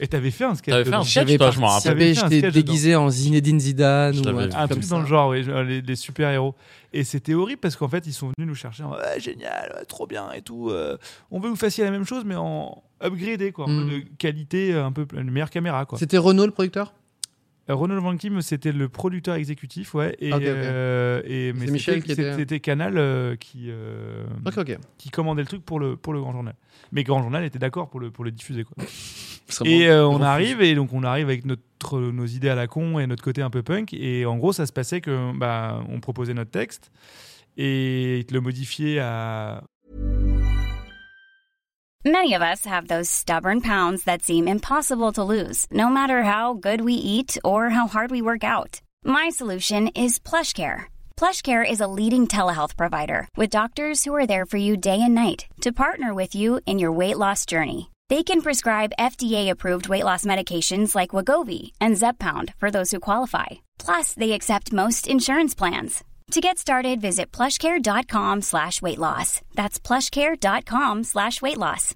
[SPEAKER 3] Et t'avais fait un sketch.
[SPEAKER 5] T'avais fait
[SPEAKER 3] dedans.
[SPEAKER 5] un sketch, toi, je m'en rappelle.
[SPEAKER 3] J'avais fait un
[SPEAKER 2] j'étais
[SPEAKER 3] sketch
[SPEAKER 2] déguisé en Zinedine Zidane
[SPEAKER 5] Je
[SPEAKER 2] ou
[SPEAKER 5] l'avais
[SPEAKER 2] un
[SPEAKER 5] vu.
[SPEAKER 3] un
[SPEAKER 2] truc comme
[SPEAKER 3] truc dans le
[SPEAKER 2] ça.
[SPEAKER 3] genre, oui, genre les, les super-héros. Et c'était horrible parce qu'en fait, ils sont venus nous chercher en Ouais, génial, ouais, trop bien et tout. euh, on veut que vous fassiez la même chose, mais en upgradé, quoi. En
[SPEAKER 2] Mm.
[SPEAKER 3] mode de qualité, euh, un peu une meilleure caméra, quoi.
[SPEAKER 2] C'était Renault le producteur
[SPEAKER 3] Euh, Ronald Van Kim, c'était le producteur exécutif, ouais. Et,
[SPEAKER 2] Ah, ok, ok.
[SPEAKER 3] euh, et- mais
[SPEAKER 2] C'est Michel
[SPEAKER 3] c'était-
[SPEAKER 2] qui était-
[SPEAKER 3] C'était Canal euh, qui, euh,
[SPEAKER 2] Ok, ok.
[SPEAKER 3] qui commandait le truc pour le, pour le Grand Journal. Mais Grand Journal était d'accord pour le, pour le diffuser, quoi.
[SPEAKER 2] C'est
[SPEAKER 3] Et
[SPEAKER 2] bon.
[SPEAKER 3] euh, on
[SPEAKER 2] refuse.
[SPEAKER 3] arrive et donc on arrive avec notre nos idées à la con et notre côté un peu punk et en gros ça se passait que bah on proposait notre texte et ils te le modifiaient à
[SPEAKER 4] Many of us have those stubborn pounds that seem impossible to lose, no matter how good we eat or how hard we work out. My solution is PlushCare. PlushCare is a leading telehealth provider with doctors who are there for you day and night to partner with you in your weight loss journey. They can prescribe FDA-approved weight loss medications like Wagovi and Zepbound for those who qualify. Plus, they accept most insurance plans. To get started, visit plushcare.com slash weight loss. That's plushcare.com slash weight loss.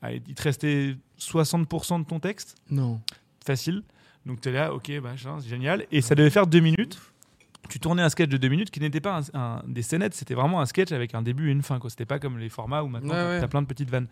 [SPEAKER 3] à- il te restait 60% de ton texte
[SPEAKER 2] Non.
[SPEAKER 3] facile donc t'es là ok bah c'est génial et ça devait faire deux minutes tu tournais un sketch de deux minutes qui n'était pas un, un- des scénettes c'était vraiment un sketch avec un début et une fin quoi c'était pas comme les formats où maintenant
[SPEAKER 2] Ouais,
[SPEAKER 3] t'as
[SPEAKER 2] ouais.
[SPEAKER 3] t'as plein de petites vannes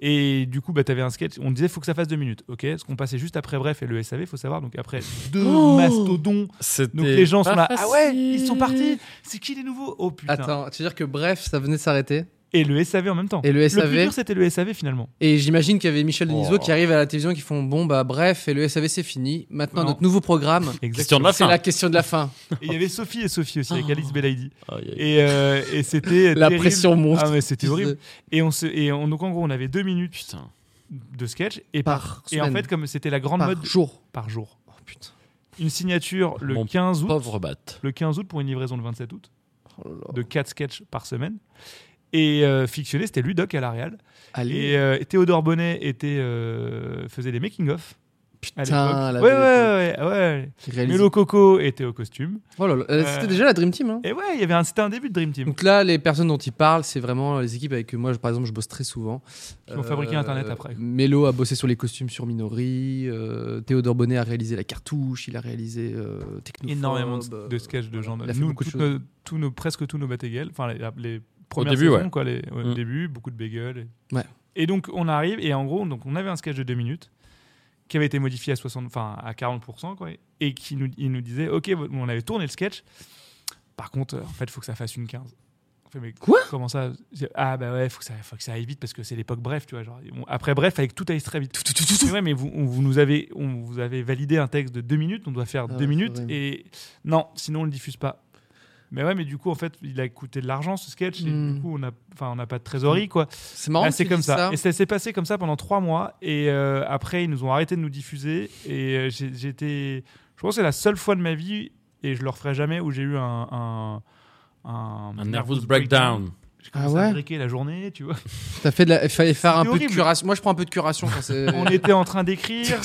[SPEAKER 3] et du coup bah t'avais un sketch on disait faut que ça fasse deux minutes ok ce qu'on passait juste après bref et le SAV faut savoir donc après deux
[SPEAKER 2] Oh
[SPEAKER 3] mastodons donc les gens sont là ah ouais ils sont partis c'est qui les nouveaux oh putain
[SPEAKER 2] Attends, tu veux dire que bref, ça venait de s'arrêter
[SPEAKER 3] et le SAV en même temps
[SPEAKER 2] Et le
[SPEAKER 3] le plus
[SPEAKER 2] SAV
[SPEAKER 3] dur c'était le SAV finalement
[SPEAKER 2] Et j'imagine qu'il y avait Michel Denisot
[SPEAKER 5] Oh.
[SPEAKER 2] qui arrive à la télévision qui font bon bah bref et le SAV c'est fini. Maintenant
[SPEAKER 3] Non.
[SPEAKER 2] notre nouveau programme,
[SPEAKER 5] Question de la
[SPEAKER 2] c'est
[SPEAKER 5] fin.
[SPEAKER 2] la question de la fin.
[SPEAKER 3] Et il y avait Sophie et Sophie aussi avec
[SPEAKER 2] Oh.
[SPEAKER 3] Alice Belaïdi
[SPEAKER 5] Aïe, aïe.
[SPEAKER 3] et, euh, et c'était
[SPEAKER 2] La
[SPEAKER 3] terrible.
[SPEAKER 2] pression monstre.
[SPEAKER 3] ah mais c'était horrible
[SPEAKER 2] Fils de-
[SPEAKER 3] Et on se, et on- donc en gros, on avait deux minutes
[SPEAKER 5] Putain.
[SPEAKER 3] de sketch et par.
[SPEAKER 2] Par
[SPEAKER 3] Et en
[SPEAKER 2] semaine.
[SPEAKER 3] fait, comme c'était la grande
[SPEAKER 2] par
[SPEAKER 3] mode
[SPEAKER 2] jour. Oh,
[SPEAKER 3] par jour.
[SPEAKER 2] putain.
[SPEAKER 3] Une signature le
[SPEAKER 5] Mon
[SPEAKER 3] 15 août.
[SPEAKER 5] Pauvre batte.
[SPEAKER 3] Le 15 août pour une livraison le 27 août,
[SPEAKER 2] Oh là là.
[SPEAKER 3] de 4 sketchs par semaine. Et euh, fictionné, c'était Ludoc à la Real.
[SPEAKER 2] Allez,
[SPEAKER 3] Et euh, Théodore Bonnet était, euh, faisait des making-of. à
[SPEAKER 2] putain,
[SPEAKER 3] l'époque.
[SPEAKER 2] la
[SPEAKER 3] ouais,
[SPEAKER 2] belle
[SPEAKER 3] ouais, ouais, ouais.
[SPEAKER 2] époque. Il réalise-
[SPEAKER 3] Melo Coco était au costume.
[SPEAKER 2] Oh là là, euh,
[SPEAKER 3] Euh,
[SPEAKER 2] C'était déjà la Dream Team. hein.
[SPEAKER 3] Et ouais, il y avait un- c'était un début de Dream Team.
[SPEAKER 2] Donc là, les personnes dont il parle, c'est vraiment les équipes avec que moi, je- par exemple, je bosse très souvent. Euh,
[SPEAKER 3] Qui vont fabriquer Internet après.
[SPEAKER 2] Mélo a bossé sur les costumes sur Minori. euh, Théodore Bonnet a réalisé la cartouche. Il a réalisé euh, Technophobe,
[SPEAKER 3] Énormément de,
[SPEAKER 2] euh,
[SPEAKER 3] de sketchs de gens.
[SPEAKER 2] Il a fait
[SPEAKER 3] Nous,
[SPEAKER 2] beaucoup de
[SPEAKER 3] toutes
[SPEAKER 2] choses.
[SPEAKER 3] nos- tous nos, presque tous nos battégales. Enfin, les, les premières
[SPEAKER 5] début,
[SPEAKER 3] saisons,
[SPEAKER 5] ouais.
[SPEAKER 3] quoi, les- ouais, au
[SPEAKER 5] Mm.
[SPEAKER 3] début, beaucoup de bagels. Et...
[SPEAKER 2] Ouais.
[SPEAKER 3] et donc, on arrive, et en gros, donc, on avait un sketch de 2 minutes qui avait été modifié à, 60, enfin, à 40%, quoi, et qui nous, il nous disait Ok, on avait tourné le sketch. Par contre, euh, en fait, il faut que ça fasse une 15. On fait, mais
[SPEAKER 2] Quoi
[SPEAKER 3] Comment ça Ah, bah ouais, faut que ça, faut que ça aille vite parce que c'est l'époque bref, tu vois. Genre, on- après bref, avec tout aille très vite. Mais ouais, mais vous, on- vous nous avez, on vous avez validé un texte de deux minutes, on doit faire
[SPEAKER 2] Ah,
[SPEAKER 3] deux minutes
[SPEAKER 2] c'est vrai.
[SPEAKER 3] et non, sinon on le diffuse pas. Mais ouais, mais du coup en fait, il a coûté de l'argent ce sketch et
[SPEAKER 2] Hmm.
[SPEAKER 3] du coup on a, enfin on n'a pas de trésorerie quoi.
[SPEAKER 2] C'est marrant.
[SPEAKER 3] Ah,
[SPEAKER 2] que
[SPEAKER 3] c'est
[SPEAKER 2] tu
[SPEAKER 3] comme
[SPEAKER 2] dises
[SPEAKER 3] ça. Et ça s'est passé comme ça pendant trois mois et euh, après ils nous ont arrêté de nous diffuser et euh, j'ai- j'étais, je pense que c'est la seule fois de ma vie et je le referai jamais où j'ai eu un un, un-
[SPEAKER 5] Un nervous breakdown.
[SPEAKER 3] J'ai commencé
[SPEAKER 2] Ah ouais
[SPEAKER 3] à briquer la journée, tu vois.
[SPEAKER 2] T'as fait de la- Il fallait faire un
[SPEAKER 3] C'était
[SPEAKER 2] peu de
[SPEAKER 3] horrible.
[SPEAKER 2] curation. Moi, je prends un peu de curation quand c'est.
[SPEAKER 3] on était en train d'écrire.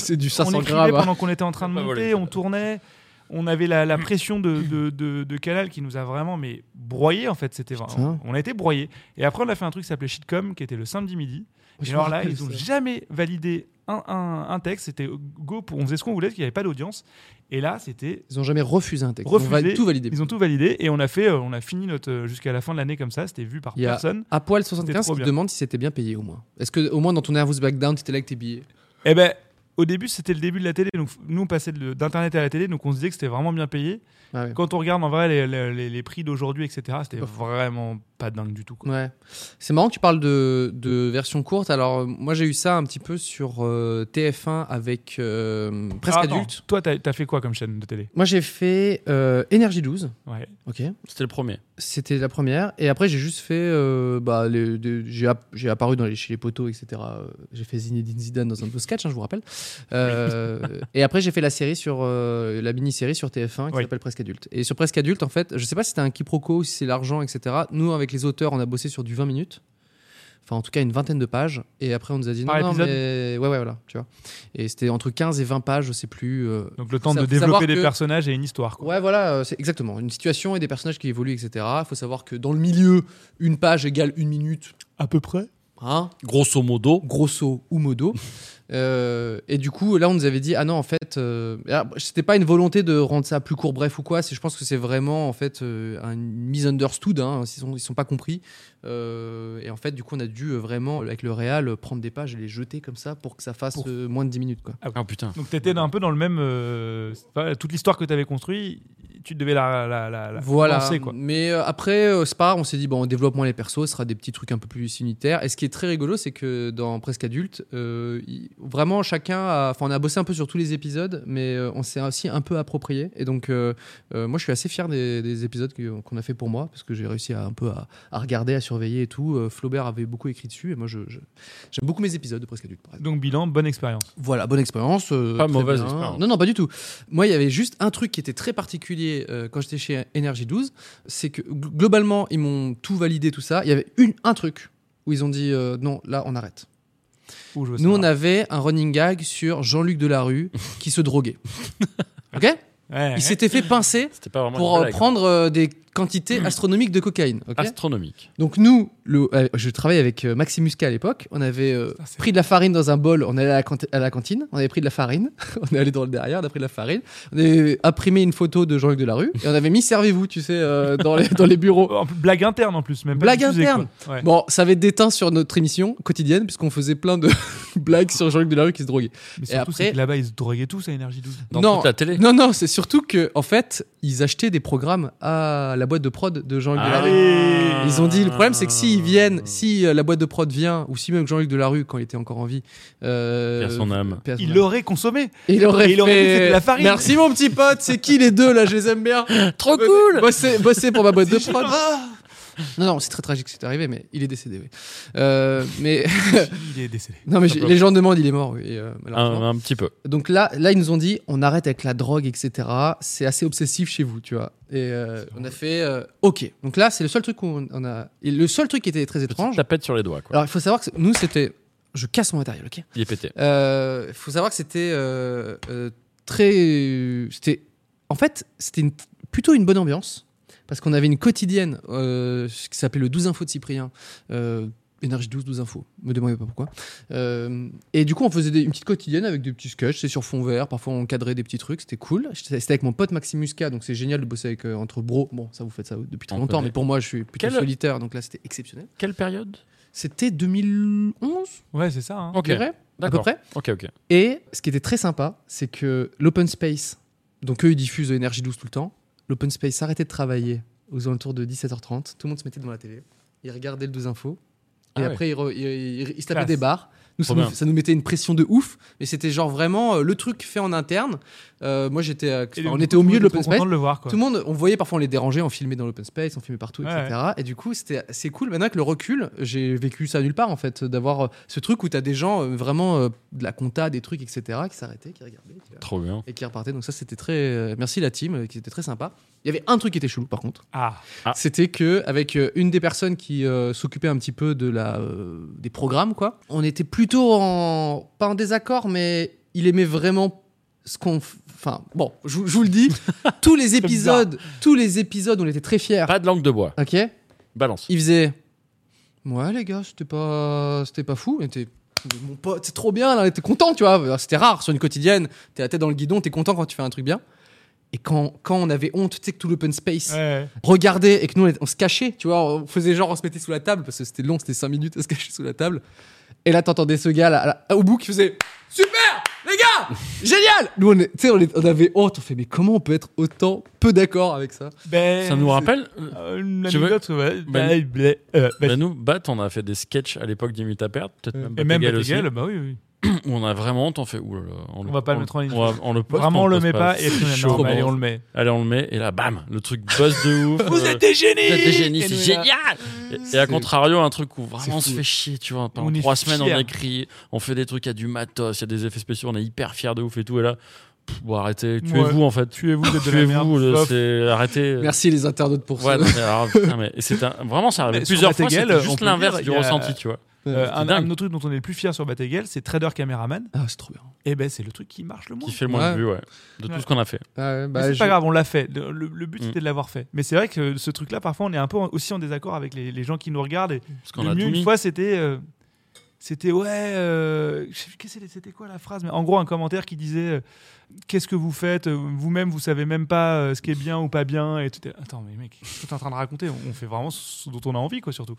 [SPEAKER 2] C'est du
[SPEAKER 3] on
[SPEAKER 2] 500
[SPEAKER 3] écrivait
[SPEAKER 2] grammes. hein.
[SPEAKER 3] pendant qu'on était en train de
[SPEAKER 5] Pas
[SPEAKER 3] monter,
[SPEAKER 5] volé, ça.
[SPEAKER 3] on tournait. On avait la, la pression de, de, de- de Canal qui nous a vraiment mais broyé en fait. C'était
[SPEAKER 2] Putain.
[SPEAKER 3] vraiment, on a été broyé. Et après on a fait un truc qui s'appelait Shitcom qui était le samedi midi.
[SPEAKER 2] Je
[SPEAKER 3] et
[SPEAKER 2] me
[SPEAKER 3] alors là
[SPEAKER 2] rappelle
[SPEAKER 3] ils ont
[SPEAKER 2] ça.
[SPEAKER 3] jamais validé un, un- un texte. C'était go pour on faisait ce qu'on voulait parce qu'il n'y avait pas d'audience. Et là c'était
[SPEAKER 2] Ils ont jamais refusé un texte.
[SPEAKER 3] refusé.
[SPEAKER 2] On va tout valider.
[SPEAKER 3] Ils ont tout validé et on a fait, euh, on a fini notre euh, jusqu'à la fin de l'année comme ça. C'était vu par
[SPEAKER 2] Il y a-
[SPEAKER 3] personne.
[SPEAKER 2] À poil
[SPEAKER 3] C'était
[SPEAKER 2] 75
[SPEAKER 3] trop
[SPEAKER 2] qui te
[SPEAKER 3] bien.
[SPEAKER 2] demande si c'était bien payé au moins. Est-ce que au moins dans ton nervous backdown, t'étais là avec tes billets
[SPEAKER 3] Eh ben, au début, c'était le début de la télé. Donc, nous, on passait de- d'Internet à la télé. Donc, on se disait que c'était vraiment bien payé.
[SPEAKER 2] Ah ouais.
[SPEAKER 3] Quand on regarde en vrai les, les- les- les prix d'aujourd'hui, etc., c'était
[SPEAKER 2] pas fou.
[SPEAKER 3] vraiment pas dingue du tout. quoi.
[SPEAKER 2] Ouais. C'est marrant que tu parles de, de version courte. Alors, euh, moi, j'ai eu ça un petit peu sur euh, TF1 avec euh, Presque
[SPEAKER 3] Ah, attends,
[SPEAKER 2] Adulte.
[SPEAKER 3] Toi, t'as as fait quoi comme chaîne de télé
[SPEAKER 2] Moi, j'ai fait euh, Énergie 12.
[SPEAKER 3] Ouais.
[SPEAKER 2] Ok.
[SPEAKER 5] C'était le premier.
[SPEAKER 2] C'était la première. Et après, j'ai juste fait. euh, bah, les- des- j'ai app- j'ai apparu dans les, chez les poteaux, etc. Euh, J'ai fait Zinedine Zidane dans un de vos sketchs, hein, je vous rappelle. Euh, et après, j'ai fait la série sur. euh, la mini-série sur TF1 qui
[SPEAKER 3] Oui.
[SPEAKER 2] s'appelle Presque Adulte. Et sur Presque Adulte, en fait, je sais pas si c'était un quiproquo, si c'est l'argent, etc. Nous, avec les auteurs, on a bossé sur du 20 minutes. Enfin, en tout cas, une vingtaine de pages. Et après, on nous a dit non,
[SPEAKER 3] Par
[SPEAKER 2] non,
[SPEAKER 3] épisode
[SPEAKER 2] mais. Ouais, ouais, voilà, tu vois. Et c'était entre 15 et 20 pages, je sais plus. euh,
[SPEAKER 3] Donc, le temps
[SPEAKER 2] Ça-
[SPEAKER 3] de
[SPEAKER 2] faut savoir
[SPEAKER 3] développer des
[SPEAKER 2] que-
[SPEAKER 3] personnages et une histoire. quoi.
[SPEAKER 2] Ouais, voilà, euh, c'est exactement. Une situation et des personnages qui évoluent, etc. Il faut savoir que dans le milieu, une page égale une minute,
[SPEAKER 3] À peu près.
[SPEAKER 2] hein,
[SPEAKER 5] Grosso modo.
[SPEAKER 2] grosso ou modo. Euh, et du coup, là, on nous avait dit, ah non, en fait, euh, alors, c'était pas une volonté de rendre ça plus court, bref ou quoi. C'est, je pense que c'est vraiment, en fait, euh, un misunderstood. Hein, ils, sont, ils sont pas compris. Euh, et en fait, du coup, on a dû euh, vraiment, avec le Real, euh, prendre des pages et les jeter comme ça pour que ça fasse
[SPEAKER 3] Pour-
[SPEAKER 2] euh, moins de 10 minutes, quoi.
[SPEAKER 5] Ah putain.
[SPEAKER 3] Donc, t'étais un peu dans le même. euh, enfin, toute l'histoire que t'avais construite, tu devais la, la, la- la
[SPEAKER 2] Voilà.
[SPEAKER 3] lancer, quoi.
[SPEAKER 2] Mais euh, après, euh, c'est pas grave, on s'est dit, bon, on développe moins les persos, ce sera des petits trucs un peu plus unitaires. Et ce qui est très rigolo, c'est que dans Presque Adulte, euh, il- vraiment chacun a. Enfin, on a bossé un peu sur tous les épisodes, mais euh, on s'est aussi un peu approprié. Et donc, euh, euh, moi, je suis assez fier des, des épisodes que- qu'on a fait pour moi, parce que j'ai réussi à un peu à, à regarder, à surveiller et tout. Euh, Flaubert avait beaucoup écrit dessus, et moi, je- je- j'aime beaucoup mes épisodes de Presque Adulte, par exemple.
[SPEAKER 3] Donc, bilan, bonne expérience.
[SPEAKER 2] Voilà, bonne expérience. euh,
[SPEAKER 5] Pas
[SPEAKER 2] très
[SPEAKER 5] mauvaise
[SPEAKER 2] bien.
[SPEAKER 5] expérience.
[SPEAKER 2] Non, non, pas du tout. Moi, il y avait juste un truc qui était très particulier euh, quand j'étais chez Energy 12, c'est que gl- globalement, ils m'ont tout validé, tout ça. Il y avait une, un truc où ils ont dit euh, non, là, on arrête.
[SPEAKER 3] Ouh, je veux
[SPEAKER 2] Nous, on
[SPEAKER 3] savoir.
[SPEAKER 2] avait un running gag sur Jean-Luc Delarue qui se droguait. Ok
[SPEAKER 3] Ouais, ouais.
[SPEAKER 2] Il s'était fait pincer
[SPEAKER 5] C'était pas vraiment
[SPEAKER 2] pour
[SPEAKER 5] une
[SPEAKER 2] euh,
[SPEAKER 5] blague. Ah,
[SPEAKER 2] prendre euh, des quantités astronomiques de cocaïne. ok
[SPEAKER 5] Astronomique.
[SPEAKER 2] donc nous, le- euh, je travaillais avec euh, Maxime Muscat à l'époque. On avait euh,
[SPEAKER 3] Ah, c'est
[SPEAKER 2] pris de la farine dans un bol. On allait à la, cante- à la cantine. On avait pris de la farine. on est allé dans le derrière. On a pris de la farine. On avait imprimé une photo de Jean-Luc Delarue et on avait mis servez-vous, tu sais, euh, dans les dans les bureaux.
[SPEAKER 3] Oh, En plus, Blague interne en plus, même pas
[SPEAKER 2] Blague
[SPEAKER 3] diffusée,
[SPEAKER 2] interne.
[SPEAKER 3] quoi. Ouais.
[SPEAKER 2] Bon, ça avait déteint sur notre émission quotidienne puisqu'on faisait plein de blagues sur Jean-Luc Delarue qui se droguait.
[SPEAKER 3] Mais surtout,
[SPEAKER 2] après-
[SPEAKER 3] c'est que là-bas, ils se droguaient tous à Énergie 12.
[SPEAKER 5] Dans
[SPEAKER 2] Non.
[SPEAKER 5] toute la télé.
[SPEAKER 2] Non, non, c'est surtout que en fait, ils achetaient des programmes à la boîte de prod de Jean-Luc
[SPEAKER 5] Ah.
[SPEAKER 2] Delarue. Ils ont dit le problème c'est que s'ils viennent, si euh, la boîte de prod vient, ou si même Jean-Luc Delarue, quand il était encore en vie, euh,
[SPEAKER 5] Perd son âme.
[SPEAKER 2] perd son
[SPEAKER 3] Il
[SPEAKER 2] âme.
[SPEAKER 3] l'aurait consommé.
[SPEAKER 2] Il aurait,
[SPEAKER 3] Et il aurait dit,
[SPEAKER 2] fait...
[SPEAKER 3] c'est de la farine.
[SPEAKER 2] Merci mon petit pote, c'est qui les deux là Je les aime bien.
[SPEAKER 5] Trop
[SPEAKER 2] Bosser, bosser pour ma boîte de prod. Non, non, c'est très tragique ce qui est arrivé, mais il est décédé, oui. Euh, mais
[SPEAKER 3] Il est décédé.
[SPEAKER 2] non, mais j'ai- les gens demandent, il est mort, oui. euh, malheureusement.
[SPEAKER 5] Un, un petit peu.
[SPEAKER 2] Donc là, là, ils nous ont dit, on arrête avec la drogue, etc. C'est assez obsessif chez vous, tu vois. Et euh, on a fait, euh, ok. Donc là, c'est le seul truc qu'on on a. Et le seul truc qui était très
[SPEAKER 5] Petite
[SPEAKER 2] étrange.
[SPEAKER 5] tapette sur les doigts, quoi.
[SPEAKER 2] Alors, il faut savoir que nous, c'était. Je casse mon matériel, ok.
[SPEAKER 5] Il est pété.
[SPEAKER 2] Il faut savoir que c'était euh, euh, très. C'était. En fait, c'était une- plutôt une bonne ambiance. Parce qu'on avait une quotidienne euh, ce qui s'appelait le 12 Info de Cyprien. euh, Énergie 12, 12 infos. Me demandez pas pourquoi. Euh, et du coup, on faisait des- une petite quotidienne avec des petits sketchs. C'est sur fond vert. Parfois, on cadrait des petits trucs. C'était cool. J'étais- C'était avec mon pote Maxime Muscat. Donc, c'est génial de bosser avec, euh, entre bros. Bon, ça, vous faites ça depuis très
[SPEAKER 5] On
[SPEAKER 2] longtemps.
[SPEAKER 5] connaît.
[SPEAKER 2] Mais pour moi, je suis plutôt
[SPEAKER 5] Quel-
[SPEAKER 2] solitaire. Donc là, c'était exceptionnel.
[SPEAKER 5] Quelle période
[SPEAKER 2] C'était 2011,
[SPEAKER 3] Ouais, c'est ça. hein.
[SPEAKER 5] Ok,
[SPEAKER 2] je dirais, à peu
[SPEAKER 5] d'accord.
[SPEAKER 2] près.
[SPEAKER 5] Ok, ok.
[SPEAKER 2] Et ce qui était très sympa, c'est que l'open space, donc eux ils diffusent énergie douce tout le temps, l'open space arrêtait de travailler aux alentours de 17h30, tout le monde se mettait devant la télé, ils regardaient le 12 infos,
[SPEAKER 5] Ah
[SPEAKER 2] et
[SPEAKER 5] ouais.
[SPEAKER 2] après ils, re- ils- ils- ils se tapaient
[SPEAKER 3] Classe.
[SPEAKER 2] des barres. Nous, ça,
[SPEAKER 5] Trop
[SPEAKER 2] nous,
[SPEAKER 5] bien.
[SPEAKER 2] ça nous mettait une pression de ouf, mais c'était genre vraiment euh, le truc fait en interne. Euh, moi j'étais, à-
[SPEAKER 3] Et
[SPEAKER 2] enfin, on
[SPEAKER 3] donc,
[SPEAKER 2] était au
[SPEAKER 3] tout
[SPEAKER 2] milieu de
[SPEAKER 3] le monde
[SPEAKER 2] l'open
[SPEAKER 3] est trop
[SPEAKER 2] space,
[SPEAKER 3] content de le voir, quoi.
[SPEAKER 2] tout le monde, on voyait parfois on les dérangeait, on filmait dans l'open space, on filmait partout,
[SPEAKER 3] Ouais,
[SPEAKER 2] etc. Et du coup, c'était c'est cool. Maintenant, avec le recul, j'ai vécu ça nulle part en fait, d'avoir euh, ce truc où t'as des gens euh, vraiment euh, de la compta, des trucs, etc. qui s'arrêtaient, qui regardaient qui- euh,
[SPEAKER 5] Trop bien.
[SPEAKER 2] et qui repartaient. Donc ça, c'était très. euh, merci la team, euh, qui était très sympa. Il y avait un truc qui était chelou par contre.
[SPEAKER 3] Ah,
[SPEAKER 5] Ah.
[SPEAKER 2] C'était que avec euh, une des personnes qui euh, s'occupait un petit peu de la euh, des programmes quoi. On était plutôt en pas en désaccord, mais il aimait vraiment ce qu'on. f- Enfin bon, je, vous- je vous le dis, tous les épisodes, tous les épisodes, on était très fiers.
[SPEAKER 5] Pas de langue de bois.
[SPEAKER 2] Ok.
[SPEAKER 5] Balance.
[SPEAKER 2] Il faisait. Ouais les gars, c'était pas c'était pas fou. On était- Mon pote, c'est trop bien, là, on était content, tu vois. Ah, C'était rare sur une quotidienne. T'es la tête dans le guidon, t'es content quand tu fais un truc bien. Et quand, quand on avait honte, tu sais que tout l'open space,
[SPEAKER 3] ouais.
[SPEAKER 2] regarder et que nous on, on se cachait, tu vois, on faisait genre on se mettait sous la table parce que c'était long, c'était 5 minutes à se cacher sous la table. Et là t'entendais ce gars là, là, au bout qui faisait super les gars, génial. Nous on, est- tu sais, on, est- on avait honte, on fait mais comment on peut être autant peu d'accord avec ça
[SPEAKER 3] Ben,
[SPEAKER 5] Ça nous
[SPEAKER 3] c'est-
[SPEAKER 5] rappelle
[SPEAKER 3] Euh, Une
[SPEAKER 5] Tu veux-
[SPEAKER 3] anecdote, ouais.
[SPEAKER 5] Ben-
[SPEAKER 3] Ben, euh, ben,
[SPEAKER 5] bah, Nous, Bat, on a fait des sketchs à l'époque d'Imite à perdre, peut-être même
[SPEAKER 3] Mm. et même
[SPEAKER 5] Batégal aussi,
[SPEAKER 3] Batégal, bah oui, oui.
[SPEAKER 5] où on a vraiment honte, on fait oulala. On,
[SPEAKER 3] On va pas le mettre en ligne.
[SPEAKER 5] On, va- on le poste,
[SPEAKER 3] Vraiment, on le
[SPEAKER 5] poste
[SPEAKER 3] met pas. Et
[SPEAKER 5] C'est
[SPEAKER 3] puis, on est
[SPEAKER 5] chaud.
[SPEAKER 3] normal, allez, on le met.
[SPEAKER 5] Allez, on le met, et là, bam, le truc buzz de ouf. euh,
[SPEAKER 3] Vous êtes des génies
[SPEAKER 5] vous êtes des génies,
[SPEAKER 3] Et
[SPEAKER 5] c'est
[SPEAKER 3] nous,
[SPEAKER 5] génial! Et, et à
[SPEAKER 2] C'est-
[SPEAKER 5] contrario, un truc où vraiment on
[SPEAKER 2] c'est
[SPEAKER 5] se
[SPEAKER 2] fou.
[SPEAKER 5] fait chier, tu vois.
[SPEAKER 3] On
[SPEAKER 5] Pendant
[SPEAKER 3] est
[SPEAKER 5] trois semaines, on
[SPEAKER 3] fiers.
[SPEAKER 5] écrit, on fait des trucs à du matos, il y a des effets spéciaux, on est hyper fiers de ouf et tout. Et là, pff, bon, arrêtez, tuez-vous en fait.
[SPEAKER 3] Tuez-vous, vous êtes de la merde.
[SPEAKER 5] Tuez-vous, le-
[SPEAKER 3] Sauf-
[SPEAKER 5] c'est arrêtez.
[SPEAKER 2] Merci les internautes pour ça.
[SPEAKER 5] Ouais, non, mais alors, putain, mais c'est un- vraiment ça arrive
[SPEAKER 3] Mais
[SPEAKER 5] plusieurs
[SPEAKER 3] sur
[SPEAKER 5] fois,
[SPEAKER 3] Battlegal,
[SPEAKER 5] c'est
[SPEAKER 3] on
[SPEAKER 5] juste
[SPEAKER 3] peut
[SPEAKER 5] l'inverse
[SPEAKER 3] dire,
[SPEAKER 5] du
[SPEAKER 3] il y a-
[SPEAKER 5] ressenti, tu vois.
[SPEAKER 3] Euh, un,
[SPEAKER 5] dingue.
[SPEAKER 3] un autre truc dont on est le plus fier sur Batégal, c'est Trader Cameraman.
[SPEAKER 2] Ah c'est trop bien.
[SPEAKER 3] Et ben, c'est le truc qui marche le moins.
[SPEAKER 5] Qui fait le moins
[SPEAKER 2] Ouais.
[SPEAKER 5] de vues, ouais. De tout
[SPEAKER 3] Ouais.
[SPEAKER 5] ce qu'on a fait.
[SPEAKER 2] Ah, ouais, bah,
[SPEAKER 3] Mais c'est
[SPEAKER 2] je-
[SPEAKER 3] pas grave, on l'a fait. Le, le- le but
[SPEAKER 5] Mm.
[SPEAKER 3] c'était de l'avoir fait. Mais c'est vrai que ce truc-là, parfois, on est un peu en- aussi en désaccord avec les, les gens qui nous regardent. Et
[SPEAKER 5] Parce qu'on
[SPEAKER 3] le
[SPEAKER 5] a
[SPEAKER 3] mieux,
[SPEAKER 5] tout mis.
[SPEAKER 3] une fois, c'était. euh, c'était ouais. euh, je sais plus, qu'est-ce que c'était- c'était quoi la phrase Mais en gros, un commentaire qui disait euh, Qu'est-ce que vous faites Euh, Vous-même, vous savez même pas euh, ce qui est bien ou pas bien. Et tout est- Attends, mais mec, qu'est-ce que t'es en train de raconter on, on fait vraiment ce dont on a envie, quoi, surtout.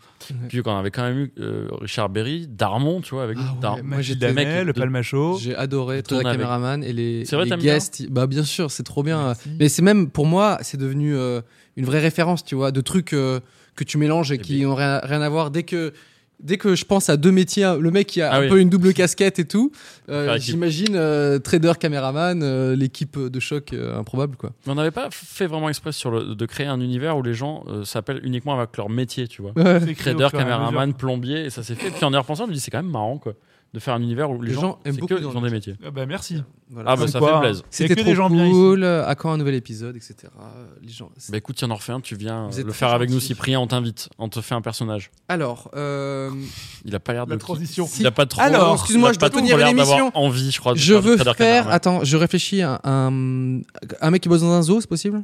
[SPEAKER 5] Puis qu'on avait quand même eu euh, Richard Berry, Darmon, tu vois, avec
[SPEAKER 2] Ah ouais,
[SPEAKER 5] Dar-
[SPEAKER 2] Moi, j'étais-
[SPEAKER 3] Mathilde
[SPEAKER 5] mec,
[SPEAKER 3] Hamel, le
[SPEAKER 5] de-
[SPEAKER 3] Palmacho.
[SPEAKER 2] J'ai adoré
[SPEAKER 5] Tourne
[SPEAKER 2] Toda
[SPEAKER 5] avec.
[SPEAKER 2] Cameraman et les,
[SPEAKER 5] C'est vrai,
[SPEAKER 2] les
[SPEAKER 5] t'aimes
[SPEAKER 2] guests. Bah bien sûr, c'est trop bien.
[SPEAKER 5] Mm.
[SPEAKER 3] Merci.
[SPEAKER 2] Mais c'est même pour moi, c'est devenu euh, une vraie référence, tu vois, de trucs euh, que tu mélanges et
[SPEAKER 5] Eh
[SPEAKER 2] qui n'ont rien, rien à voir. Dès que dès que je pense à deux métiers, hein, le mec qui a
[SPEAKER 5] Ah
[SPEAKER 2] un
[SPEAKER 5] oui.
[SPEAKER 2] peu une double casquette et tout, euh,
[SPEAKER 5] Faire équipe.
[SPEAKER 2] j'imagine euh, trader, caméraman, euh, l'équipe de choc euh, improbable quoi.
[SPEAKER 5] Mais on n'avait pas fait vraiment exprès sur le, de créer un univers où les gens euh, s'appellent uniquement avec leur métier, tu vois.
[SPEAKER 2] Ouais.
[SPEAKER 3] C'est écrit au
[SPEAKER 5] Trader,
[SPEAKER 3] fur et à mesure.
[SPEAKER 5] caméraman, plombier, et ça s'est fait. Puis en y repensant, je me dis, c'est quand même marrant, quoi. De faire un univers où les,
[SPEAKER 2] Les gens aiment
[SPEAKER 5] c'est
[SPEAKER 2] beaucoup
[SPEAKER 5] que
[SPEAKER 2] les
[SPEAKER 5] ils
[SPEAKER 2] gens.
[SPEAKER 5] ont des métiers.
[SPEAKER 3] Ah bah merci.
[SPEAKER 2] Voilà.
[SPEAKER 5] Ah, bah
[SPEAKER 3] Comme
[SPEAKER 5] ça
[SPEAKER 3] quoi,
[SPEAKER 5] fait
[SPEAKER 3] hein.
[SPEAKER 5] plaisir.
[SPEAKER 3] Il y a
[SPEAKER 2] C'était
[SPEAKER 3] que
[SPEAKER 2] trop
[SPEAKER 3] des gens bien ici.
[SPEAKER 2] cool. À quand un nouvel épisode, etc. Les gens.
[SPEAKER 5] Bah écoute, tiens, on en refait un, tu viens
[SPEAKER 2] Vous
[SPEAKER 5] euh,
[SPEAKER 2] êtes
[SPEAKER 5] le
[SPEAKER 2] très
[SPEAKER 5] faire avec nous,
[SPEAKER 2] gentils.
[SPEAKER 5] Cyprien, on t'invite, on te fait un personnage.
[SPEAKER 2] Alors.
[SPEAKER 5] Ah,
[SPEAKER 2] euh,
[SPEAKER 5] Il a pas l'air de.
[SPEAKER 3] La transition.
[SPEAKER 5] Il a pas trop.
[SPEAKER 2] Alors,
[SPEAKER 5] il a
[SPEAKER 2] excuse-moi,
[SPEAKER 5] pas
[SPEAKER 2] je dois
[SPEAKER 5] trop
[SPEAKER 2] tenir
[SPEAKER 5] l'air
[SPEAKER 2] l'émission.
[SPEAKER 5] d'avoir envie, je crois. de
[SPEAKER 2] Je
[SPEAKER 5] faire du
[SPEAKER 2] veux
[SPEAKER 5] Trader
[SPEAKER 2] faire.
[SPEAKER 5] Cameraman.
[SPEAKER 2] Attends, je réfléchis à un, un mec qui bosse dans un zoo, c'est possible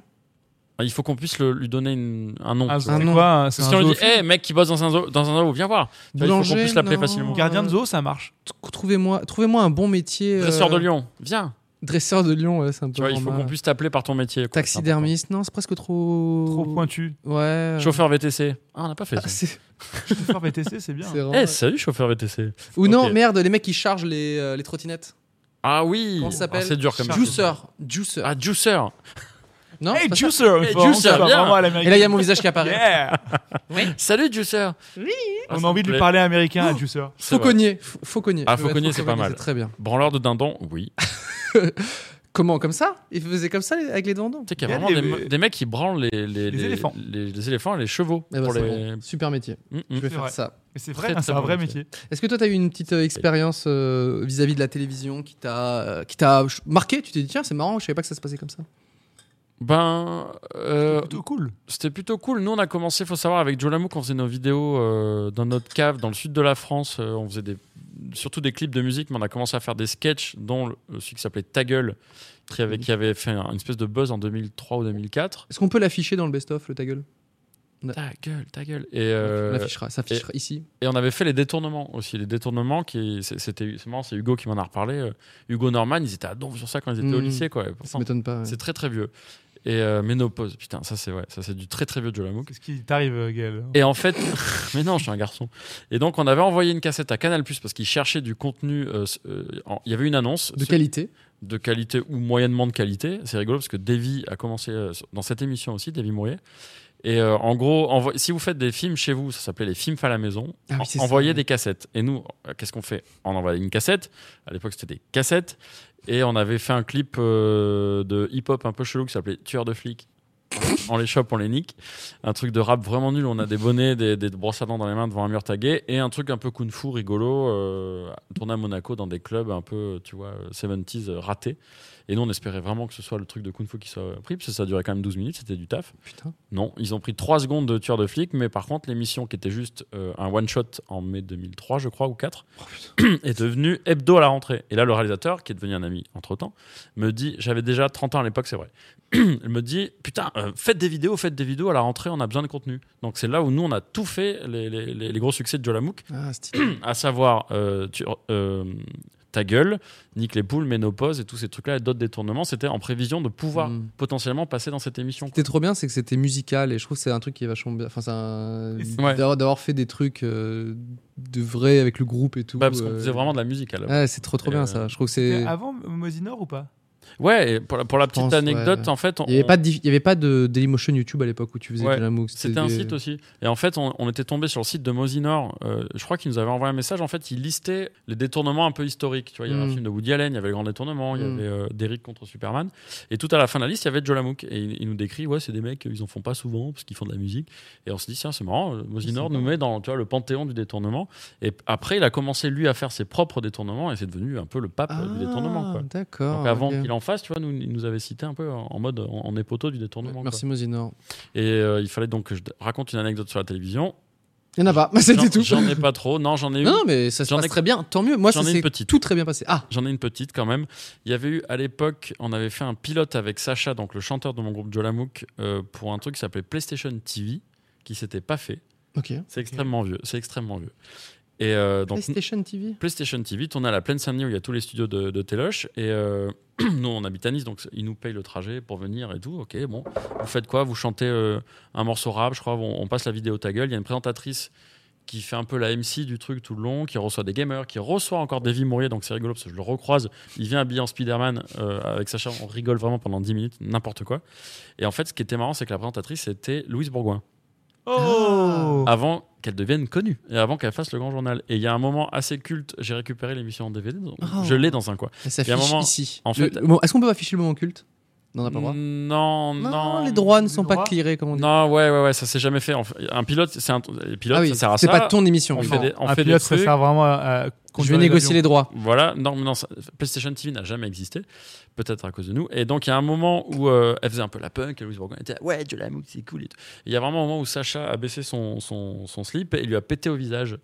[SPEAKER 5] Il faut qu'on puisse le- lui donner une- un nom.
[SPEAKER 3] Un zoo,
[SPEAKER 2] Un
[SPEAKER 3] Ah, c'est
[SPEAKER 2] nom.
[SPEAKER 3] quoi un- C'est
[SPEAKER 5] Si on
[SPEAKER 3] un
[SPEAKER 5] lui
[SPEAKER 3] zoo.
[SPEAKER 5] dit, hé, mec qui bosse dans un zoo, dans un zoo viens voir. Tu vois, il faut qu'on
[SPEAKER 2] Boulanger,
[SPEAKER 5] puisse l'appeler
[SPEAKER 2] non. euh,
[SPEAKER 5] facilement.
[SPEAKER 3] Gardien de zoo, ça marche.
[SPEAKER 2] Tr- Trouvez-moi trouvez un bon métier. euh,
[SPEAKER 5] Dresseur de lion, viens.
[SPEAKER 2] Dresseur de lion, ouais, c'est un peu.
[SPEAKER 5] Tu vois, il faut
[SPEAKER 3] bah,
[SPEAKER 2] normal.
[SPEAKER 5] qu'on puisse t'appeler par ton métier. quoi, c'est important.
[SPEAKER 2] Taxidermiste, non, c'est presque trop.
[SPEAKER 3] Trop pointu.
[SPEAKER 2] Ouais.
[SPEAKER 5] Chauffeur VTC. Ah, on n'a pas fait
[SPEAKER 2] Ah,
[SPEAKER 5] ça.
[SPEAKER 2] c'est
[SPEAKER 3] Chauffeur VTC, c'est bien.
[SPEAKER 2] c'est rare.
[SPEAKER 5] Eh, salut, chauffeur VTC.
[SPEAKER 2] Ou non,
[SPEAKER 5] ok.
[SPEAKER 2] merde, les mecs qui chargent les, euh, les trottinettes.
[SPEAKER 5] Ah oui.
[SPEAKER 2] Comment ça
[SPEAKER 5] Ah,
[SPEAKER 2] s'appelle
[SPEAKER 5] C'est dur comme ça.
[SPEAKER 2] Juicer. Juicer.
[SPEAKER 5] Ah, Juicer.
[SPEAKER 2] non c'est
[SPEAKER 3] Hey
[SPEAKER 2] pas ça
[SPEAKER 3] Juicer, une
[SPEAKER 5] Hey,
[SPEAKER 3] fois, on
[SPEAKER 5] Juicer,
[SPEAKER 3] va
[SPEAKER 5] viens.
[SPEAKER 3] vraiment à
[SPEAKER 2] Et là, il y a
[SPEAKER 3] l'américaine.
[SPEAKER 2] mon visage qui apparaît.
[SPEAKER 3] Yeah.
[SPEAKER 5] Salut, Juicer. Ah, ça
[SPEAKER 3] On a
[SPEAKER 5] me
[SPEAKER 3] envie de lui
[SPEAKER 5] plaît.
[SPEAKER 3] parler américain à Juicer.
[SPEAKER 5] C'est
[SPEAKER 2] Faut
[SPEAKER 5] vrai.
[SPEAKER 2] cogner. Faut faut cogner.
[SPEAKER 5] Ah,
[SPEAKER 2] Je
[SPEAKER 5] faut
[SPEAKER 2] veux être
[SPEAKER 5] cogner, c'est pas mal.
[SPEAKER 2] Très bien.
[SPEAKER 5] Branleur de dindon, oui.
[SPEAKER 2] Comment Comme ça Ils faisaient comme ça les- avec les dindons
[SPEAKER 5] Tu sais qu'il y
[SPEAKER 3] Il
[SPEAKER 5] a
[SPEAKER 3] y a
[SPEAKER 5] vraiment des,
[SPEAKER 3] les-
[SPEAKER 5] me- des mecs qui branlent les, les,
[SPEAKER 3] Les éléphants.
[SPEAKER 5] les- les éléphants et les chevaux.
[SPEAKER 2] Eh ben,
[SPEAKER 5] pour
[SPEAKER 2] c'est
[SPEAKER 5] les...
[SPEAKER 2] bon. Super métier.
[SPEAKER 5] Mm, mm.
[SPEAKER 2] Je vais
[SPEAKER 3] C'est
[SPEAKER 2] faire
[SPEAKER 3] vrai.
[SPEAKER 2] ça.
[SPEAKER 3] Et c'est
[SPEAKER 5] Très,
[SPEAKER 3] vrai, hein, c'est
[SPEAKER 5] très
[SPEAKER 3] un vrai
[SPEAKER 5] bon
[SPEAKER 3] métier.
[SPEAKER 2] Est-ce que toi, tu as eu une petite euh, expérience euh, vis-à-vis de la télévision qui t'a euh, qui t'a ch- marqué Tu t'es dit, tiens, c'est marrant, je savais pas que ça se passait comme ça.
[SPEAKER 5] Ben, euh,
[SPEAKER 3] Plutôt cool.
[SPEAKER 5] c'était plutôt cool. Nous, on a commencé, faut savoir, avec Joe Lamouk, on faisait nos vidéos euh, dans notre cave, dans le sud de la France. Euh, on faisait des, surtout des clips de musique, mais on a commencé à faire des sketchs, dont le- euh, celui qui s'appelait Ta gueule, qui avait, qui avait fait un- une espèce de buzz en 2003 ou 2004.
[SPEAKER 2] Est-ce qu'on peut l'afficher dans le best-of, le ta gueule
[SPEAKER 5] Ta gueule, ta gueule. Et, euh,
[SPEAKER 2] On l'affichera, ça affichera ici.
[SPEAKER 5] Et on avait fait les détournements aussi, les détournements qui c'est- c'était c'est marrant, c'est Hugo qui m'en a reparlé. euh, Hugo Norman, ils étaient à donf sur ça quand ils étaient au
[SPEAKER 2] Mhm.
[SPEAKER 5] lycée quoi. Et
[SPEAKER 2] Ça
[SPEAKER 5] pourtant,
[SPEAKER 2] m'étonne pas. ouais.
[SPEAKER 5] c'est très très vieux. Et euh, ménopause, putain, ça c'est ouais, ça c'est du très très vieux de Jolamouk.
[SPEAKER 3] Qu'est-ce qui t'arrive, Gaël
[SPEAKER 5] Et en fait, mais non, je suis un garçon. Et donc on avait envoyé une cassette à Canal Plus parce qu'ils cherchaient du contenu. euh, s- euh, en- Il y avait une annonce
[SPEAKER 2] De
[SPEAKER 5] ce-
[SPEAKER 2] qualité.
[SPEAKER 5] de qualité ou moyennement de qualité. C'est rigolo parce que Davy a commencé euh, sur- dans cette émission aussi, Davy Mourier. Et euh, en gros, envo- si vous faites des films chez vous, ça s'appelait les films faits à la maison,
[SPEAKER 2] Ah oui,
[SPEAKER 5] en-
[SPEAKER 2] c'est ça,
[SPEAKER 5] envoyez
[SPEAKER 2] ouais.
[SPEAKER 5] des cassettes. Et nous, euh, qu'est-ce qu'on fait On envoyait une cassette. À l'époque, c'était des cassettes. Et on avait fait un clip euh, de hip-hop un peu chelou qui s'appelait Tueur de flics. on les chope, on les nique. Un truc de rap vraiment nul. On a des bonnets, des, des brosses à dents dans les mains devant un mur tagué. Et un truc un peu kung-fu rigolo, euh, tourné à Monaco dans des clubs un peu, tu vois, euh, 70s euh, ratés. Et nous, on espérait vraiment que ce soit le truc de kung-fu qui soit euh, pris, parce que ça durait quand même 12 minutes, c'était du taf.
[SPEAKER 2] Putain.
[SPEAKER 5] Non, ils ont pris 3 secondes de tueur de flic, mais par contre, l'émission qui était juste euh, un one-shot en mai 2003, je crois, ou 4, est devenue hebdo à la rentrée. Et là, le réalisateur, qui est devenu un ami entre-temps, me dit, j'avais déjà 30 ans à l'époque, c'est vrai, il me dit, putain, euh, faites des vidéos, faites des vidéos, à la rentrée, on a besoin de contenu. Donc c'est là où nous, on a tout fait, les, les- les- les gros succès de Jolamouk,
[SPEAKER 2] Ah, stylé.
[SPEAKER 5] à savoir euh, tu- euh, ta gueule, nique les poules, ménopause et tous ces trucs-là, et d'autres détournements, c'était en prévision de pouvoir
[SPEAKER 2] Mm.
[SPEAKER 5] potentiellement passer dans cette émission.
[SPEAKER 2] C'était trop bien, c'est que c'était musical et je trouve que c'est un truc qui est vachement bien. Enfin, c'est un...
[SPEAKER 3] Et c'est-
[SPEAKER 5] Ouais.
[SPEAKER 2] d'avoir d'avoir fait des trucs euh, de vrai avec le groupe et tout.
[SPEAKER 5] Bah, parce qu'on
[SPEAKER 2] euh,
[SPEAKER 5] faisait vraiment de la musique alors.
[SPEAKER 2] Ouais, c'est trop trop
[SPEAKER 5] Et,
[SPEAKER 2] bien
[SPEAKER 5] euh,
[SPEAKER 2] ça. Je trouve que c'est.
[SPEAKER 3] Avant Mosinor ou pas
[SPEAKER 5] Ouais, et pour la, pour la petite
[SPEAKER 2] pense, ouais,
[SPEAKER 5] anecdote,
[SPEAKER 2] ouais.
[SPEAKER 5] en fait, on-
[SPEAKER 2] Il n'y avait, pas de diff- il y avait pas de Dailymotion YouTube à l'époque où tu faisais
[SPEAKER 5] Ouais.
[SPEAKER 2] de la MOOC.
[SPEAKER 5] c'était un
[SPEAKER 2] des-
[SPEAKER 5] site aussi. Et en fait, on, on était tombé sur le site de Mosinor. Euh, je crois qu'il nous avait envoyé un message. En fait, il listait les détournements un peu historiques. Tu vois, il y avait
[SPEAKER 2] Mm.
[SPEAKER 5] un film de Woody Allen, il y avait le Grand Détournement, il y
[SPEAKER 2] Mm.
[SPEAKER 5] avait euh, Derrick contre Superman. Et tout à la fin de la liste, il y avait Jolamouk. Et il, il nous décrit, ouais, c'est des mecs, ils en font pas souvent parce qu'ils font de la musique. Et on se dit, tiens, c'est marrant. euh, Mosinor
[SPEAKER 2] C'est
[SPEAKER 5] nous
[SPEAKER 2] sympa.
[SPEAKER 5] met dans tu vois, le panthéon du détournement. Et p- après, il a commencé lui à faire ses propres détournements et c'est devenu un peu le pape
[SPEAKER 2] Ah,
[SPEAKER 5] euh, du détournement. quoi.
[SPEAKER 2] D'accord.
[SPEAKER 5] Donc avant
[SPEAKER 2] ok.
[SPEAKER 5] qu'il en fasse, tu vois, nous, il nous avait cité un peu en en mode en, en époto du détournement.
[SPEAKER 2] Merci Mosinor.
[SPEAKER 5] quoi. Et euh, il fallait donc que je d- raconte une anecdote sur la télévision.
[SPEAKER 2] Il n'y en a pas. C'était
[SPEAKER 5] J'en-
[SPEAKER 2] tout.
[SPEAKER 5] J'en ai pas trop. Non, j'en ai eu.
[SPEAKER 2] Non, non, mais ça se
[SPEAKER 5] J'en
[SPEAKER 2] passe
[SPEAKER 5] ai-
[SPEAKER 2] très bien. Tant mieux. Moi,
[SPEAKER 5] j'en
[SPEAKER 2] ça
[SPEAKER 5] ai une
[SPEAKER 2] s'est
[SPEAKER 5] petite.
[SPEAKER 2] tout très bien passé. Ah,
[SPEAKER 5] J'en ai une petite quand même. Il y avait eu à l'époque, on avait fait un pilote avec Sacha, donc le chanteur de mon groupe Jolamouk, euh, pour un truc qui s'appelait PlayStation TV, qui s'était pas fait.
[SPEAKER 2] ok.
[SPEAKER 5] C'est extrêmement vieux. C'est extrêmement vieux. Et euh, donc
[SPEAKER 2] PlayStation TV.
[SPEAKER 5] PlayStation TV, tourné à la plaine Saint-Denis où il y a tous les studios de, de Téloche. Et euh, nous, on habite à Nice, donc ils nous payent le trajet pour venir et tout. Ok, bon. Vous faites quoi Vous chantez euh, un morceau rap, je crois. On, on passe la vidéo ta gueule. Il y a une présentatrice qui fait un peu la MC du truc tout le long, qui reçoit des gamers, qui reçoit encore Davy Mourier, donc c'est rigolo parce que je le recroise. Il vient habillé en Spider-Man euh, avec Sacha, on rigole vraiment pendant 10 minutes, n'importe quoi. Et en fait, ce qui était marrant, c'est que la présentatrice, c'était Louise Bourgoin
[SPEAKER 3] Oh
[SPEAKER 5] avant qu'elle devienne connue et avant qu'elle fasse le grand journal. Et il y a un moment assez culte, j'ai récupéré l'émission en DVD, donc
[SPEAKER 2] Oh.
[SPEAKER 5] je l'ai dans un coin.
[SPEAKER 2] Ça
[SPEAKER 5] Il y a un
[SPEAKER 2] s'affiche
[SPEAKER 5] moment,
[SPEAKER 2] ici.
[SPEAKER 5] en
[SPEAKER 2] Le-
[SPEAKER 5] fait-
[SPEAKER 2] le- bon, Est-ce qu'on peut afficher le moment culte Non, on n'a pas le droit.
[SPEAKER 5] Mm, Non, non,
[SPEAKER 2] les droits ne
[SPEAKER 3] les
[SPEAKER 2] sont pas
[SPEAKER 3] droits.
[SPEAKER 2] clearés, comme on dit.
[SPEAKER 5] Non, ouais, ouais, ouais, ça s'est jamais fait. En fait, Un pilote, c'est un les pilotes,
[SPEAKER 2] ah oui,
[SPEAKER 5] ça sert à
[SPEAKER 2] c'est
[SPEAKER 5] ça.
[SPEAKER 2] pas ton émission.
[SPEAKER 5] On
[SPEAKER 2] oui.
[SPEAKER 5] fait
[SPEAKER 2] Non.
[SPEAKER 5] des, on
[SPEAKER 3] Un
[SPEAKER 5] fait des
[SPEAKER 3] pilote, ça
[SPEAKER 5] trucs.
[SPEAKER 3] sert vraiment à. à
[SPEAKER 2] Je
[SPEAKER 3] conduire
[SPEAKER 2] vais négocier
[SPEAKER 3] avions.
[SPEAKER 2] les droits.
[SPEAKER 5] Voilà, non, mais non, ça- PlayStation TV n'a jamais existé, peut-être à cause de nous. Et donc, il y a un moment où euh, elle faisait un peu la punk, et Louise Bourgoin était ouais, je l'aime, c'est cool et tout. Et Il y a vraiment un moment où Sacha a baissé son, son, son slip et lui a pété au visage.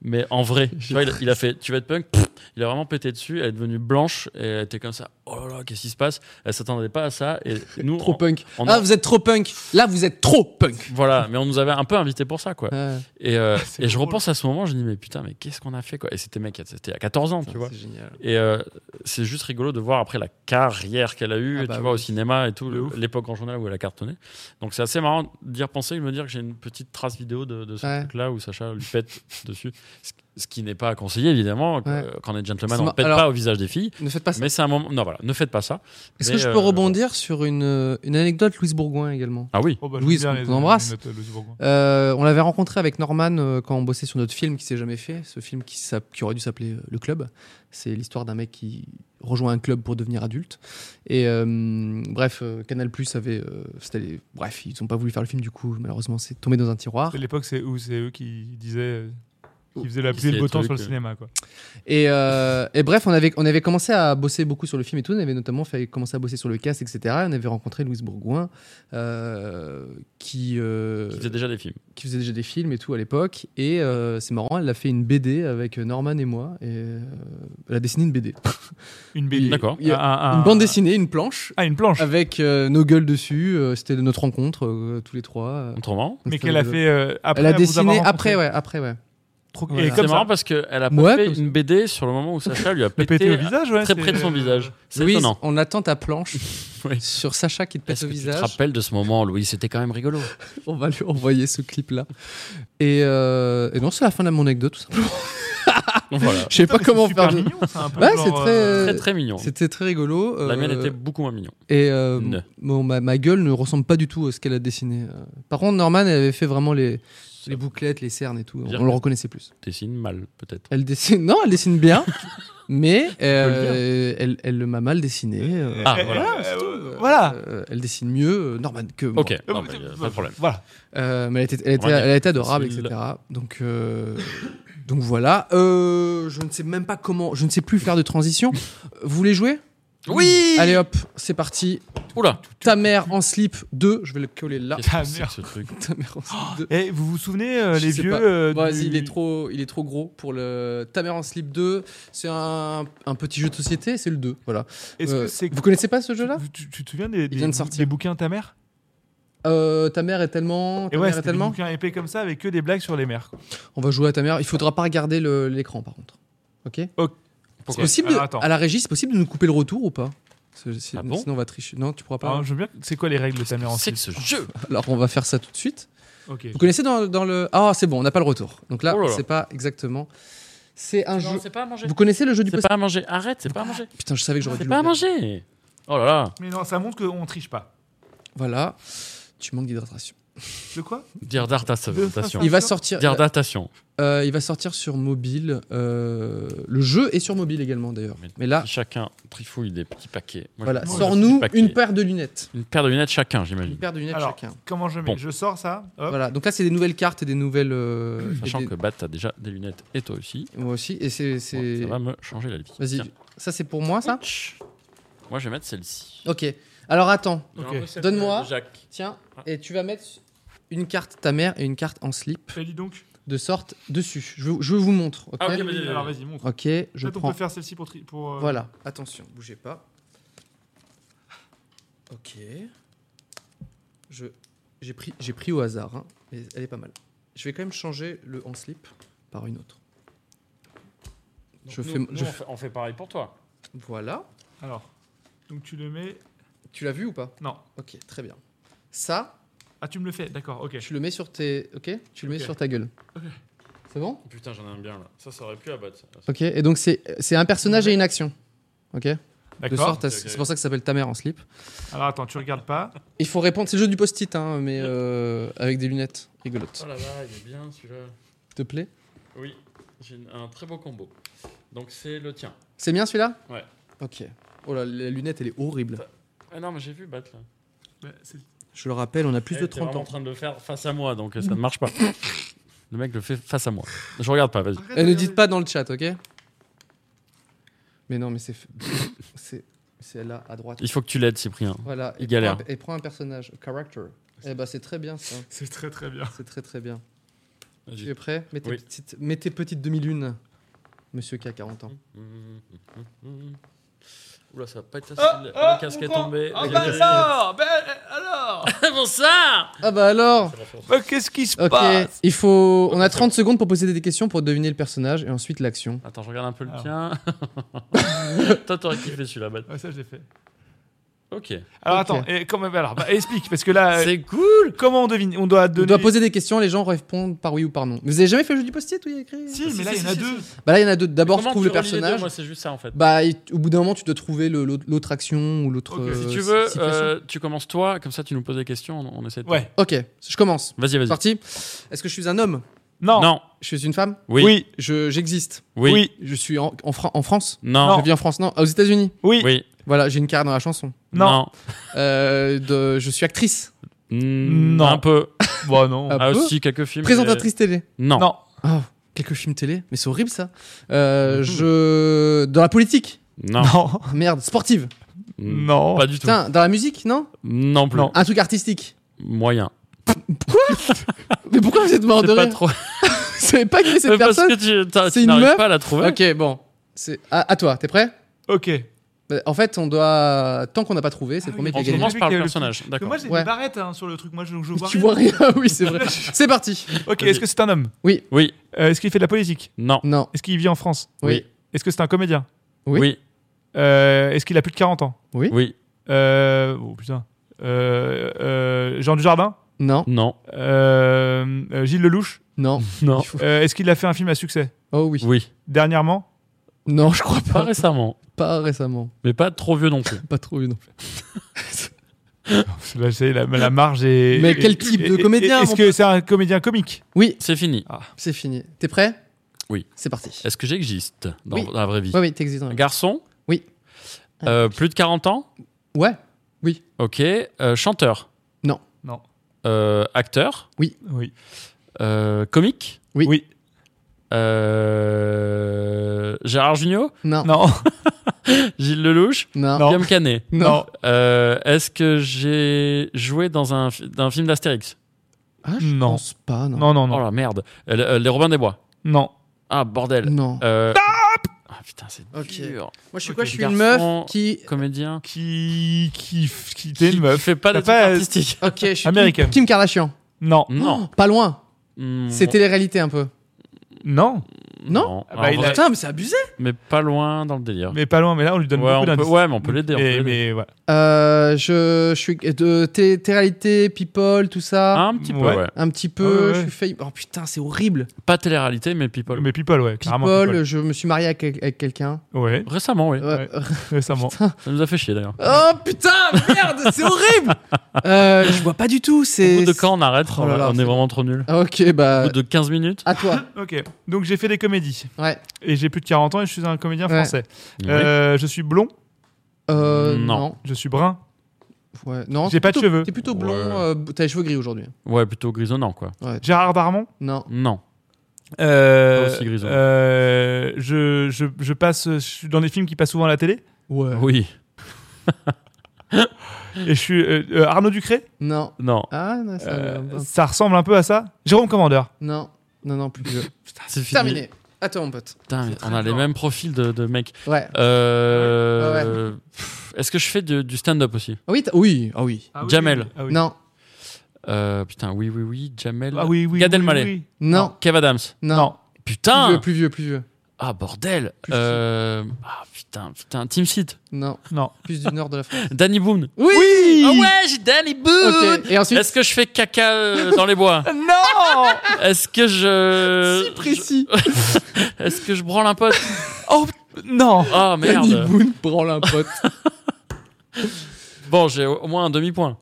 [SPEAKER 5] mais en vrai, tu vois, il, a- il a fait, tu vas être punk, Pff il a vraiment pété dessus, elle est devenue blanche, et elle était comme ça, oh là là, qu'est-ce qui se passe Elle s'attendait pas à ça, et nous,
[SPEAKER 2] Trop
[SPEAKER 5] on-
[SPEAKER 2] punk.
[SPEAKER 5] on a-
[SPEAKER 2] Ah, vous êtes trop punk. Là, vous êtes trop punk.
[SPEAKER 5] voilà, mais on nous avait un peu invités pour ça, quoi.
[SPEAKER 2] Ouais.
[SPEAKER 5] Et, euh,
[SPEAKER 3] C'est
[SPEAKER 5] et je
[SPEAKER 3] drôle.
[SPEAKER 5] repense à ce moment, je me dis, mais putain, mais qu'est-ce qu'on a fait, quoi Et c'était, mec, c'était à 14 ans, tu vois.
[SPEAKER 2] C'est génial.
[SPEAKER 5] Et euh, c'est juste rigolo de voir après la carrière qu'elle a eue,
[SPEAKER 2] Ah
[SPEAKER 5] tu
[SPEAKER 2] bah
[SPEAKER 5] vois,
[SPEAKER 2] oui.
[SPEAKER 5] au cinéma et tout,
[SPEAKER 3] De
[SPEAKER 5] le-
[SPEAKER 3] ouf.
[SPEAKER 5] l'époque en journal où elle a cartonné. Donc c'est assez marrant d'y repenser et de me dire que j'ai une petite trace vidéo de, de ce
[SPEAKER 2] Ouais.
[SPEAKER 5] truc-là où Sacha lui pète dessus. Ce- Ce qui n'est pas à conseiller, évidemment. que-
[SPEAKER 2] Ouais.
[SPEAKER 5] Quand on est gentleman,
[SPEAKER 2] C'est
[SPEAKER 5] on ne
[SPEAKER 2] mar-
[SPEAKER 5] pète
[SPEAKER 2] alors- Ah,
[SPEAKER 5] pas au visage des filles.
[SPEAKER 2] Ne faites pas ça.
[SPEAKER 5] Mais c'est un moment. Non, voilà, ne faites pas ça.
[SPEAKER 2] Est-ce
[SPEAKER 5] mais,
[SPEAKER 2] que je
[SPEAKER 5] euh,
[SPEAKER 2] peux rebondir sur une, euh, une anecdote Louise Bourgoin également
[SPEAKER 5] Ah oui.
[SPEAKER 3] Oh, bah,
[SPEAKER 2] Louise,
[SPEAKER 3] j'aime
[SPEAKER 2] on
[SPEAKER 3] bien les-
[SPEAKER 2] l'embrasse.
[SPEAKER 3] les notes, euh, Louise Bourgoin.
[SPEAKER 2] Euh, on l'avait rencontré avec Norman euh, quand on bossait sur notre film qui s'est jamais fait, ce film qui, s'app- qui aurait dû s'appeler euh, Le Club. C'est l'histoire d'un mec qui rejoint un club pour devenir adulte. Et euh, bref, euh, Canal Plus avait, euh, c'était les- bref, ils n'ont pas voulu faire le film du coup, malheureusement, c'est tombé dans un tiroir.
[SPEAKER 3] À l'époque, c'est où c'est eux qui disaient. euh, Qui faisaient la
[SPEAKER 5] Ils
[SPEAKER 3] pluie et le
[SPEAKER 5] faisaient
[SPEAKER 3] beau
[SPEAKER 5] des
[SPEAKER 3] temps
[SPEAKER 5] trucs,
[SPEAKER 3] sur le
[SPEAKER 5] euh,
[SPEAKER 3] cinéma. Quoi.
[SPEAKER 2] Et, euh, et bref, on avait, on avait commencé à bosser beaucoup sur le film et tout. On avait notamment fait, commencé à bosser sur le cast, etc. On avait rencontré Louise Bourgoin, euh, qui, euh,
[SPEAKER 5] C'était déjà des films.
[SPEAKER 2] qui faisait déjà des films et tout à l'époque. Et euh, c'est marrant, elle a fait une BD avec Norman et moi. Et, euh, elle a dessiné une BD.
[SPEAKER 3] Une BD.
[SPEAKER 5] D'accord.
[SPEAKER 2] Il y a
[SPEAKER 3] Un- un-
[SPEAKER 2] une bande dessinée, une planche,
[SPEAKER 3] Ah, une planche.
[SPEAKER 2] avec euh, nos gueules dessus. Euh, C'était notre rencontre, euh, tous les trois. Euh,
[SPEAKER 5] Autrement.
[SPEAKER 3] mais
[SPEAKER 2] c'était
[SPEAKER 3] qu'elle a
[SPEAKER 2] rigolo.
[SPEAKER 3] fait euh, après.
[SPEAKER 2] Elle a
[SPEAKER 3] vous avoir
[SPEAKER 2] dessiné
[SPEAKER 3] rencontré.
[SPEAKER 2] après, ouais, après, ouais.
[SPEAKER 3] Trop-
[SPEAKER 2] Voilà.
[SPEAKER 3] Et
[SPEAKER 5] C'est
[SPEAKER 3] comme
[SPEAKER 5] marrant
[SPEAKER 3] ça,
[SPEAKER 5] parce qu'elle a pas
[SPEAKER 2] Ouais,
[SPEAKER 5] fait
[SPEAKER 2] comme ça.
[SPEAKER 5] une BD sur le moment où Sacha lui a
[SPEAKER 3] le pété au
[SPEAKER 5] pété
[SPEAKER 3] visage, ouais.
[SPEAKER 5] très
[SPEAKER 3] c'est-
[SPEAKER 5] près de son visage. C'est
[SPEAKER 2] Louise,
[SPEAKER 5] étonnant.
[SPEAKER 2] on attend ta planche
[SPEAKER 5] Oui.
[SPEAKER 2] sur Sacha qui te pète
[SPEAKER 5] Est-ce
[SPEAKER 2] au
[SPEAKER 5] que tu te
[SPEAKER 2] visage.
[SPEAKER 5] rappelles de ce moment, Louis C'était quand même rigolo.
[SPEAKER 2] On va lui envoyer ce clip-là. Et, euh, et non, c'est la fin de mon anecdote, tout simplement.
[SPEAKER 5] Donc voilà.
[SPEAKER 2] Je sais pas
[SPEAKER 3] Putain, mais
[SPEAKER 2] comment
[SPEAKER 3] c'est super
[SPEAKER 2] faire. de-
[SPEAKER 3] mignon, c'est un peu
[SPEAKER 2] Ouais,
[SPEAKER 3] genre,
[SPEAKER 2] c'est très,
[SPEAKER 3] euh,
[SPEAKER 5] Très très mignon.
[SPEAKER 2] C'était très rigolo.
[SPEAKER 5] La mienne
[SPEAKER 2] euh,
[SPEAKER 5] était beaucoup moins mignon.
[SPEAKER 2] Et euh,
[SPEAKER 5] Ne.
[SPEAKER 2] bon, ma, ma gueule ne ressemble pas du tout à ce qu'elle a dessiné. Euh, Par contre, Norman, elle avait fait vraiment les, les bouclettes, les cernes et tout.
[SPEAKER 5] Dire-
[SPEAKER 2] On le reconnaissait plus.
[SPEAKER 5] Dessine mal, peut-être.
[SPEAKER 2] Elle dessine, non, elle dessine bien, mais
[SPEAKER 5] le dire.
[SPEAKER 2] euh, elle, elle m'a mal dessiné. euh,
[SPEAKER 5] Ah,
[SPEAKER 3] euh,
[SPEAKER 5] voilà.
[SPEAKER 3] euh,
[SPEAKER 2] euh,
[SPEAKER 3] voilà.
[SPEAKER 2] euh, elle dessine mieux euh, Norman que moi.
[SPEAKER 5] Ok, non, mais, euh, pas de problème.
[SPEAKER 3] Voilà.
[SPEAKER 2] Euh, mais elle était, elle était-
[SPEAKER 5] Ouais,
[SPEAKER 2] elle était adorable,
[SPEAKER 5] facile.
[SPEAKER 2] etc. Donc, euh, donc voilà. Euh, je ne sais même pas comment. Je ne sais plus faire de transition. Vous voulez jouer
[SPEAKER 5] eh, Oui
[SPEAKER 2] Allez hop, c'est parti.
[SPEAKER 5] Oula
[SPEAKER 2] Ta mère en slip 2. Je vais le coller là.
[SPEAKER 5] Qu'est-ce que
[SPEAKER 3] Ta
[SPEAKER 5] c'est
[SPEAKER 3] mère.
[SPEAKER 5] que ce truc
[SPEAKER 2] Ta mère en
[SPEAKER 5] Oh,
[SPEAKER 2] slip 2.
[SPEAKER 3] Et vous vous souvenez, euh,
[SPEAKER 2] Je
[SPEAKER 3] les
[SPEAKER 2] sais
[SPEAKER 3] vieux.
[SPEAKER 2] pas.
[SPEAKER 3] euh,
[SPEAKER 2] Bon, Vas-y, il
[SPEAKER 3] du-
[SPEAKER 2] est trop, il est trop gros pour le. Ta mère en slip 2. C'est un, un petit jeu de société. C'est le 2. Voilà.
[SPEAKER 3] Est-ce
[SPEAKER 2] Euh,
[SPEAKER 3] que c'est.
[SPEAKER 2] Vous connaissez pas ce jeu-là
[SPEAKER 3] tu, tu- tu te souviens des, des,
[SPEAKER 2] vient de
[SPEAKER 3] bou-
[SPEAKER 2] sortir.
[SPEAKER 3] des bouquins de ta mère
[SPEAKER 2] Euh, Ta mère est tellement. Ta
[SPEAKER 3] Et ouais,
[SPEAKER 2] mère est
[SPEAKER 3] c'était des
[SPEAKER 2] tellement.
[SPEAKER 3] bouquins épais comme ça avec que des blagues sur les mères. quoi.
[SPEAKER 2] On va jouer à ta mère. Il faudra pas regarder le- l'écran par contre. Ok. C'est
[SPEAKER 5] Pourquoi
[SPEAKER 2] possible de-
[SPEAKER 3] Alors, attends.
[SPEAKER 2] à la régie, c'est possible de nous couper le retour ou pas C'est- c'est-
[SPEAKER 5] Ah bon
[SPEAKER 2] Sinon, on va tricher. Non, tu pourras pas.
[SPEAKER 3] Alors, je veux bien. C'est quoi les règles de ta mère en
[SPEAKER 5] C'est que
[SPEAKER 3] slip
[SPEAKER 5] ce jeu
[SPEAKER 2] Alors, on va faire ça tout de suite.
[SPEAKER 3] Ok.
[SPEAKER 2] Vous connaissez dans, dans le. Ah, c'est bon, on n'a pas le retour. Donc là,
[SPEAKER 5] Oh là là.
[SPEAKER 2] c'est pas exactement. C'est un jeu.
[SPEAKER 5] c'est pas à manger.
[SPEAKER 2] Vous connaissez le jeu du
[SPEAKER 5] C'est
[SPEAKER 2] post-
[SPEAKER 5] pas à manger. Arrête, c'est pas à manger.
[SPEAKER 2] Putain, je savais que j'aurais dû
[SPEAKER 5] C'est
[SPEAKER 2] le
[SPEAKER 5] pas à
[SPEAKER 2] faire.
[SPEAKER 5] manger Oh là là
[SPEAKER 3] Mais non, ça montre qu'on triche pas.
[SPEAKER 2] Voilà. Tu manques d'hydratation.
[SPEAKER 3] De quoi
[SPEAKER 5] Dire d'artation.
[SPEAKER 2] Il va
[SPEAKER 3] sûr.
[SPEAKER 2] sortir.
[SPEAKER 5] Dire d'artation.
[SPEAKER 2] euh, il va sortir sur mobile. euh, le jeu est sur mobile également d'ailleurs.
[SPEAKER 5] Mais-
[SPEAKER 2] Mais là,
[SPEAKER 5] Chacun trifouille des petits paquets. Moi,
[SPEAKER 2] voilà,
[SPEAKER 5] je prends
[SPEAKER 2] sors-nous
[SPEAKER 5] le petit
[SPEAKER 2] une
[SPEAKER 5] paquet.
[SPEAKER 2] paire de lunettes.
[SPEAKER 5] Une paire de lunettes chacun,
[SPEAKER 2] Une
[SPEAKER 5] j'imagine.
[SPEAKER 2] paire de lunettes
[SPEAKER 3] Alors,
[SPEAKER 2] chacun.
[SPEAKER 3] Comment je mets
[SPEAKER 5] Bon.
[SPEAKER 3] Je sors ça. Hop.
[SPEAKER 2] Voilà. Donc là, c'est des nouvelles cartes et des nouvelles. euh, et
[SPEAKER 5] Sachant
[SPEAKER 2] des-
[SPEAKER 5] que Bat, t'as déjà des lunettes et toi aussi.
[SPEAKER 2] Moi aussi. Et c'est. c'est-
[SPEAKER 5] Bon, ça va me changer la vie.
[SPEAKER 2] Vas-y.
[SPEAKER 5] Tiens.
[SPEAKER 2] Ça, c'est pour moi, ça
[SPEAKER 5] Chut. Moi, je vais mettre celle-ci.
[SPEAKER 2] Ok. Alors, attends.
[SPEAKER 3] Ok.
[SPEAKER 5] J'ai un peu celle
[SPEAKER 2] Donne-moi.
[SPEAKER 5] de Jacques.
[SPEAKER 2] Tiens. Et tu vas mettre une carte ta mère et une carte en slip,
[SPEAKER 3] Eh, dis donc.
[SPEAKER 2] de sorte dessus. Je, je vous montre. Ok.
[SPEAKER 5] Ah, ok, vas-y, vas-y.
[SPEAKER 3] Alors vas-y, montre.
[SPEAKER 2] Ok, je
[SPEAKER 3] Peut-être on
[SPEAKER 2] prends.
[SPEAKER 3] peut faire celle-ci pour. tri- pour euh,
[SPEAKER 2] Voilà. Attention, bougez pas. Ok. Je. J'ai pris, j'ai pris au hasard, hein, mais elle est pas mal. Je vais quand même changer le en slip par une autre. je fais, je fais-
[SPEAKER 5] on fait pareil pour toi.
[SPEAKER 2] voilà.
[SPEAKER 3] Alors. Donc tu le mets.
[SPEAKER 2] Tu l'as vu ou pas
[SPEAKER 3] Non.
[SPEAKER 2] Ok, très bien. Ça,
[SPEAKER 3] Ah, tu me le fais. D'accord. Ok.
[SPEAKER 2] tu le mets sur tes, ok Tu le mets
[SPEAKER 3] Ok.
[SPEAKER 2] sur ta gueule. C'est bon
[SPEAKER 5] Putain, j'en ai un bien là. Ça, ça aurait pu abattre.
[SPEAKER 2] Ok, et donc c'est c'est un personnage et une action. Ok De
[SPEAKER 3] D'accord.
[SPEAKER 2] sorte, à ce- c'est pour ça que ça s'appelle ta mère en slip.
[SPEAKER 3] Alors attends, tu regardes pas.
[SPEAKER 2] Il faut répondre, c'est le jeu du post-it, hein, mais euh, avec des lunettes rigolotes.
[SPEAKER 5] Oh là là, il est bien celui-là.
[SPEAKER 2] Te plaît
[SPEAKER 5] Oui, j'ai une- un très beau combo. Donc c'est le tien.
[SPEAKER 2] C'est bien celui-là
[SPEAKER 5] Ouais.
[SPEAKER 2] Ok. Oh là, la lunette, elle est horrible.
[SPEAKER 5] Ah non, mais j'ai vu battre là.
[SPEAKER 3] Bah, c'est-
[SPEAKER 2] Je le rappelle, on a plus
[SPEAKER 5] Eh,
[SPEAKER 2] de
[SPEAKER 5] t'es
[SPEAKER 2] 30
[SPEAKER 5] vraiment
[SPEAKER 2] ans.
[SPEAKER 5] en train de le faire face à moi, donc euh, ça ne marche pas. le mec le fait face à moi. Je regarde pas, vas-y.
[SPEAKER 2] Et Eh, ne dites pas dans le chat, ok Mais non, mais c'est c'est c'est là à droite.
[SPEAKER 5] Il faut que tu l'aides, Cyprien.
[SPEAKER 2] Voilà.
[SPEAKER 5] il
[SPEAKER 2] et prends un-
[SPEAKER 5] galère.
[SPEAKER 2] Et prends un personnage, character. Eh bah c'est très bien ça.
[SPEAKER 3] C'est très très bien.
[SPEAKER 2] C'est très très bien. Tu
[SPEAKER 5] Vas-y.
[SPEAKER 2] es prêt mets tes,
[SPEAKER 5] Oui.
[SPEAKER 2] petites, mets tes petites demi-lunes, monsieur qui a 40 ans.
[SPEAKER 5] Oula, ça va pas être facile. le casque est tombé.
[SPEAKER 3] Ah
[SPEAKER 5] J'ai
[SPEAKER 3] bah
[SPEAKER 5] des-
[SPEAKER 3] alors Bah alors
[SPEAKER 5] Bonsoir
[SPEAKER 2] Ah bah alors
[SPEAKER 3] Bah, Qu'est-ce qui se
[SPEAKER 2] Ok,
[SPEAKER 5] Bah,
[SPEAKER 3] passe
[SPEAKER 2] il faut. On a 30 secondes pour poser des questions pour deviner le personnage et ensuite l'action.
[SPEAKER 5] Attends,
[SPEAKER 3] Ah.
[SPEAKER 5] je regarde un peu le
[SPEAKER 3] Alors.
[SPEAKER 5] tien. Toi, t'aurais kiffé celui-là, Bat.
[SPEAKER 3] Ouais, ça je l'ai fait.
[SPEAKER 5] Ok.
[SPEAKER 3] Alors
[SPEAKER 2] Ok.
[SPEAKER 3] attends, et comment- alors, bah, explique, parce que là, euh,
[SPEAKER 5] C'est cool
[SPEAKER 3] comment on devine On doit
[SPEAKER 2] On
[SPEAKER 3] donner.
[SPEAKER 2] doit poser des questions, les gens répondent par oui ou par non. Mais vous avez jamais fait le jeu du post-it où il y a écrit
[SPEAKER 3] Si, mais là, il y en a
[SPEAKER 5] Si, si,
[SPEAKER 3] deux.
[SPEAKER 2] Bah là, il y en a deux. D'abord, je
[SPEAKER 5] Comment
[SPEAKER 2] trouve
[SPEAKER 5] tu
[SPEAKER 2] le
[SPEAKER 5] relis les deux
[SPEAKER 2] personnage.
[SPEAKER 5] Moi, c'est juste ça en fait.
[SPEAKER 2] Bah, et- au bout d'un moment, tu dois trouver le- l'autre l'autre action ou l'autre.
[SPEAKER 3] Ok.
[SPEAKER 2] euh,
[SPEAKER 5] si tu veux,
[SPEAKER 2] situation.
[SPEAKER 5] euh, tu commences toi, comme ça tu nous poses des questions, on, on essaie de.
[SPEAKER 3] Ouais.
[SPEAKER 2] Ok, je commence.
[SPEAKER 5] Vas-y, vas-y.
[SPEAKER 2] C'est parti. Est-ce que je suis un homme
[SPEAKER 3] Non.
[SPEAKER 5] Non.
[SPEAKER 2] Je suis une femme
[SPEAKER 5] Oui.
[SPEAKER 3] Oui.
[SPEAKER 2] Je- J'existe.
[SPEAKER 5] Oui.
[SPEAKER 2] Je suis en, en, Fran- en France
[SPEAKER 5] Non.
[SPEAKER 2] Je vis en France, non. Ah, Aux États-Unis
[SPEAKER 3] Oui.
[SPEAKER 5] Oui.
[SPEAKER 2] Voilà, j'ai une carrière dans la chanson.
[SPEAKER 3] Non.
[SPEAKER 5] Non.
[SPEAKER 2] Euh, de- je suis actrice,
[SPEAKER 5] Mm,
[SPEAKER 3] Non.
[SPEAKER 5] Un peu.
[SPEAKER 3] Bon, Bah, non.
[SPEAKER 2] Un
[SPEAKER 5] Ah,
[SPEAKER 2] peu.
[SPEAKER 5] aussi quelques films.
[SPEAKER 2] présentatrice télé.
[SPEAKER 5] mais- Non.
[SPEAKER 3] Non.
[SPEAKER 2] Oh, quelques films télé, mais c'est horrible ça. Euh, Je dans la politique. Oh,
[SPEAKER 5] Non.
[SPEAKER 3] Non.
[SPEAKER 2] Merde, sportive.
[SPEAKER 5] Mm,
[SPEAKER 3] Non.
[SPEAKER 5] Pas du tout.
[SPEAKER 2] Putain, dans la musique, non
[SPEAKER 5] Non plus.
[SPEAKER 3] Non.
[SPEAKER 2] Un truc artistique.
[SPEAKER 5] Moyen.
[SPEAKER 2] Mais pourquoi vous êtes mort de
[SPEAKER 5] C'est pas
[SPEAKER 2] rire
[SPEAKER 5] trop.
[SPEAKER 2] Vous savez pas qui est cette
[SPEAKER 5] Parce
[SPEAKER 2] personne
[SPEAKER 5] que tu- t'as-
[SPEAKER 2] c'est
[SPEAKER 5] tu
[SPEAKER 2] une
[SPEAKER 5] n'arrives
[SPEAKER 2] meuf
[SPEAKER 5] pas à la trouver.
[SPEAKER 2] Ok, bon. C'est à, à toi. T'es prêt
[SPEAKER 3] Ok.
[SPEAKER 2] Bah, En fait, on doit tant qu'on n'a pas trouvé, c'est
[SPEAKER 3] Ah
[SPEAKER 2] le premier
[SPEAKER 3] oui,
[SPEAKER 2] qui a
[SPEAKER 5] On
[SPEAKER 3] ok.
[SPEAKER 2] gagné.
[SPEAKER 5] commence par le
[SPEAKER 3] Le-
[SPEAKER 5] personnage.
[SPEAKER 3] Parce que
[SPEAKER 5] D'accord.
[SPEAKER 3] moi, j'ai
[SPEAKER 2] Ouais.
[SPEAKER 3] des barrettes hein, sur le truc. Moi, je, je vois
[SPEAKER 2] Tu
[SPEAKER 3] rien.
[SPEAKER 2] vois rien Ah Oui, c'est vrai. C'est parti.
[SPEAKER 3] Ok, est-ce que c'est un homme
[SPEAKER 5] Oui.
[SPEAKER 3] Euh, Est-ce qu'il fait de la politique
[SPEAKER 5] Non.
[SPEAKER 2] Non.
[SPEAKER 3] Est-ce qu'il vit en France
[SPEAKER 2] Oui.
[SPEAKER 3] Est-ce que c'est un comédien
[SPEAKER 2] Oui.
[SPEAKER 5] Oui.
[SPEAKER 3] Euh, Est-ce qu'il a plus de 40 ans
[SPEAKER 5] Oui.
[SPEAKER 3] euh, Oh putain. Euh, euh, Jean Dujardin
[SPEAKER 2] Non.
[SPEAKER 5] Non.
[SPEAKER 3] euh, euh, Gilles Lelouch
[SPEAKER 2] Non.
[SPEAKER 5] Non.
[SPEAKER 2] Il faut-
[SPEAKER 3] Euh, Est-ce qu'il a fait un film à succès
[SPEAKER 2] Oh oui.
[SPEAKER 5] Oui.
[SPEAKER 3] Dernièrement
[SPEAKER 2] Non, je crois
[SPEAKER 5] Pas
[SPEAKER 2] pas.
[SPEAKER 5] récemment.
[SPEAKER 2] Pas récemment.
[SPEAKER 5] Mais pas trop vieux non plus.
[SPEAKER 2] Pas trop non plus.
[SPEAKER 3] Là, c'est la, la marge est.
[SPEAKER 2] Mais
[SPEAKER 3] est-
[SPEAKER 2] quel type de
[SPEAKER 3] est-
[SPEAKER 2] comédien,
[SPEAKER 3] Est-ce
[SPEAKER 2] mon
[SPEAKER 3] que c'est un comédien comique
[SPEAKER 2] Oui,
[SPEAKER 5] C'est fini.
[SPEAKER 2] c'est fini. T'es prêt
[SPEAKER 5] Oui.
[SPEAKER 2] C'est parti.
[SPEAKER 5] Est-ce que j'existe dans
[SPEAKER 2] Oui.
[SPEAKER 5] la vraie vie
[SPEAKER 2] Ouais, oui, t'existes. dans
[SPEAKER 5] Un
[SPEAKER 2] la-
[SPEAKER 5] Garçon
[SPEAKER 2] Oui.
[SPEAKER 5] Euh, plus de 40 ans
[SPEAKER 2] Ouais.
[SPEAKER 5] Ok. Euh, chanteur
[SPEAKER 3] Non.
[SPEAKER 5] Euh, Acteur
[SPEAKER 3] Oui.
[SPEAKER 5] Euh, Comique
[SPEAKER 2] Oui.
[SPEAKER 3] Oui.
[SPEAKER 5] Euh, Gérard Jugnot
[SPEAKER 2] Non.
[SPEAKER 3] Non.
[SPEAKER 5] Gilles Lelouch
[SPEAKER 2] Non.
[SPEAKER 3] Non.
[SPEAKER 5] Guillaume Canet
[SPEAKER 3] Non.
[SPEAKER 5] Euh, Est-ce que j'ai joué dans un, fi- dans un film d'Astérix
[SPEAKER 2] Ah, je
[SPEAKER 3] Non.
[SPEAKER 2] pense pas. Non.
[SPEAKER 3] Non, non,
[SPEAKER 5] Oh
[SPEAKER 3] non.
[SPEAKER 5] la merde Euh, le- euh, Les Robins des Bois
[SPEAKER 3] Non.
[SPEAKER 5] Ah bordel
[SPEAKER 2] Non.
[SPEAKER 5] Euh, Ah putain c'est
[SPEAKER 2] Ok.
[SPEAKER 5] dur
[SPEAKER 2] Moi, je suis
[SPEAKER 3] Ok,
[SPEAKER 2] quoi Je suis une
[SPEAKER 5] garçon.
[SPEAKER 2] meuf qui.
[SPEAKER 5] Comédien
[SPEAKER 3] Qui. Qui. Qui. T'es une meuf
[SPEAKER 5] Fait pas
[SPEAKER 3] T'as
[SPEAKER 5] des trucs
[SPEAKER 3] pas-
[SPEAKER 5] artistiques
[SPEAKER 2] Ok, je suis
[SPEAKER 3] Américaine.
[SPEAKER 2] Kim Kardashian.
[SPEAKER 3] Non.
[SPEAKER 2] Oh,
[SPEAKER 5] Non
[SPEAKER 2] pas loin.
[SPEAKER 5] Mm,
[SPEAKER 2] C'est télé-réalité un peu.
[SPEAKER 3] Non.
[SPEAKER 5] Non,
[SPEAKER 3] Ah bah,
[SPEAKER 5] Alors,
[SPEAKER 3] il a-
[SPEAKER 2] Putain, mais c'est abusé.
[SPEAKER 5] Mais pas loin dans le délire
[SPEAKER 3] Mais pas loin, mais là, on lui donne
[SPEAKER 5] ouais,
[SPEAKER 3] beaucoup
[SPEAKER 5] on peut,
[SPEAKER 3] d'indices.
[SPEAKER 5] ouais, mais on peut l'aider. on
[SPEAKER 3] mais,
[SPEAKER 5] peut l'aider.
[SPEAKER 3] mais voilà.
[SPEAKER 2] Euh, je, je suis de télé- télé-réalité, people, tout ça.
[SPEAKER 5] Ah, Un petit peu, Hein? ouais.
[SPEAKER 3] Ouais.
[SPEAKER 2] un petit peu.
[SPEAKER 3] Ouais, ouais,
[SPEAKER 2] Je suis failli. Oh putain, c'est horrible.
[SPEAKER 5] Pas télé-réalité, mais people.
[SPEAKER 3] Mais people, ouais.
[SPEAKER 2] People,
[SPEAKER 3] Carrément people.
[SPEAKER 2] je me suis marié avec, avec quelqu'un.
[SPEAKER 3] Ouais,
[SPEAKER 5] Récemment, oui.
[SPEAKER 2] Ouais.
[SPEAKER 3] récemment.
[SPEAKER 5] Ça nous a fait chier d'ailleurs.
[SPEAKER 2] Oh putain, merde, c'est horrible. Euh, je vois pas du tout.
[SPEAKER 5] Au
[SPEAKER 2] C'est.
[SPEAKER 5] bout de quand on arrête
[SPEAKER 2] Oh là là,
[SPEAKER 5] On est
[SPEAKER 2] c'est-
[SPEAKER 5] vraiment trop nuls.
[SPEAKER 2] Ah, Ok,
[SPEAKER 5] Au
[SPEAKER 2] bah.
[SPEAKER 5] bout de 15 minutes
[SPEAKER 2] À toi.
[SPEAKER 3] Ok, donc j'ai fait des comédies.
[SPEAKER 2] Ouais.
[SPEAKER 3] Et j'ai plus de 40 ans et je suis un comédien
[SPEAKER 2] Ouais.
[SPEAKER 3] français.
[SPEAKER 5] Oui.
[SPEAKER 3] Euh, je suis blond,
[SPEAKER 2] Euh,
[SPEAKER 5] Non.
[SPEAKER 2] non.
[SPEAKER 3] je suis brun.
[SPEAKER 2] Ouais, non.
[SPEAKER 3] J'ai
[SPEAKER 2] t'es
[SPEAKER 3] pas de
[SPEAKER 2] plutôt-
[SPEAKER 3] cheveux.
[SPEAKER 2] T'es plutôt
[SPEAKER 5] Ouais.
[SPEAKER 2] blond. euh, b- T'as les cheveux gris aujourd'hui.
[SPEAKER 5] Ouais, plutôt grisonnant, quoi.
[SPEAKER 3] Gérard Darmon.
[SPEAKER 2] Non.
[SPEAKER 5] Non.
[SPEAKER 3] Euh,
[SPEAKER 5] Pas aussi grisant.
[SPEAKER 3] euh, je, je, je passe je suis dans des films qui passent souvent à la télé.
[SPEAKER 2] Ouais.
[SPEAKER 5] Oui.
[SPEAKER 3] Et je suis euh, euh, Arnaud Ducré.
[SPEAKER 2] Non.
[SPEAKER 5] Non.
[SPEAKER 2] Ah, non, ça.
[SPEAKER 3] Euh,
[SPEAKER 2] un peu-
[SPEAKER 3] ça ressemble un peu à ça. Jérôme Commandeur.
[SPEAKER 2] Non. Non, non, plus vieux.
[SPEAKER 5] C'est fini.
[SPEAKER 2] Terminé. À toi, mon pote.
[SPEAKER 5] Putain, mais
[SPEAKER 3] très
[SPEAKER 5] on a les
[SPEAKER 3] dur.
[SPEAKER 5] mêmes profils de, de mecs.
[SPEAKER 2] Ouais.
[SPEAKER 5] Euh, pff, Est-ce que je fais de- du stand-up aussi
[SPEAKER 2] Ah oui, t'as- oui, ah oui.
[SPEAKER 5] oui, Jamel. oui,
[SPEAKER 3] Ah oui.
[SPEAKER 2] Non,
[SPEAKER 5] Euh, Putain, oui, oui, oui. Jamel.
[SPEAKER 3] Ah oui, oui.
[SPEAKER 5] Gad
[SPEAKER 3] oui,
[SPEAKER 5] Elmaleh.
[SPEAKER 3] oui, oui.
[SPEAKER 2] non,
[SPEAKER 5] Kev Adams.
[SPEAKER 2] non.
[SPEAKER 3] Non.
[SPEAKER 5] Putain
[SPEAKER 2] Plus vieux, plus vieux, plus vieux.
[SPEAKER 5] Ah, bordel
[SPEAKER 2] Plus
[SPEAKER 5] Euh, Ah, putain, putain. Team Seat.
[SPEAKER 2] Non,
[SPEAKER 3] Non.
[SPEAKER 2] plus du nord de la France.
[SPEAKER 5] Danny Boone.
[SPEAKER 2] Oui.
[SPEAKER 5] Ah ouais, j'ai Danny Boone
[SPEAKER 2] Ok. Et ensuite,
[SPEAKER 5] Est-ce que je fais caca euh, dans les bois
[SPEAKER 3] Non
[SPEAKER 5] Est-ce que je.
[SPEAKER 2] si précis.
[SPEAKER 5] Est-ce que je branle un pote
[SPEAKER 3] Oh non
[SPEAKER 5] Oh
[SPEAKER 2] Danny
[SPEAKER 5] merde
[SPEAKER 2] Boone branle un pote.
[SPEAKER 5] Bon, j'ai au au moins un demi-point.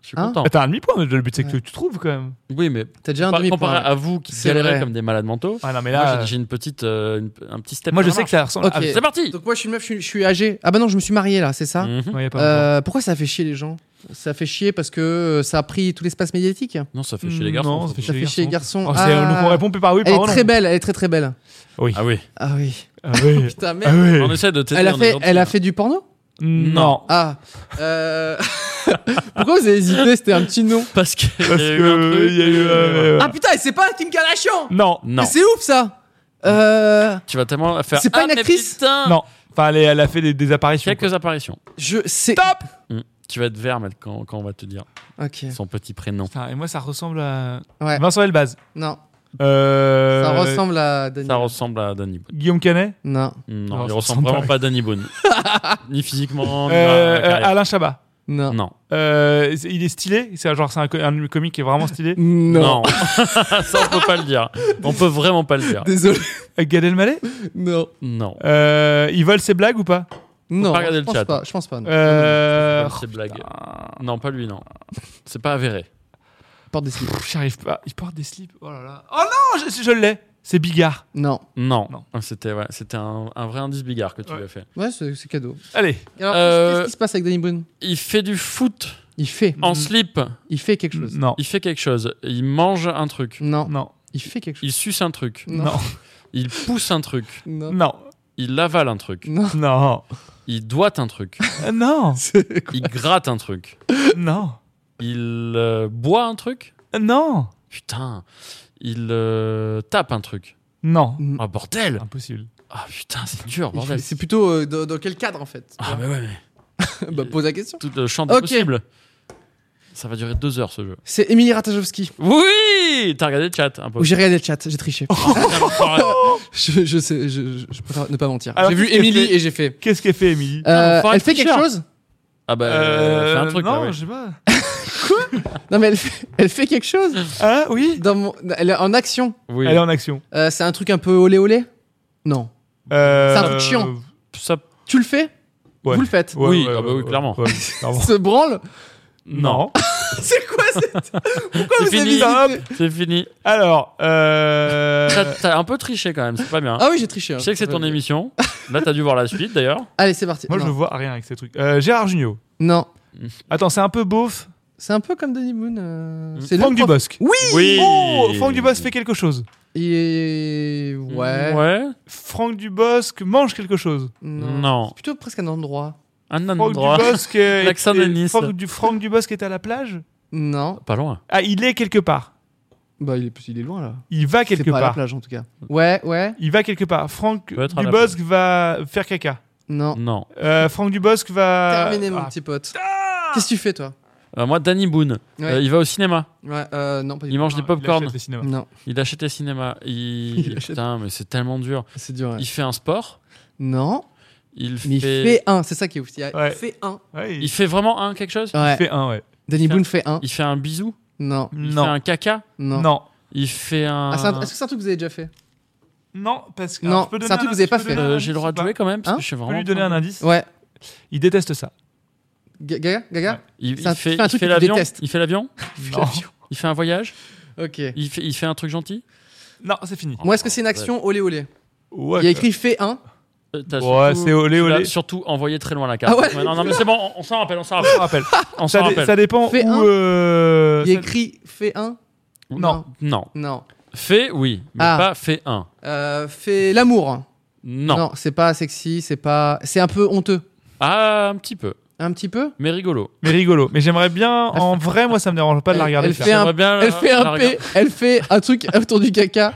[SPEAKER 5] Je suis
[SPEAKER 2] Hein
[SPEAKER 5] content.
[SPEAKER 3] Bah, T'as un demi-point, mais le but c'est que tu trouves quand même.
[SPEAKER 5] Oui, mais
[SPEAKER 2] T'as déjà un
[SPEAKER 5] par-
[SPEAKER 2] demi
[SPEAKER 5] comparé
[SPEAKER 2] point.
[SPEAKER 5] à vous qui
[SPEAKER 2] C'est
[SPEAKER 5] galérez
[SPEAKER 2] vrai.
[SPEAKER 5] comme des malades mentaux,
[SPEAKER 3] Ah non, mais
[SPEAKER 5] moi
[SPEAKER 3] là.
[SPEAKER 5] j'ai- j'ai une petite, euh, une- un petit step.
[SPEAKER 3] Moi,
[SPEAKER 5] dans
[SPEAKER 3] je
[SPEAKER 5] la
[SPEAKER 3] sais que ça ressemble.
[SPEAKER 2] Ok.
[SPEAKER 3] à- Ah,
[SPEAKER 5] marche. C'est parti
[SPEAKER 2] Donc moi, je suis une meuf, je suis, je suis âgée. Ah bah non, je me suis mariée là, c'est ça.
[SPEAKER 5] Mhm.
[SPEAKER 3] Ouais, y a pas longtemps.
[SPEAKER 2] Euh, pourquoi ça fait chier les gens Ça fait chier parce que euh, ça a pris tout l'espace médiatique.
[SPEAKER 5] Non, ça fait chez les garçons.
[SPEAKER 3] Non,
[SPEAKER 5] ça.
[SPEAKER 3] ça fait
[SPEAKER 2] Ça fait chier les garçons.
[SPEAKER 3] Oh, c'est-
[SPEAKER 2] Ah.
[SPEAKER 3] donc on répond plus par oui,
[SPEAKER 2] Elle
[SPEAKER 3] par
[SPEAKER 2] est
[SPEAKER 3] non.
[SPEAKER 2] très belle, elle est très très belle.
[SPEAKER 5] Ah oui.
[SPEAKER 2] Ah oui.
[SPEAKER 3] Ah oui.
[SPEAKER 2] Putain
[SPEAKER 3] Ah
[SPEAKER 2] merde.
[SPEAKER 3] oui.
[SPEAKER 5] On essaie de t'aider.
[SPEAKER 2] Elle a
[SPEAKER 5] on est
[SPEAKER 2] fait,
[SPEAKER 5] gentil,
[SPEAKER 2] elle
[SPEAKER 5] hein.
[SPEAKER 2] a fait du porno.
[SPEAKER 3] Non.
[SPEAKER 2] Ah. Euh... pourquoi vous avez hésité C'était un petit nom.
[SPEAKER 5] Parce que.
[SPEAKER 3] Parce
[SPEAKER 5] il y a eu un
[SPEAKER 3] que
[SPEAKER 5] truc,
[SPEAKER 3] il y a eu.
[SPEAKER 5] euh,
[SPEAKER 3] euh,
[SPEAKER 2] Ah putain, et c'est pas Kim Kardashian
[SPEAKER 3] Non.
[SPEAKER 5] Non.
[SPEAKER 2] Mais C'est ouf ça Euh,
[SPEAKER 5] Tu vas tellement la faire.
[SPEAKER 2] C'est pas
[SPEAKER 5] Ah,
[SPEAKER 2] une
[SPEAKER 5] mais
[SPEAKER 2] actrice
[SPEAKER 5] putain
[SPEAKER 3] Non. Enfin, elle, est- elle a fait des, des apparitions.
[SPEAKER 5] Quelques apparitions.
[SPEAKER 2] Je sais.
[SPEAKER 5] Mm. Tu vas être vert mais quand, quand on va te dire
[SPEAKER 2] Ok.
[SPEAKER 5] son petit prénom.
[SPEAKER 3] Putain, et moi, ça ressemble à.
[SPEAKER 2] Ouais.
[SPEAKER 3] Vincent Elbaz.
[SPEAKER 2] Non.
[SPEAKER 3] Euh,
[SPEAKER 2] Ça ressemble à Danny.
[SPEAKER 5] Ça ressemble à Danny Boone.
[SPEAKER 3] Guillaume Canet
[SPEAKER 2] Non,
[SPEAKER 5] Non,
[SPEAKER 3] Non,
[SPEAKER 5] il
[SPEAKER 3] ça
[SPEAKER 5] ressemble
[SPEAKER 3] ressemble
[SPEAKER 5] vraiment
[SPEAKER 3] pas.
[SPEAKER 5] pas à Danny Boone. ni physiquement, ni
[SPEAKER 3] Euh,
[SPEAKER 5] à la
[SPEAKER 3] euh,
[SPEAKER 5] carrière.
[SPEAKER 3] Alain Chabat.
[SPEAKER 2] non,
[SPEAKER 5] Non.
[SPEAKER 3] Euh, c'est- il est stylé, c'est un- genre c'est un, co- un comique qui est vraiment stylé.
[SPEAKER 5] Non. ça, on peut pas le dire. On peut vraiment pas le dire.
[SPEAKER 2] Désolé,
[SPEAKER 3] Euh, Gad Elmaleh
[SPEAKER 2] non,
[SPEAKER 5] Non.
[SPEAKER 3] euh, Ils volent ses blagues ou pas
[SPEAKER 2] non.
[SPEAKER 5] regarder
[SPEAKER 2] Je
[SPEAKER 5] le
[SPEAKER 2] pense
[SPEAKER 5] chat.
[SPEAKER 2] pas. Je pense pas. non.
[SPEAKER 3] euh,
[SPEAKER 5] C'est blague.
[SPEAKER 3] putain.
[SPEAKER 5] Non, pas lui, non. C'est pas avéré.
[SPEAKER 2] Porte des slips.
[SPEAKER 3] Pff, J'y arrive pas. Il porte des slips. Oh là là. Oh non, je, je l'ai. C'est Bigard.
[SPEAKER 2] Non.
[SPEAKER 5] Non. Ah,
[SPEAKER 3] Non.
[SPEAKER 5] C'était ouais, c'était un, un vrai indice bigard que tu
[SPEAKER 3] Ouais.
[SPEAKER 5] lui as fait.
[SPEAKER 2] Ouais, c'est c'est cadeau.
[SPEAKER 3] Allez.
[SPEAKER 2] Alors,
[SPEAKER 5] Euh,
[SPEAKER 2] qu'est-ce qui se passe avec Danny Boone
[SPEAKER 5] Il fait du foot
[SPEAKER 2] Il fait,
[SPEAKER 5] en
[SPEAKER 3] Mm.
[SPEAKER 5] slip.
[SPEAKER 2] il fait quelque chose.
[SPEAKER 3] Non.
[SPEAKER 5] Il fait quelque chose. Il mange un truc.
[SPEAKER 2] Non,
[SPEAKER 3] Non.
[SPEAKER 2] il fait quelque chose.
[SPEAKER 5] Mm. Il suce un truc.
[SPEAKER 2] Non.
[SPEAKER 3] Non.
[SPEAKER 5] Il pousse un truc.
[SPEAKER 2] Non,
[SPEAKER 3] Non.
[SPEAKER 5] Il avale un truc.
[SPEAKER 2] non.
[SPEAKER 3] Non.
[SPEAKER 5] Il doit un truc.
[SPEAKER 3] Euh, Non.
[SPEAKER 2] C'est quoi
[SPEAKER 5] Il gratte un truc.
[SPEAKER 3] Non. Euh,
[SPEAKER 5] Il euh, boit un truc.
[SPEAKER 3] Non.
[SPEAKER 5] Putain. Il euh, tape un truc.
[SPEAKER 3] Non.
[SPEAKER 5] Ah bordel.
[SPEAKER 3] Impossible.
[SPEAKER 5] Ah putain, c'est dur,
[SPEAKER 2] Il
[SPEAKER 5] bordel.
[SPEAKER 2] fait- C'est plutôt euh, dans, dans quel cadre en fait
[SPEAKER 5] Ah mais ouais, mais
[SPEAKER 2] Bah, Pose la question.
[SPEAKER 5] tout le champ des
[SPEAKER 2] Ok.
[SPEAKER 5] possibles. Ça va durer deux heures ce jeu.
[SPEAKER 2] C'est Émilie Ratajkowski.
[SPEAKER 5] Oui, t'as regardé le chat un peu. Ah,
[SPEAKER 2] Où j'ai regardé le chat, j'ai triché.
[SPEAKER 5] Putain,
[SPEAKER 2] Oh, Je, je sais, je, je- je préfère ne pas mentir.
[SPEAKER 3] Alors,
[SPEAKER 2] J'ai vu
[SPEAKER 3] qu'est-ce qu'elle
[SPEAKER 2] Émilie
[SPEAKER 3] fait
[SPEAKER 2] et j'ai fait.
[SPEAKER 3] Qu'est-ce qu'elle fait, Émilie
[SPEAKER 2] euh,
[SPEAKER 5] faut un
[SPEAKER 2] elle fait quelque
[SPEAKER 5] tricheur.
[SPEAKER 2] chose
[SPEAKER 5] Ah bah, euh, fais un truc.
[SPEAKER 3] Non,
[SPEAKER 5] là, ouais.
[SPEAKER 3] je sais pas.
[SPEAKER 2] Non mais elle fait, elle fait quelque chose.
[SPEAKER 3] Hein, oui.
[SPEAKER 2] Dans mon- elle est en action.
[SPEAKER 5] Oui.
[SPEAKER 3] Elle est en action.
[SPEAKER 2] Euh, c'est un truc un peu olé olé Non.
[SPEAKER 3] Euh,
[SPEAKER 2] C'est un truc chiant.
[SPEAKER 5] Ça-
[SPEAKER 2] Tu le fais
[SPEAKER 3] Ouais.
[SPEAKER 2] Vous le faites
[SPEAKER 3] Ouais,
[SPEAKER 5] Oui,
[SPEAKER 3] ouais,
[SPEAKER 5] ah bah
[SPEAKER 3] ouais,
[SPEAKER 5] oui,
[SPEAKER 3] ouais,
[SPEAKER 5] clairement.
[SPEAKER 3] ouais, clairement.
[SPEAKER 2] Se branle
[SPEAKER 5] Non,
[SPEAKER 2] C'est quoi cette... Pourquoi
[SPEAKER 5] C'est
[SPEAKER 2] vous avez
[SPEAKER 5] fini.
[SPEAKER 2] hésité
[SPEAKER 3] Stop.
[SPEAKER 5] c'est fini.
[SPEAKER 3] Alors, euh...
[SPEAKER 5] T'as t'as un peu triché quand même, c'est pas bien.
[SPEAKER 2] Ah oui, j'ai triché. hein.
[SPEAKER 5] Je sais que c'est ton
[SPEAKER 2] Ouais.
[SPEAKER 5] émission. Là, t'as dû voir la suite d'ailleurs.
[SPEAKER 2] Allez, c'est parti.
[SPEAKER 3] moi
[SPEAKER 2] non.
[SPEAKER 3] je vois rien avec ces trucs. Euh, Gérard Junior.
[SPEAKER 2] Non.
[SPEAKER 3] Attends, c'est un peu beauf.
[SPEAKER 2] C'est un peu comme Danny Boone. euh, C'est le
[SPEAKER 3] Franck
[SPEAKER 2] prof-
[SPEAKER 3] Dubosc.
[SPEAKER 2] Oui
[SPEAKER 5] Oui.
[SPEAKER 3] Oh, Franck Dubosc fait quelque chose.
[SPEAKER 2] Il est... Ouais.
[SPEAKER 5] Ouais.
[SPEAKER 3] Franck Dubosc mange quelque chose.
[SPEAKER 5] Non.
[SPEAKER 2] C'est plutôt presque un endroit.
[SPEAKER 5] Un
[SPEAKER 3] Franck
[SPEAKER 5] endroit.
[SPEAKER 3] Dubosc. est-
[SPEAKER 5] L'accent de
[SPEAKER 3] est-
[SPEAKER 5] Nice.
[SPEAKER 3] Franck, du, Franck Dubosc est à la plage.
[SPEAKER 2] Non.
[SPEAKER 5] Pas loin.
[SPEAKER 3] Ah, il est quelque part.
[SPEAKER 2] Bah, il est, il est loin, là.
[SPEAKER 3] Il va
[SPEAKER 2] C'est
[SPEAKER 3] quelque
[SPEAKER 2] pas à la
[SPEAKER 3] part.
[SPEAKER 2] plage, en tout cas. Ouais, ouais.
[SPEAKER 3] Il va quelque part. Franck
[SPEAKER 5] Peut être à la
[SPEAKER 3] Dubosc va faire caca.
[SPEAKER 2] Non.
[SPEAKER 5] Non.
[SPEAKER 3] Euh, Franck Dubosc va.
[SPEAKER 2] Terminé, mon
[SPEAKER 3] Ah,
[SPEAKER 2] petit pote. Qu'est-ce que tu fais, toi
[SPEAKER 5] Euh, moi, Danny Boone.
[SPEAKER 2] Ouais.
[SPEAKER 5] Euh, il va au cinéma.
[SPEAKER 2] Ouais, euh, non, pas du
[SPEAKER 5] Il
[SPEAKER 2] tout.
[SPEAKER 5] mange des
[SPEAKER 3] ah, il
[SPEAKER 5] pop-corn.
[SPEAKER 3] achète des cinémas.
[SPEAKER 2] Non,
[SPEAKER 5] Il achète les cinémas. Il...
[SPEAKER 2] Il achète-
[SPEAKER 5] Putain, mais c'est tellement dur.
[SPEAKER 2] c'est dur. ouais.
[SPEAKER 5] Il fait un sport.
[SPEAKER 2] Non,
[SPEAKER 5] Il
[SPEAKER 2] mais il
[SPEAKER 5] fait...
[SPEAKER 2] fait un, c'est ça qui est ouf. Il y a-
[SPEAKER 3] Ouais.
[SPEAKER 2] il fait un.
[SPEAKER 3] Ouais, il,
[SPEAKER 5] Il fait vraiment un quelque chose
[SPEAKER 2] Ouais.
[SPEAKER 3] fait un, ouais.
[SPEAKER 2] Danny
[SPEAKER 5] il fait
[SPEAKER 2] Boone fait un.
[SPEAKER 5] Il fait un bisou
[SPEAKER 2] Non,
[SPEAKER 5] Il
[SPEAKER 3] Non.
[SPEAKER 5] fait un caca
[SPEAKER 2] non.
[SPEAKER 3] Non.
[SPEAKER 5] Il fait un... Euh,
[SPEAKER 2] Ah, c'est un- Est-ce que c'est un truc que vous avez déjà fait
[SPEAKER 3] Non, parce que.
[SPEAKER 2] Non,
[SPEAKER 3] alors, je peux
[SPEAKER 2] c'est
[SPEAKER 3] donner
[SPEAKER 2] un truc que vous
[SPEAKER 3] indice,
[SPEAKER 2] avez pas
[SPEAKER 3] je peux
[SPEAKER 2] fait.
[SPEAKER 5] Euh,
[SPEAKER 3] donner un
[SPEAKER 5] J'ai le
[SPEAKER 3] indice
[SPEAKER 5] droit
[SPEAKER 3] ou
[SPEAKER 5] de
[SPEAKER 3] pas
[SPEAKER 5] jouer quand même parce
[SPEAKER 2] Hein
[SPEAKER 5] que je suis
[SPEAKER 3] Je
[SPEAKER 5] vraiment...
[SPEAKER 3] peux lui donner un indice.
[SPEAKER 2] Ouais.
[SPEAKER 3] Il déteste ça.
[SPEAKER 2] Ga- Gaga Gaga
[SPEAKER 5] Il, il
[SPEAKER 2] C'est un-
[SPEAKER 5] fait,
[SPEAKER 2] fais un
[SPEAKER 5] il
[SPEAKER 2] truc
[SPEAKER 5] fait
[SPEAKER 2] que tu
[SPEAKER 5] l'avion.
[SPEAKER 2] détestes.
[SPEAKER 5] Il fait l'avion.
[SPEAKER 3] Non,
[SPEAKER 5] Il fait un voyage.
[SPEAKER 2] Ok.
[SPEAKER 5] Il fait, il fait un truc gentil.
[SPEAKER 3] Non, c'est fini.
[SPEAKER 2] Moi, est-ce que c'est une action olé olé
[SPEAKER 3] Ouais.
[SPEAKER 2] Il y a écrit fait un.
[SPEAKER 5] Euh, t'as
[SPEAKER 3] Ouais,
[SPEAKER 5] surtout-
[SPEAKER 3] c'est olé
[SPEAKER 5] tu l'as
[SPEAKER 3] olé.
[SPEAKER 5] Surtout envoyé très loin la carte.
[SPEAKER 2] Ah ouais
[SPEAKER 5] non, non, mais c'est bon. On, on s'en rappelle. On s'en
[SPEAKER 3] Je
[SPEAKER 5] rappelle.
[SPEAKER 3] me rappelle.
[SPEAKER 5] On s'en
[SPEAKER 3] ça, dé-
[SPEAKER 5] rappelle.
[SPEAKER 3] ça dépend
[SPEAKER 2] Fait
[SPEAKER 3] où.
[SPEAKER 2] un.
[SPEAKER 3] euh,
[SPEAKER 2] Il y a
[SPEAKER 3] ça-
[SPEAKER 2] écrit fait un.
[SPEAKER 5] Non. Non.
[SPEAKER 2] Non.
[SPEAKER 5] Fait, oui. Mais
[SPEAKER 2] Ah.
[SPEAKER 5] pas fait un.
[SPEAKER 2] Euh, fait l'amour.
[SPEAKER 5] Non.
[SPEAKER 2] c'est pas sexy, c'est pas. C'est un peu honteux.
[SPEAKER 5] Ah, un petit peu.
[SPEAKER 2] Un petit peu.
[SPEAKER 5] Mais rigolo.
[SPEAKER 3] Mais rigolo. Mais j'aimerais bien. En vrai, moi, ça me dérange pas de la
[SPEAKER 2] Ah,
[SPEAKER 3] regarder.
[SPEAKER 2] elle
[SPEAKER 3] faire.
[SPEAKER 2] fait un-
[SPEAKER 5] J'aimerais bien la-
[SPEAKER 2] elle fait un
[SPEAKER 5] Euh, la
[SPEAKER 2] P, elle fait un truc autour du caca,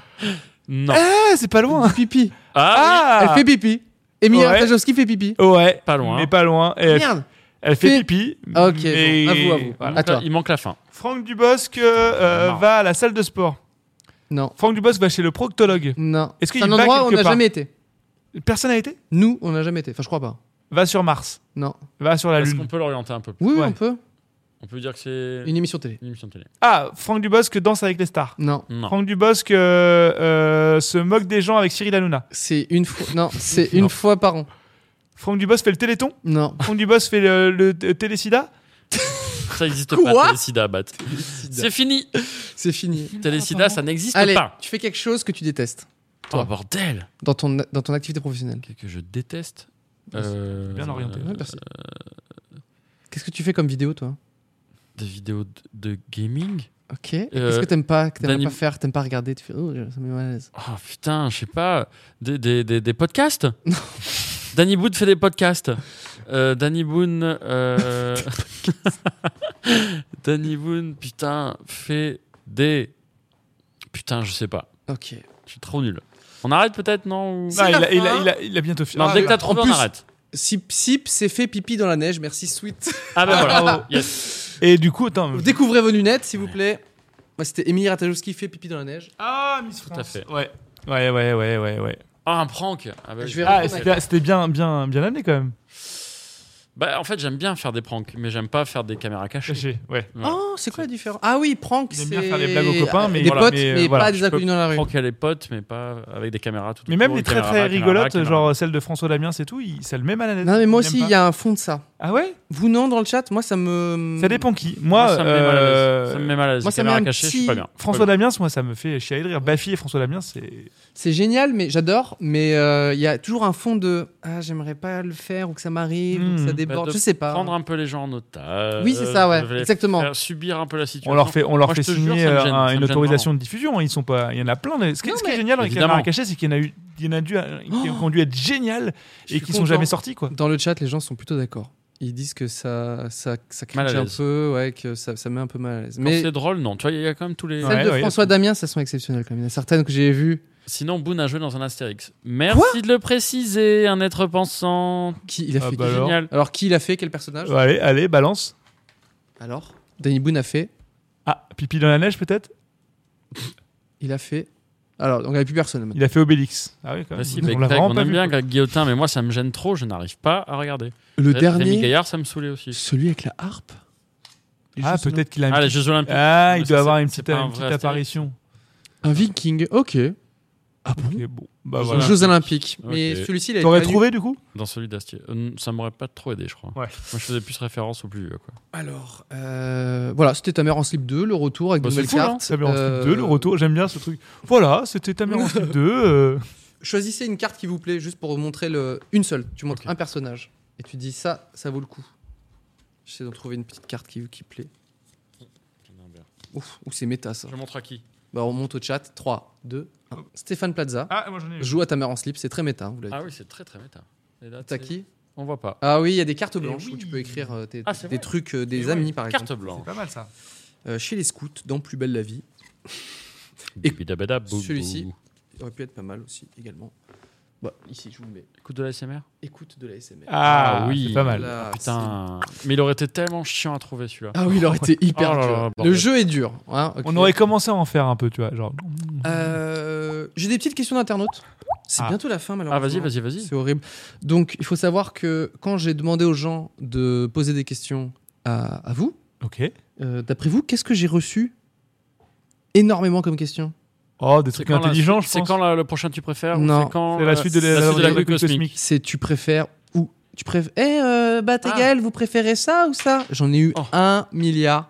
[SPEAKER 5] Non.
[SPEAKER 3] Ah, c'est pas loin.
[SPEAKER 2] du pipi.
[SPEAKER 5] Ah, oui,
[SPEAKER 3] Ah
[SPEAKER 2] Elle fait pipi. Émilie
[SPEAKER 3] Ouais.
[SPEAKER 2] Ratajkowski fait pipi.
[SPEAKER 3] Ouais.
[SPEAKER 5] Pas loin.
[SPEAKER 3] Mais pas loin. Et Elle,
[SPEAKER 2] Merde.
[SPEAKER 3] elle fait
[SPEAKER 2] Fait-
[SPEAKER 3] pipi.
[SPEAKER 2] Ah, ok,
[SPEAKER 3] mais-
[SPEAKER 2] bon, à vous, à vous.
[SPEAKER 5] il
[SPEAKER 3] Voilà.
[SPEAKER 5] manque la-
[SPEAKER 2] toi.
[SPEAKER 5] il manque la fin.
[SPEAKER 3] Franck Dubosc euh, euh,
[SPEAKER 5] Non.
[SPEAKER 3] va à la salle de sport.
[SPEAKER 2] Non.
[SPEAKER 3] Franck Dubosc va chez le proctologue.
[SPEAKER 2] Non.
[SPEAKER 3] Est-ce qu'il
[SPEAKER 2] C'est un
[SPEAKER 3] va
[SPEAKER 2] endroit où on
[SPEAKER 3] quelque
[SPEAKER 2] n'a
[SPEAKER 3] part
[SPEAKER 2] jamais été.
[SPEAKER 3] Personne n'a été
[SPEAKER 2] Nous, on n'a jamais été. Enfin, je crois pas.
[SPEAKER 3] Va sur Mars.
[SPEAKER 2] Non.
[SPEAKER 3] Va sur la
[SPEAKER 5] Est-ce qu'on
[SPEAKER 3] Lune.
[SPEAKER 5] peut l'orienter un peu plus
[SPEAKER 2] Oui, oui,
[SPEAKER 3] Ouais.
[SPEAKER 2] on peut.
[SPEAKER 5] On peut dire que c'est
[SPEAKER 2] Une émission télé.
[SPEAKER 5] une émission de télé.
[SPEAKER 3] Ah, Franck Dubosc danse avec les stars.
[SPEAKER 2] Non.
[SPEAKER 5] Non.
[SPEAKER 3] Franck Dubosc euh, euh, se moque des gens avec Cyril Hanouna.
[SPEAKER 2] C'est une fois. Non, c'est une
[SPEAKER 5] Non.
[SPEAKER 2] fois par an.
[SPEAKER 3] Franck Dubosc fait le téléthon.
[SPEAKER 2] Non.
[SPEAKER 3] Franck Dubosc fait le, le t- télésida.
[SPEAKER 5] Ça n'existe
[SPEAKER 2] Quoi
[SPEAKER 5] pas, Télésida, Bat. C'est fini.
[SPEAKER 2] C'est fini.
[SPEAKER 5] Télésida, ça n'existe
[SPEAKER 2] Allez,
[SPEAKER 5] pas.
[SPEAKER 2] tu fais quelque chose que tu détestes
[SPEAKER 5] Oh, bordel.
[SPEAKER 2] dans ton, dans ton activité professionnelle.
[SPEAKER 5] Qu'est-ce que je déteste
[SPEAKER 2] Bien
[SPEAKER 5] Euh,
[SPEAKER 3] bien orienté.
[SPEAKER 2] Ouais,
[SPEAKER 5] euh,
[SPEAKER 2] merci. Qu'est-ce que tu fais comme vidéo, toi
[SPEAKER 5] Des vidéos de, de gaming
[SPEAKER 2] Ok.
[SPEAKER 3] Euh,
[SPEAKER 2] Qu'est-ce que t'aimes pas, que t'aimes
[SPEAKER 5] d'anim-
[SPEAKER 2] pas faire, que t'aimes pas regarder Tu fais, oh, ça me met mal à l'aise.
[SPEAKER 5] Oh putain, je sais pas. Des, des, des, des podcasts Danny Boone fait des podcasts. Euh, Danny Boone. euh, Danny Boone, putain, fait des. Putain, je sais pas.
[SPEAKER 2] Ok.
[SPEAKER 5] Je suis trop nul. On arrête peut-être, non ou-
[SPEAKER 3] Non,
[SPEAKER 2] C'est
[SPEAKER 3] il,
[SPEAKER 2] la
[SPEAKER 3] a, il, a,
[SPEAKER 2] fin.
[SPEAKER 3] il a- il a bientôt fini.
[SPEAKER 5] Non,
[SPEAKER 3] Ah,
[SPEAKER 5] dès que
[SPEAKER 3] oui.
[SPEAKER 5] t'as trouvé,
[SPEAKER 2] en plus-
[SPEAKER 5] on arrête.
[SPEAKER 2] Sip, sip, c'est fait pipi dans la neige. Merci, sweet.
[SPEAKER 5] Ah ben
[SPEAKER 3] Ah,
[SPEAKER 5] voilà.
[SPEAKER 3] bravo.
[SPEAKER 5] Yes.
[SPEAKER 3] Et du coup, attends,
[SPEAKER 2] Découvrez vos lunettes, s'il vous plaît. Ouais, C'était Émilie Ratajkowski fait pipi dans la neige.
[SPEAKER 3] Ah, Miss
[SPEAKER 5] Tout à France. fait.
[SPEAKER 3] Ouais. Ouais, ouais, ouais, ouais, ouais.
[SPEAKER 5] Ah, un prank ah, bah,
[SPEAKER 2] Je
[SPEAKER 5] oui.
[SPEAKER 2] vais
[SPEAKER 3] Ah,
[SPEAKER 2] répondre à-
[SPEAKER 3] c'était c'était bien, bien, bien amené quand même.
[SPEAKER 5] Bah, en fait, j'aime bien faire des pranks, mais j'aime pas faire des caméras cachées.
[SPEAKER 3] Caché, ouais.
[SPEAKER 5] Ouais.
[SPEAKER 2] Oh, c'est quoi la différence Ah oui, prank,
[SPEAKER 3] J'aime
[SPEAKER 2] c'est.
[SPEAKER 3] bien faire des blagues aux copains,
[SPEAKER 2] Ah,
[SPEAKER 3] mais
[SPEAKER 2] des
[SPEAKER 3] voilà,
[SPEAKER 2] potes,
[SPEAKER 3] mais,
[SPEAKER 2] mais,
[SPEAKER 3] euh, voilà,
[SPEAKER 2] pas
[SPEAKER 3] je
[SPEAKER 2] des
[SPEAKER 3] peux-
[SPEAKER 2] inconnus dans la rue.
[SPEAKER 5] Prank à les potes, mais pas avec des caméras tout
[SPEAKER 3] Mais même
[SPEAKER 5] autour,
[SPEAKER 3] les très
[SPEAKER 5] caméra
[SPEAKER 3] très
[SPEAKER 5] là, caméra là,
[SPEAKER 3] rigolotes,
[SPEAKER 5] caméra là.
[SPEAKER 3] genre celle de François Damien, c'est tout, il- c'est le même à la lettre.
[SPEAKER 2] Non, mais moi
[SPEAKER 3] Il
[SPEAKER 2] aussi,
[SPEAKER 3] aime
[SPEAKER 2] il y a un fond de ça.
[SPEAKER 3] pas. Ah ouais
[SPEAKER 2] Vous, non, dans le chat, moi, ça me.
[SPEAKER 3] Ça dépend qui. Moi,
[SPEAKER 5] ça me met mal à
[SPEAKER 3] euh,
[SPEAKER 5] l'aise. Ça me met mal à l'aise.
[SPEAKER 2] moi,
[SPEAKER 5] Les
[SPEAKER 2] ça met
[SPEAKER 5] caméras
[SPEAKER 2] un
[SPEAKER 5] cachées, je
[SPEAKER 2] petit-
[SPEAKER 5] suis pas bien.
[SPEAKER 3] François Damiens, moi, ça me fait chialer de rire. Baffy et François Damiens, c'est.
[SPEAKER 2] C'est génial, mais j'adore, mais euh, il y a toujours un fond de. Ah, j'aimerais pas le faire, ou que ça m'arrive, ou
[SPEAKER 3] Hmm.
[SPEAKER 2] que ça
[SPEAKER 5] Bah,
[SPEAKER 2] déborde.
[SPEAKER 5] de
[SPEAKER 2] Je sais pas.
[SPEAKER 5] Prendre un peu les gens en otage.
[SPEAKER 2] Oui, c'est ça, ouais,
[SPEAKER 5] de les
[SPEAKER 2] exactement.
[SPEAKER 5] faire subir un peu la situation.
[SPEAKER 3] On leur fait, on leur
[SPEAKER 5] Moi,
[SPEAKER 3] fait
[SPEAKER 5] je te jure,
[SPEAKER 3] signer
[SPEAKER 5] ça me gêne,
[SPEAKER 3] euh, un-
[SPEAKER 5] ça me
[SPEAKER 3] une
[SPEAKER 5] gêne
[SPEAKER 3] autorisation de diffusion. Ils sont pas, il y en a plein. de- Ce, qui-
[SPEAKER 2] Non,
[SPEAKER 3] ce qui est
[SPEAKER 2] mais-
[SPEAKER 3] génial avec les caméras
[SPEAKER 5] Évidemment. Oh
[SPEAKER 3] cachées, c'est qu'il y en a eu, il y en a dû, qui ont dû être géniales
[SPEAKER 2] Je
[SPEAKER 3] et
[SPEAKER 2] suis
[SPEAKER 3] qui sont
[SPEAKER 2] content.
[SPEAKER 3] jamais sorties quoi.
[SPEAKER 2] Dans le chat, les gens sont plutôt d'accord. Ils disent que ça, ça, ça
[SPEAKER 5] Mal à
[SPEAKER 2] cringe un
[SPEAKER 5] l'aise.
[SPEAKER 2] peu, ouais, que ça, ça met un peu mal à l'aise.
[SPEAKER 5] Mais
[SPEAKER 2] Mais
[SPEAKER 5] c'est drôle, non. Tu vois, il y a quand même tous les.
[SPEAKER 2] celles
[SPEAKER 3] Ouais,
[SPEAKER 2] de
[SPEAKER 3] ouais,
[SPEAKER 2] François Damien, ça sont exceptionnelles quand même. Il y en a certaines que j'ai vues
[SPEAKER 5] Sinon, Boone a joué dans un Astérix. Merci de le préciser, un être pensant.
[SPEAKER 2] Qui il a
[SPEAKER 3] Ah
[SPEAKER 2] fait
[SPEAKER 3] bah
[SPEAKER 2] qui
[SPEAKER 3] alors.
[SPEAKER 5] Génial.
[SPEAKER 2] Alors qui il a fait Quel personnage
[SPEAKER 3] Ouais, allez, allez, balance.
[SPEAKER 2] Alors Danny Boone a fait.
[SPEAKER 3] Ah, pipi dans la neige peut-être.
[SPEAKER 2] Il a fait. Alors donc il n'y a plus personne. maintenant.
[SPEAKER 3] Il a fait Obélix. Ah oui, quand même.
[SPEAKER 5] Bah si,
[SPEAKER 3] On
[SPEAKER 5] mais
[SPEAKER 3] l'a
[SPEAKER 5] Greg,
[SPEAKER 3] vraiment
[SPEAKER 5] on
[SPEAKER 3] pas
[SPEAKER 5] aime
[SPEAKER 3] vu.
[SPEAKER 5] bien Greg Guillotin, mais moi ça me gêne trop, je n'arrive pas à regarder.
[SPEAKER 2] Le
[SPEAKER 5] Ré- Rémi
[SPEAKER 2] dernier,
[SPEAKER 5] Gaillard, ça me saoulait aussi.
[SPEAKER 2] celui avec la harpe. Les
[SPEAKER 3] Ah,
[SPEAKER 2] choses- non.
[SPEAKER 3] peut-être qu'il a.
[SPEAKER 5] Ah, les
[SPEAKER 3] un petit-
[SPEAKER 5] Jeux Olympiques.
[SPEAKER 3] Ah,
[SPEAKER 5] Mais
[SPEAKER 3] il
[SPEAKER 5] ça,
[SPEAKER 3] doit avoir
[SPEAKER 5] c'est-
[SPEAKER 3] une
[SPEAKER 5] c'est
[SPEAKER 3] petite,
[SPEAKER 5] pas un
[SPEAKER 3] une
[SPEAKER 5] vrai
[SPEAKER 3] petite
[SPEAKER 5] Astérix.
[SPEAKER 3] apparition.
[SPEAKER 2] Un Viking. Ok. Ah bon
[SPEAKER 3] Ok, bon,
[SPEAKER 5] Jeux
[SPEAKER 3] bah
[SPEAKER 2] Aux
[SPEAKER 3] voilà.
[SPEAKER 5] Olympiques.
[SPEAKER 2] Jeux Olympiques.
[SPEAKER 5] Ok.
[SPEAKER 2] Mais celui-ci, il a
[SPEAKER 3] T'aurais
[SPEAKER 2] été
[SPEAKER 3] trouvé du coup
[SPEAKER 5] Dans celui d'Astier. Euh, ça m'aurait pas trop aidé, je crois.
[SPEAKER 3] Ouais.
[SPEAKER 5] Moi je faisais plus référence au plus vieux. Quoi.
[SPEAKER 2] Alors euh, voilà, c'était ta mère en slip 2, le retour avec
[SPEAKER 5] Bah,
[SPEAKER 2] de
[SPEAKER 5] c'est
[SPEAKER 2] nouvelles
[SPEAKER 5] cool, hein,
[SPEAKER 2] cartes.
[SPEAKER 3] Tamer en
[SPEAKER 2] Euh,
[SPEAKER 3] slip 2, le retour. J'aime bien ce truc. Voilà, c'était Tamer en slip 2. euh,
[SPEAKER 2] Choisissez une carte qui vous plaît, juste pour montrer le... une seule. Tu montres
[SPEAKER 5] Ok.
[SPEAKER 2] un personnage et tu dis ça, ça vaut le coup. J'essaie d'en trouver une petite carte qui, qui plaît. Ouf, ou c'est méta ça.
[SPEAKER 5] Je montre à qui
[SPEAKER 2] Bah, on monte au chat. 3, 2, 1. Stéphane Plaza.
[SPEAKER 3] Ah, moi j'en ai. eu.
[SPEAKER 2] Joue à ta mère en slip, c'est très méta. hein, vous l'avez
[SPEAKER 5] Ah
[SPEAKER 2] dit.
[SPEAKER 5] oui, c'est très très méta. Et là,
[SPEAKER 2] T'as
[SPEAKER 5] c'est-
[SPEAKER 2] qui
[SPEAKER 5] On voit pas.
[SPEAKER 2] Ah oui, il y a des cartes
[SPEAKER 3] Eh
[SPEAKER 2] blanches
[SPEAKER 3] oui.
[SPEAKER 2] où tu peux écrire euh, tes-
[SPEAKER 5] Ah, c'est
[SPEAKER 2] des
[SPEAKER 5] vrai.
[SPEAKER 2] trucs euh,
[SPEAKER 3] Eh
[SPEAKER 2] des
[SPEAKER 3] ouais.
[SPEAKER 2] amis par exemple.
[SPEAKER 5] Carte blanche.
[SPEAKER 3] C'est pas mal ça.
[SPEAKER 2] Euh, chez les scouts, dans Plus belle la vie, Et-
[SPEAKER 5] Bidabada, boubou.
[SPEAKER 2] celui-ci. il aurait pu être pas mal aussi également. Bah, ici, je vous le mets.
[SPEAKER 5] Écoute de la SMR
[SPEAKER 2] Écoute de la SMR.
[SPEAKER 3] Ah,
[SPEAKER 5] Ah, oui.
[SPEAKER 3] oui. C'est pas mal.
[SPEAKER 2] Là,
[SPEAKER 5] Putain. Mais il aurait été tellement chiant à trouver celui-là.
[SPEAKER 2] c'est- Ah oui, il aurait été hyper
[SPEAKER 5] Oh là
[SPEAKER 2] dur.
[SPEAKER 5] là,
[SPEAKER 2] le
[SPEAKER 5] bordel.
[SPEAKER 2] jeu est dur. hein, ok.
[SPEAKER 3] On aurait commencé à en faire un peu, tu vois. Genre,
[SPEAKER 2] Euh, J'ai des petites questions d'internautes. C'est
[SPEAKER 3] Ah.
[SPEAKER 2] bientôt la fin
[SPEAKER 5] Ah,
[SPEAKER 2] malheureusement.
[SPEAKER 5] vas-y, vas-y, vas-y.
[SPEAKER 2] C'est horrible. Donc, il faut savoir que quand j'ai demandé aux gens de poser des questions à, à vous,
[SPEAKER 3] ok.
[SPEAKER 2] euh, d'après vous, qu'est-ce que j'ai reçu énormément comme question
[SPEAKER 3] Oh, des trucs
[SPEAKER 5] quand la-
[SPEAKER 3] intelligents, je
[SPEAKER 5] C'est
[SPEAKER 3] pense.
[SPEAKER 5] quand la- le prochain tu préfères ou
[SPEAKER 2] Non.
[SPEAKER 5] C'est quand,
[SPEAKER 3] C'est la
[SPEAKER 5] euh,
[SPEAKER 3] suite de la,
[SPEAKER 5] la, suite de la, grue cosmique.
[SPEAKER 2] C'est tu préfères ou tu préfères. Eh, euh, bah, t'es
[SPEAKER 5] Ah.
[SPEAKER 2] Gaël, vous préférez ça ou ça J'en ai eu
[SPEAKER 5] Oh.
[SPEAKER 2] un milliard.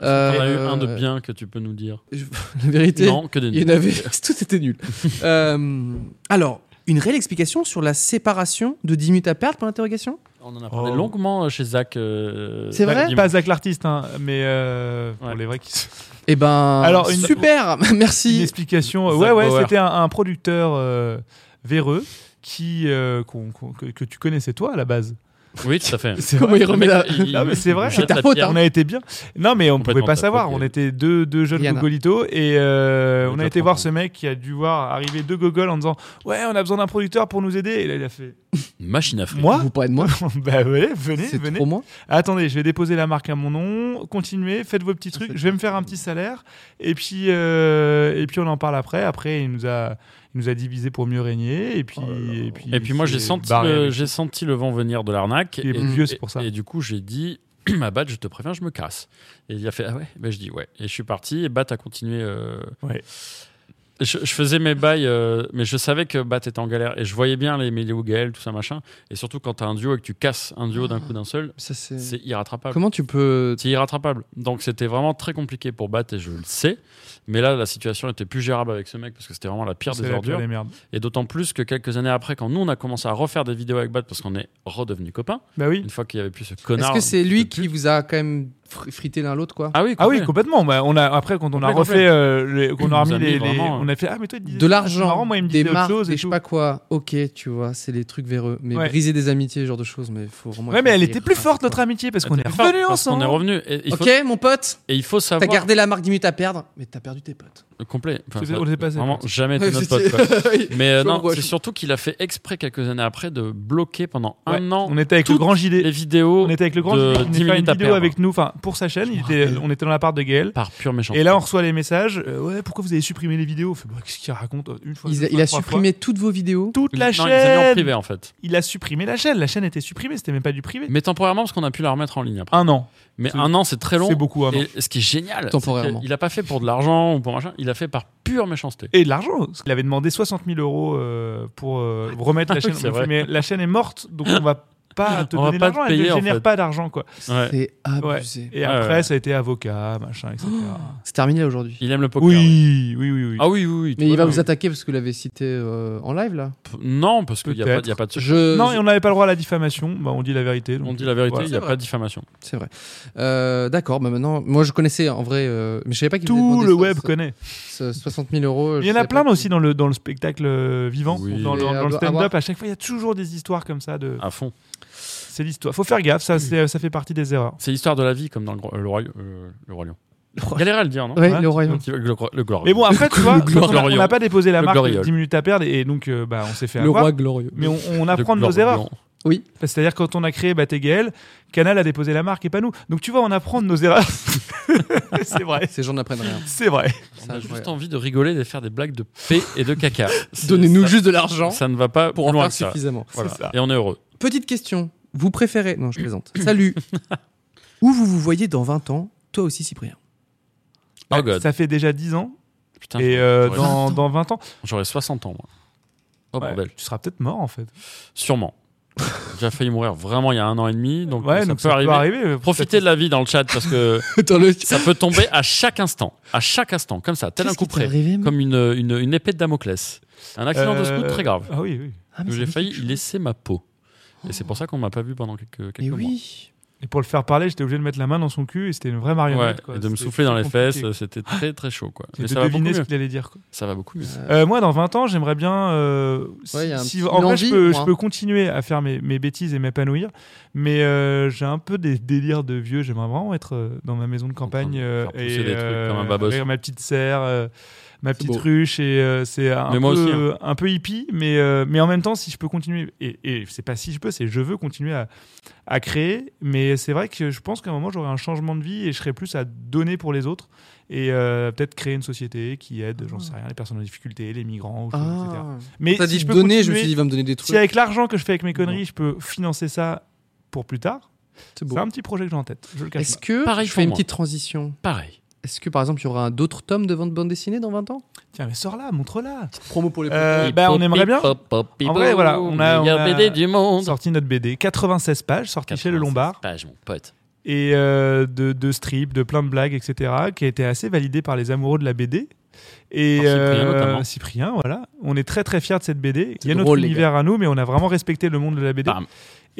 [SPEAKER 5] On a eu
[SPEAKER 2] Euh,
[SPEAKER 5] un de bien que tu peux nous dire.
[SPEAKER 2] je- La vérité,
[SPEAKER 5] Non, que des
[SPEAKER 2] il y en
[SPEAKER 5] nuls.
[SPEAKER 2] avait. Tout était nul. Euh, alors, une réelle explication sur la séparation de 10 minutes à perdre pour l'interrogation
[SPEAKER 5] On en a parlé
[SPEAKER 3] Oh.
[SPEAKER 5] longuement euh, chez Zach. euh,
[SPEAKER 2] C'est vrai
[SPEAKER 5] dimanche.
[SPEAKER 3] Pas Zach l'artiste, hein, mais euh, pour
[SPEAKER 5] Ouais.
[SPEAKER 3] les vrais qui se-
[SPEAKER 2] Eh ben,
[SPEAKER 3] Alors, une-
[SPEAKER 2] super
[SPEAKER 3] Une
[SPEAKER 2] Merci
[SPEAKER 3] explication.
[SPEAKER 5] Zach
[SPEAKER 3] ouais, ouais,
[SPEAKER 5] Bauer.
[SPEAKER 3] c'était un, un producteur euh, véreux qui, euh, qu'on- qu'on- que, que tu connaissais toi à la base.
[SPEAKER 5] Oui, tout à fait.
[SPEAKER 3] C'est
[SPEAKER 2] Comment
[SPEAKER 3] vrai.
[SPEAKER 2] il remet
[SPEAKER 5] Le
[SPEAKER 2] la...
[SPEAKER 5] mec, il-
[SPEAKER 3] Ah, mais c'est
[SPEAKER 5] il
[SPEAKER 3] vrai.
[SPEAKER 5] jette
[SPEAKER 2] C'est ta
[SPEAKER 5] la
[SPEAKER 2] faute,
[SPEAKER 5] pierre.
[SPEAKER 2] hein.
[SPEAKER 3] On a été bien. Non, mais on pouvait
[SPEAKER 5] Complètement
[SPEAKER 3] pas
[SPEAKER 5] ta
[SPEAKER 3] savoir.
[SPEAKER 5] faute,
[SPEAKER 3] On
[SPEAKER 5] Gaël.
[SPEAKER 3] était deux, deux jeunes
[SPEAKER 2] Rihanna.
[SPEAKER 3] gogolitos et euh,
[SPEAKER 5] Ouais,
[SPEAKER 3] on
[SPEAKER 5] je
[SPEAKER 3] a été voir
[SPEAKER 5] comprends.
[SPEAKER 3] ce mec qui a dû voir arriver deux gogoles en disant Ouais, on a besoin d'un producteur pour nous aider. Et là, il a fait
[SPEAKER 5] Machine à fric.
[SPEAKER 3] Moi
[SPEAKER 2] Vous parlez de moi
[SPEAKER 3] Bah ouais, venez,
[SPEAKER 2] C'est
[SPEAKER 3] venez.
[SPEAKER 2] trop moi
[SPEAKER 3] Attendez, je vais déposer la marque à mon nom. Continuez, faites vos petits trucs. Je vais me faire un petit salaire. Et puis, euh, et puis on en parle après. Après, il nous a, il nous a divisé pour mieux régner. Et puis,
[SPEAKER 2] Oh
[SPEAKER 3] et puis,
[SPEAKER 5] Et puis moi,
[SPEAKER 3] il
[SPEAKER 5] j'ai
[SPEAKER 3] s'est
[SPEAKER 5] senti,
[SPEAKER 3] barré
[SPEAKER 5] le,
[SPEAKER 3] avec-
[SPEAKER 5] j'ai senti le vent venir de l'arnaque.
[SPEAKER 3] Il est
[SPEAKER 5] Et-
[SPEAKER 3] vieux,
[SPEAKER 5] et-
[SPEAKER 3] c'est pour ça.
[SPEAKER 5] Et du coup, j'ai dit, ma batte, je te préviens, je me casse. Et il a fait, ah ouais ben, Je dis, ouais. Et je suis parti, et Bat a continué. euh,
[SPEAKER 3] Ouais.
[SPEAKER 5] Je, je faisais mes bails, euh, mais je savais que Bat était en galère. Et je voyais bien les Melio Gaël, tout ça, machin. Et surtout, quand t'as un duo et que tu casses un duo d'un coup d'un seul,
[SPEAKER 2] Ça, Ah. c'est-
[SPEAKER 5] c'est irrattrapable.
[SPEAKER 2] Comment tu peux.
[SPEAKER 5] C'est irrattrapable. Donc c'était vraiment très compliqué pour Bat et je le sais. Mais là, la situation était plus gérable avec ce mec parce que c'était vraiment la pire
[SPEAKER 3] C'est
[SPEAKER 5] des
[SPEAKER 3] la pire
[SPEAKER 5] ordures.
[SPEAKER 3] des merdes.
[SPEAKER 5] Et d'autant plus que quelques années après, quand nous on a commencé à refaire des vidéos avec Bat parce qu'on est redevenus copains,
[SPEAKER 3] Bah oui.
[SPEAKER 5] une fois qu'il y avait plus ce
[SPEAKER 2] Est-ce
[SPEAKER 5] connard. hein.
[SPEAKER 2] que c'est
[SPEAKER 5] de
[SPEAKER 2] lui
[SPEAKER 5] pute.
[SPEAKER 2] qui vous a quand même fr- frité l'un l'autre, quoi
[SPEAKER 5] Ah oui,
[SPEAKER 3] Ah oui,
[SPEAKER 5] complet.
[SPEAKER 3] complètement. Bah, on a, après, quand on
[SPEAKER 5] Complet,
[SPEAKER 3] a refait,
[SPEAKER 5] complet.
[SPEAKER 3] euh, les- qu'on a
[SPEAKER 5] Nos
[SPEAKER 3] remis
[SPEAKER 5] amis,
[SPEAKER 3] les, les-
[SPEAKER 5] vraiment,
[SPEAKER 3] on a fait, ah, mais toi, il disait
[SPEAKER 2] De
[SPEAKER 3] ça, c'est marrant,
[SPEAKER 2] l'argent,
[SPEAKER 3] moi, il me
[SPEAKER 2] des
[SPEAKER 3] disait autre
[SPEAKER 2] marques,
[SPEAKER 3] chose
[SPEAKER 2] des
[SPEAKER 3] et
[SPEAKER 2] je
[SPEAKER 3] tout.
[SPEAKER 2] sais pas quoi. Ok, tu vois, c'est les trucs véreux. Mais
[SPEAKER 3] Ouais.
[SPEAKER 2] briser des amitiés, ce genre de choses, mais faut vraiment.
[SPEAKER 3] Ouais, mais elle
[SPEAKER 2] écrire,
[SPEAKER 3] était plus
[SPEAKER 2] hein,
[SPEAKER 3] forte,
[SPEAKER 2] quoi.
[SPEAKER 3] notre amitié, parce
[SPEAKER 5] Ah,
[SPEAKER 3] qu'on
[SPEAKER 5] t'es
[SPEAKER 3] est
[SPEAKER 5] plus fort,
[SPEAKER 3] revenus
[SPEAKER 5] parce qu'on
[SPEAKER 3] ensemble.
[SPEAKER 5] est revenus. Et il faut,
[SPEAKER 2] Ok, mon pote,
[SPEAKER 5] et il faut
[SPEAKER 2] t'as
[SPEAKER 5] savoir.
[SPEAKER 2] gardé la marque 10 minutes à perdre, mais t'as perdu tes potes.
[SPEAKER 5] Complet. Enfin,
[SPEAKER 3] C'était-
[SPEAKER 5] ça-
[SPEAKER 3] on était passé.
[SPEAKER 5] Vraiment, jamais été notre pote. quoi.
[SPEAKER 2] pote,
[SPEAKER 5] Mais euh,
[SPEAKER 2] Je
[SPEAKER 5] non,
[SPEAKER 2] l'envoie,
[SPEAKER 5] c'est
[SPEAKER 2] je-
[SPEAKER 5] surtout qu'il a fait exprès quelques années après de bloquer pendant
[SPEAKER 3] Ouais,
[SPEAKER 5] un an
[SPEAKER 3] On était avec le
[SPEAKER 5] toutes
[SPEAKER 3] grand
[SPEAKER 5] les
[SPEAKER 3] gilet.
[SPEAKER 5] vidéos.
[SPEAKER 3] On était avec le grand
[SPEAKER 5] de
[SPEAKER 3] gilet qui
[SPEAKER 5] 10
[SPEAKER 3] venait faire une
[SPEAKER 5] minutes à
[SPEAKER 3] vidéo
[SPEAKER 5] perdre.
[SPEAKER 3] avec nous. Enfin, pour sa chaîne. Il était- on était dans la part de Gaël.
[SPEAKER 5] Par pure méchanceté.
[SPEAKER 3] Et là, on reçoit les messages. euh, ouais, pourquoi vous avez supprimé les vidéos On fait, bah, Qu'est-ce qu'il raconte Une fois,
[SPEAKER 2] Il
[SPEAKER 3] deux
[SPEAKER 2] a,
[SPEAKER 3] fois,
[SPEAKER 2] il a
[SPEAKER 3] trois fois.
[SPEAKER 2] supprimé toutes vos vidéos.
[SPEAKER 3] toute
[SPEAKER 5] Non,
[SPEAKER 3] la
[SPEAKER 5] il les a mis en
[SPEAKER 3] chaîne.
[SPEAKER 5] privé en fait.
[SPEAKER 3] Il a supprimé la chaîne. La chaîne était supprimée. C'était même pas du privé.
[SPEAKER 5] Mais temporairement, parce qu'on a pu la remettre en ligne après.
[SPEAKER 3] Un an.
[SPEAKER 5] Mais
[SPEAKER 3] C'est-
[SPEAKER 5] un an, c'est très long.
[SPEAKER 3] C'est beaucoup. Un an.
[SPEAKER 5] Et ce qui est génial,
[SPEAKER 2] Temporairement.
[SPEAKER 5] il a pas fait pour de l'argent ou pour machin, il a fait par pure méchanceté.
[SPEAKER 3] Et de l'argent. parce qu'il avait demandé 60 000 euros euh, pour euh, remettre la chaîne.
[SPEAKER 5] Ah c'est
[SPEAKER 3] On fait,
[SPEAKER 5] vrai.
[SPEAKER 3] Mais la chaîne est morte, donc on va pas te
[SPEAKER 5] On va
[SPEAKER 3] donner
[SPEAKER 5] pas
[SPEAKER 3] l'argent.
[SPEAKER 5] te
[SPEAKER 3] Elle
[SPEAKER 5] payer,
[SPEAKER 3] ne
[SPEAKER 5] en
[SPEAKER 3] génère
[SPEAKER 5] fait.
[SPEAKER 3] pas d'argent, quoi.
[SPEAKER 5] Ouais.
[SPEAKER 2] C'est
[SPEAKER 3] Ouais.
[SPEAKER 2] abusé.
[SPEAKER 3] Et
[SPEAKER 5] Ah
[SPEAKER 3] après,
[SPEAKER 5] ouais.
[SPEAKER 3] ça a été avocat, machin, etc.
[SPEAKER 2] C'est terminé aujourd'hui.
[SPEAKER 5] Il aime le poker. oui.
[SPEAKER 3] Oui, oui, oui, oui.
[SPEAKER 5] Ah oui, oui, oui.
[SPEAKER 2] Mais il va
[SPEAKER 5] Voilà.
[SPEAKER 2] vous attaquer parce que vous l'avez cité euh, en live là.
[SPEAKER 5] P- Non, parce qu'il n'y a, pas-
[SPEAKER 3] Peut-être.
[SPEAKER 5] y a pas de.
[SPEAKER 2] Je...
[SPEAKER 3] non, et on n'avait pas le droit à la diffamation. Bah, on dit la vérité. donc,
[SPEAKER 5] On dit la vérité, il
[SPEAKER 3] voilà.
[SPEAKER 5] n'y a
[SPEAKER 2] C'est
[SPEAKER 5] pas
[SPEAKER 2] vrai.
[SPEAKER 5] de diffamation.
[SPEAKER 2] C'est vrai. Euh, D'accord, bah maintenant, moi je connaissais en vrai, euh, mais je savais pas qu'il
[SPEAKER 3] Tout le web connaît.
[SPEAKER 2] connaît. 60 000 euros.
[SPEAKER 3] Il y en a plein aussi dans le, dans le spectacle euh, vivant,
[SPEAKER 5] Oui.
[SPEAKER 3] ou dans, le-
[SPEAKER 2] Et à-
[SPEAKER 3] dans le
[SPEAKER 2] à
[SPEAKER 3] stand-up.
[SPEAKER 2] voir.
[SPEAKER 3] À chaque fois, il y a toujours des histoires comme ça. De...
[SPEAKER 5] À fond.
[SPEAKER 3] C'est l'histoire. Faut faire gaffe, ça, c'est- ça fait partie des erreurs.
[SPEAKER 5] C'est l'histoire de la vie, comme dans le, gro- euh, le roi, euh, le roi lion. Galère à le dire, non
[SPEAKER 2] Ouais,
[SPEAKER 3] Hein,
[SPEAKER 2] le royaume.
[SPEAKER 5] Le petit- le gro- le glorieux.
[SPEAKER 3] Mais bon, après, tu vois,
[SPEAKER 5] Le
[SPEAKER 3] on a- on
[SPEAKER 5] glorieux.
[SPEAKER 3] n'a pas déposé la
[SPEAKER 5] Le
[SPEAKER 3] marque de
[SPEAKER 5] gloriole.
[SPEAKER 3] 10 minutes à perdre et donc euh, bah, on s'est fait
[SPEAKER 2] le
[SPEAKER 3] avoir.
[SPEAKER 2] roi glorieux.
[SPEAKER 3] Mais on, on
[SPEAKER 5] Le
[SPEAKER 3] apprend de nos
[SPEAKER 5] glorieux.
[SPEAKER 3] erreurs.
[SPEAKER 2] Oui.
[SPEAKER 3] C'est-à-dire quand on a créé BTGL, Canal a déposé la marque et pas nous. Donc tu vois, on apprend de nos erreurs. c'est vrai.
[SPEAKER 2] Ces gens n'apprennent rien.
[SPEAKER 3] C'est vrai.
[SPEAKER 5] On a
[SPEAKER 2] Ça,
[SPEAKER 5] juste
[SPEAKER 2] ouais.
[SPEAKER 5] envie de rigoler, de faire des blagues de paix et de caca. C'est-
[SPEAKER 2] Donnez-nous
[SPEAKER 5] ça-
[SPEAKER 2] juste de l'argent
[SPEAKER 5] Ça ne va pas
[SPEAKER 2] pour
[SPEAKER 5] plus
[SPEAKER 2] en
[SPEAKER 5] loin
[SPEAKER 2] faire
[SPEAKER 5] que ça.
[SPEAKER 2] suffisamment.
[SPEAKER 5] Voilà.
[SPEAKER 3] C'est ça.
[SPEAKER 5] Et on est heureux.
[SPEAKER 2] Petite question. Vous préférez. Non, je plaisante. Salut. Où vous vous voyez dans 20 ans, toi aussi, Cyprien
[SPEAKER 5] Oh god.
[SPEAKER 3] Ça fait déjà 10 ans
[SPEAKER 5] Putain,
[SPEAKER 3] et euh,
[SPEAKER 5] j'aurais-
[SPEAKER 3] dans, dans 20 ans,
[SPEAKER 5] j'aurais 60 ans, moi. Oh
[SPEAKER 3] ouais,
[SPEAKER 5] bordel.
[SPEAKER 3] tu seras peut-être mort en fait.
[SPEAKER 5] Sûrement. J'ai failli mourir vraiment il y a un an et demi, donc
[SPEAKER 3] ouais,
[SPEAKER 5] ça
[SPEAKER 3] donc
[SPEAKER 5] peut arriver.
[SPEAKER 3] euh,
[SPEAKER 5] Profitez de la vie dans le chat parce que
[SPEAKER 2] Dans le.
[SPEAKER 5] ça peut tomber à chaque instant, à chaque instant, comme ça, tel un coup près, comme une, une, une épée de Damoclès. Un accident de scout très grave.
[SPEAKER 3] Ah oui, oui.
[SPEAKER 5] que J'ai failli y laisser ma peau. Et c'est pour ça qu'on m'a pas vu pendant quelques, quelques
[SPEAKER 2] Mais
[SPEAKER 5] mois.
[SPEAKER 2] oui.
[SPEAKER 3] Et pour le faire parler, j'étais obligé de mettre la main dans son cul et c'était une vraie
[SPEAKER 5] Ouais,
[SPEAKER 3] marionnette. quoi.
[SPEAKER 5] et de me
[SPEAKER 3] C'était
[SPEAKER 5] souffler dans les
[SPEAKER 3] compliqué.
[SPEAKER 5] fesses, c'était très très chaud quoi.
[SPEAKER 3] Et
[SPEAKER 5] Mais
[SPEAKER 3] de
[SPEAKER 5] ça va beaucoup
[SPEAKER 3] deviner ce
[SPEAKER 5] mieux.
[SPEAKER 3] qu'il allait dire. quoi.
[SPEAKER 5] Ça va beaucoup mieux.
[SPEAKER 3] Euh, moi, dans 20 ans, j'aimerais bien. euh,
[SPEAKER 2] Ouais, il y a un
[SPEAKER 3] si-
[SPEAKER 2] petit-
[SPEAKER 3] en
[SPEAKER 2] une
[SPEAKER 3] vrai, je
[SPEAKER 2] envie,
[SPEAKER 3] peux, je
[SPEAKER 2] moi.
[SPEAKER 3] peux continuer à faire mes, mes bêtises et m'épanouir, mais euh, j'ai un peu des délires de vieux. J'aimerais vraiment être euh, dans ma maison de
[SPEAKER 5] train
[SPEAKER 3] campagne
[SPEAKER 5] de
[SPEAKER 3] euh,
[SPEAKER 5] faire pousser
[SPEAKER 3] et
[SPEAKER 5] des trucs comme un babos.
[SPEAKER 3] avec ma petite serre, euh, ma petite
[SPEAKER 2] beau.
[SPEAKER 3] ruche. Et euh, c'est un,
[SPEAKER 5] Mais moi
[SPEAKER 3] peu-
[SPEAKER 5] aussi, hein.
[SPEAKER 3] un peu hippie, mais, euh, mais en même temps, si je peux continuer, et, et c'est pas si je peux, c'est je veux continuer à, à créer. Mais c'est vrai que je pense qu'à un moment, j'aurai un changement de vie et je serai plus à donner pour les autres et euh, peut-être créer une société qui aide, j'en sais rien, les personnes en difficulté, les migrants, ou choses, etc.
[SPEAKER 2] Ah.
[SPEAKER 3] Mais
[SPEAKER 2] T'as
[SPEAKER 3] si
[SPEAKER 2] dit
[SPEAKER 3] je peux
[SPEAKER 2] donner, je me
[SPEAKER 3] continuer-
[SPEAKER 2] suis dit, il va me donner des trucs.
[SPEAKER 3] si avec l'argent que je fais avec mes conneries, je peux financer ça pour plus tard,
[SPEAKER 2] C'est beau.
[SPEAKER 3] c'est un petit projet que j'ai en tête. Je le cache
[SPEAKER 2] Est-ce que.
[SPEAKER 5] Pareil
[SPEAKER 2] je
[SPEAKER 5] pour
[SPEAKER 2] fais une
[SPEAKER 5] moi.
[SPEAKER 2] petite transition.
[SPEAKER 5] Pareil.
[SPEAKER 2] Est-ce que par exemple il y aura un- d'autres tomes de vente bande dessinée dans 20 ans
[SPEAKER 3] pas. Tiens, mais sors là, montre-la.
[SPEAKER 2] Promo pour les
[SPEAKER 3] Euh, bah, on aimerait bien. En vrai, voilà, on a- on
[SPEAKER 5] meilleur
[SPEAKER 3] a-
[SPEAKER 5] BD du monde.
[SPEAKER 3] Sorti notre BD, 96 pages, sorti chez Le
[SPEAKER 5] 96
[SPEAKER 3] Lombard,
[SPEAKER 5] pages, mon pote.
[SPEAKER 3] et euh, de, de strips, de plein de blagues, etc., qui a été assez validé par les amoureux de la BD. Et
[SPEAKER 5] Par Cyprien,
[SPEAKER 3] euh,
[SPEAKER 5] notamment.
[SPEAKER 3] Cyprien, voilà. On est très très fiers de cette BD. Il y a
[SPEAKER 2] drôle,
[SPEAKER 3] notre
[SPEAKER 2] les gars.
[SPEAKER 3] univers à nous, mais on a vraiment respecté le monde de la BD.
[SPEAKER 5] Bam.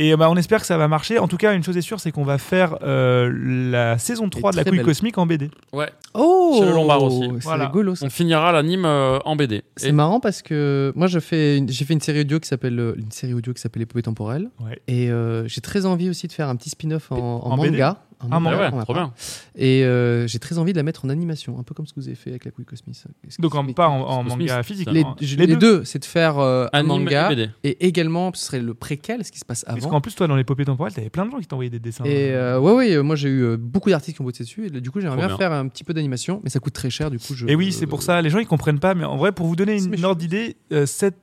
[SPEAKER 3] Et bah, on espère que ça va marcher. En tout cas, une chose est sûre, c'est qu'on va faire euh, la saison 3 de la
[SPEAKER 2] très
[SPEAKER 3] couille
[SPEAKER 2] belle.
[SPEAKER 3] cosmique en BD.
[SPEAKER 5] Ouais.
[SPEAKER 2] Oh
[SPEAKER 5] Chez le Lombard aussi.
[SPEAKER 2] C'est
[SPEAKER 3] Voilà.
[SPEAKER 2] rigolo ça.
[SPEAKER 5] On finira l'anime euh, en BD.
[SPEAKER 2] C'est
[SPEAKER 5] Et-
[SPEAKER 2] marrant parce que moi je fais une- j'ai fait une série audio qui s'appelle euh, une série audio qui s'appelle Épopée temporelle
[SPEAKER 3] Ouais.
[SPEAKER 2] et euh, j'ai très envie aussi de faire un petit spin-off en, en
[SPEAKER 3] En BD.
[SPEAKER 2] manga, en
[SPEAKER 3] Ah,
[SPEAKER 5] Ah
[SPEAKER 3] manga,
[SPEAKER 5] ouais,
[SPEAKER 2] on va
[SPEAKER 5] trop
[SPEAKER 2] pas.
[SPEAKER 5] bien.
[SPEAKER 2] Et euh, j'ai très envie de la mettre en animation, un peu comme ce que vous avez fait avec la couille cosmique.
[SPEAKER 3] Donc en, pas en, en
[SPEAKER 5] Cosmic,
[SPEAKER 3] manga
[SPEAKER 5] ça.
[SPEAKER 3] physique. hein.
[SPEAKER 2] les,
[SPEAKER 3] en-
[SPEAKER 2] je- les deux, c'est de faire euh, un
[SPEAKER 5] Anime
[SPEAKER 2] manga
[SPEAKER 5] et BD.
[SPEAKER 2] et également ce serait le préquel, ce qui se passe
[SPEAKER 3] Parce
[SPEAKER 2] avant.
[SPEAKER 3] qu'en plus, toi, dans l'épopée temporelle, t'avais plein de gens qui t'envoyaient des dessins.
[SPEAKER 2] Et euh, ouais, ouais, euh, moi j'ai eu euh, beaucoup d'artistes qui ont bossé dessus, et du coup j'aimerais
[SPEAKER 5] Trop
[SPEAKER 2] bien faire un petit peu d'animation, mais ça coûte très cher, du coup je.
[SPEAKER 3] Et oui, c'est pour ça. Les gens, ils comprennent pas. Mais en vrai, pour vous donner
[SPEAKER 2] C'est
[SPEAKER 3] une
[SPEAKER 2] méchant.
[SPEAKER 3] ordre d'idée,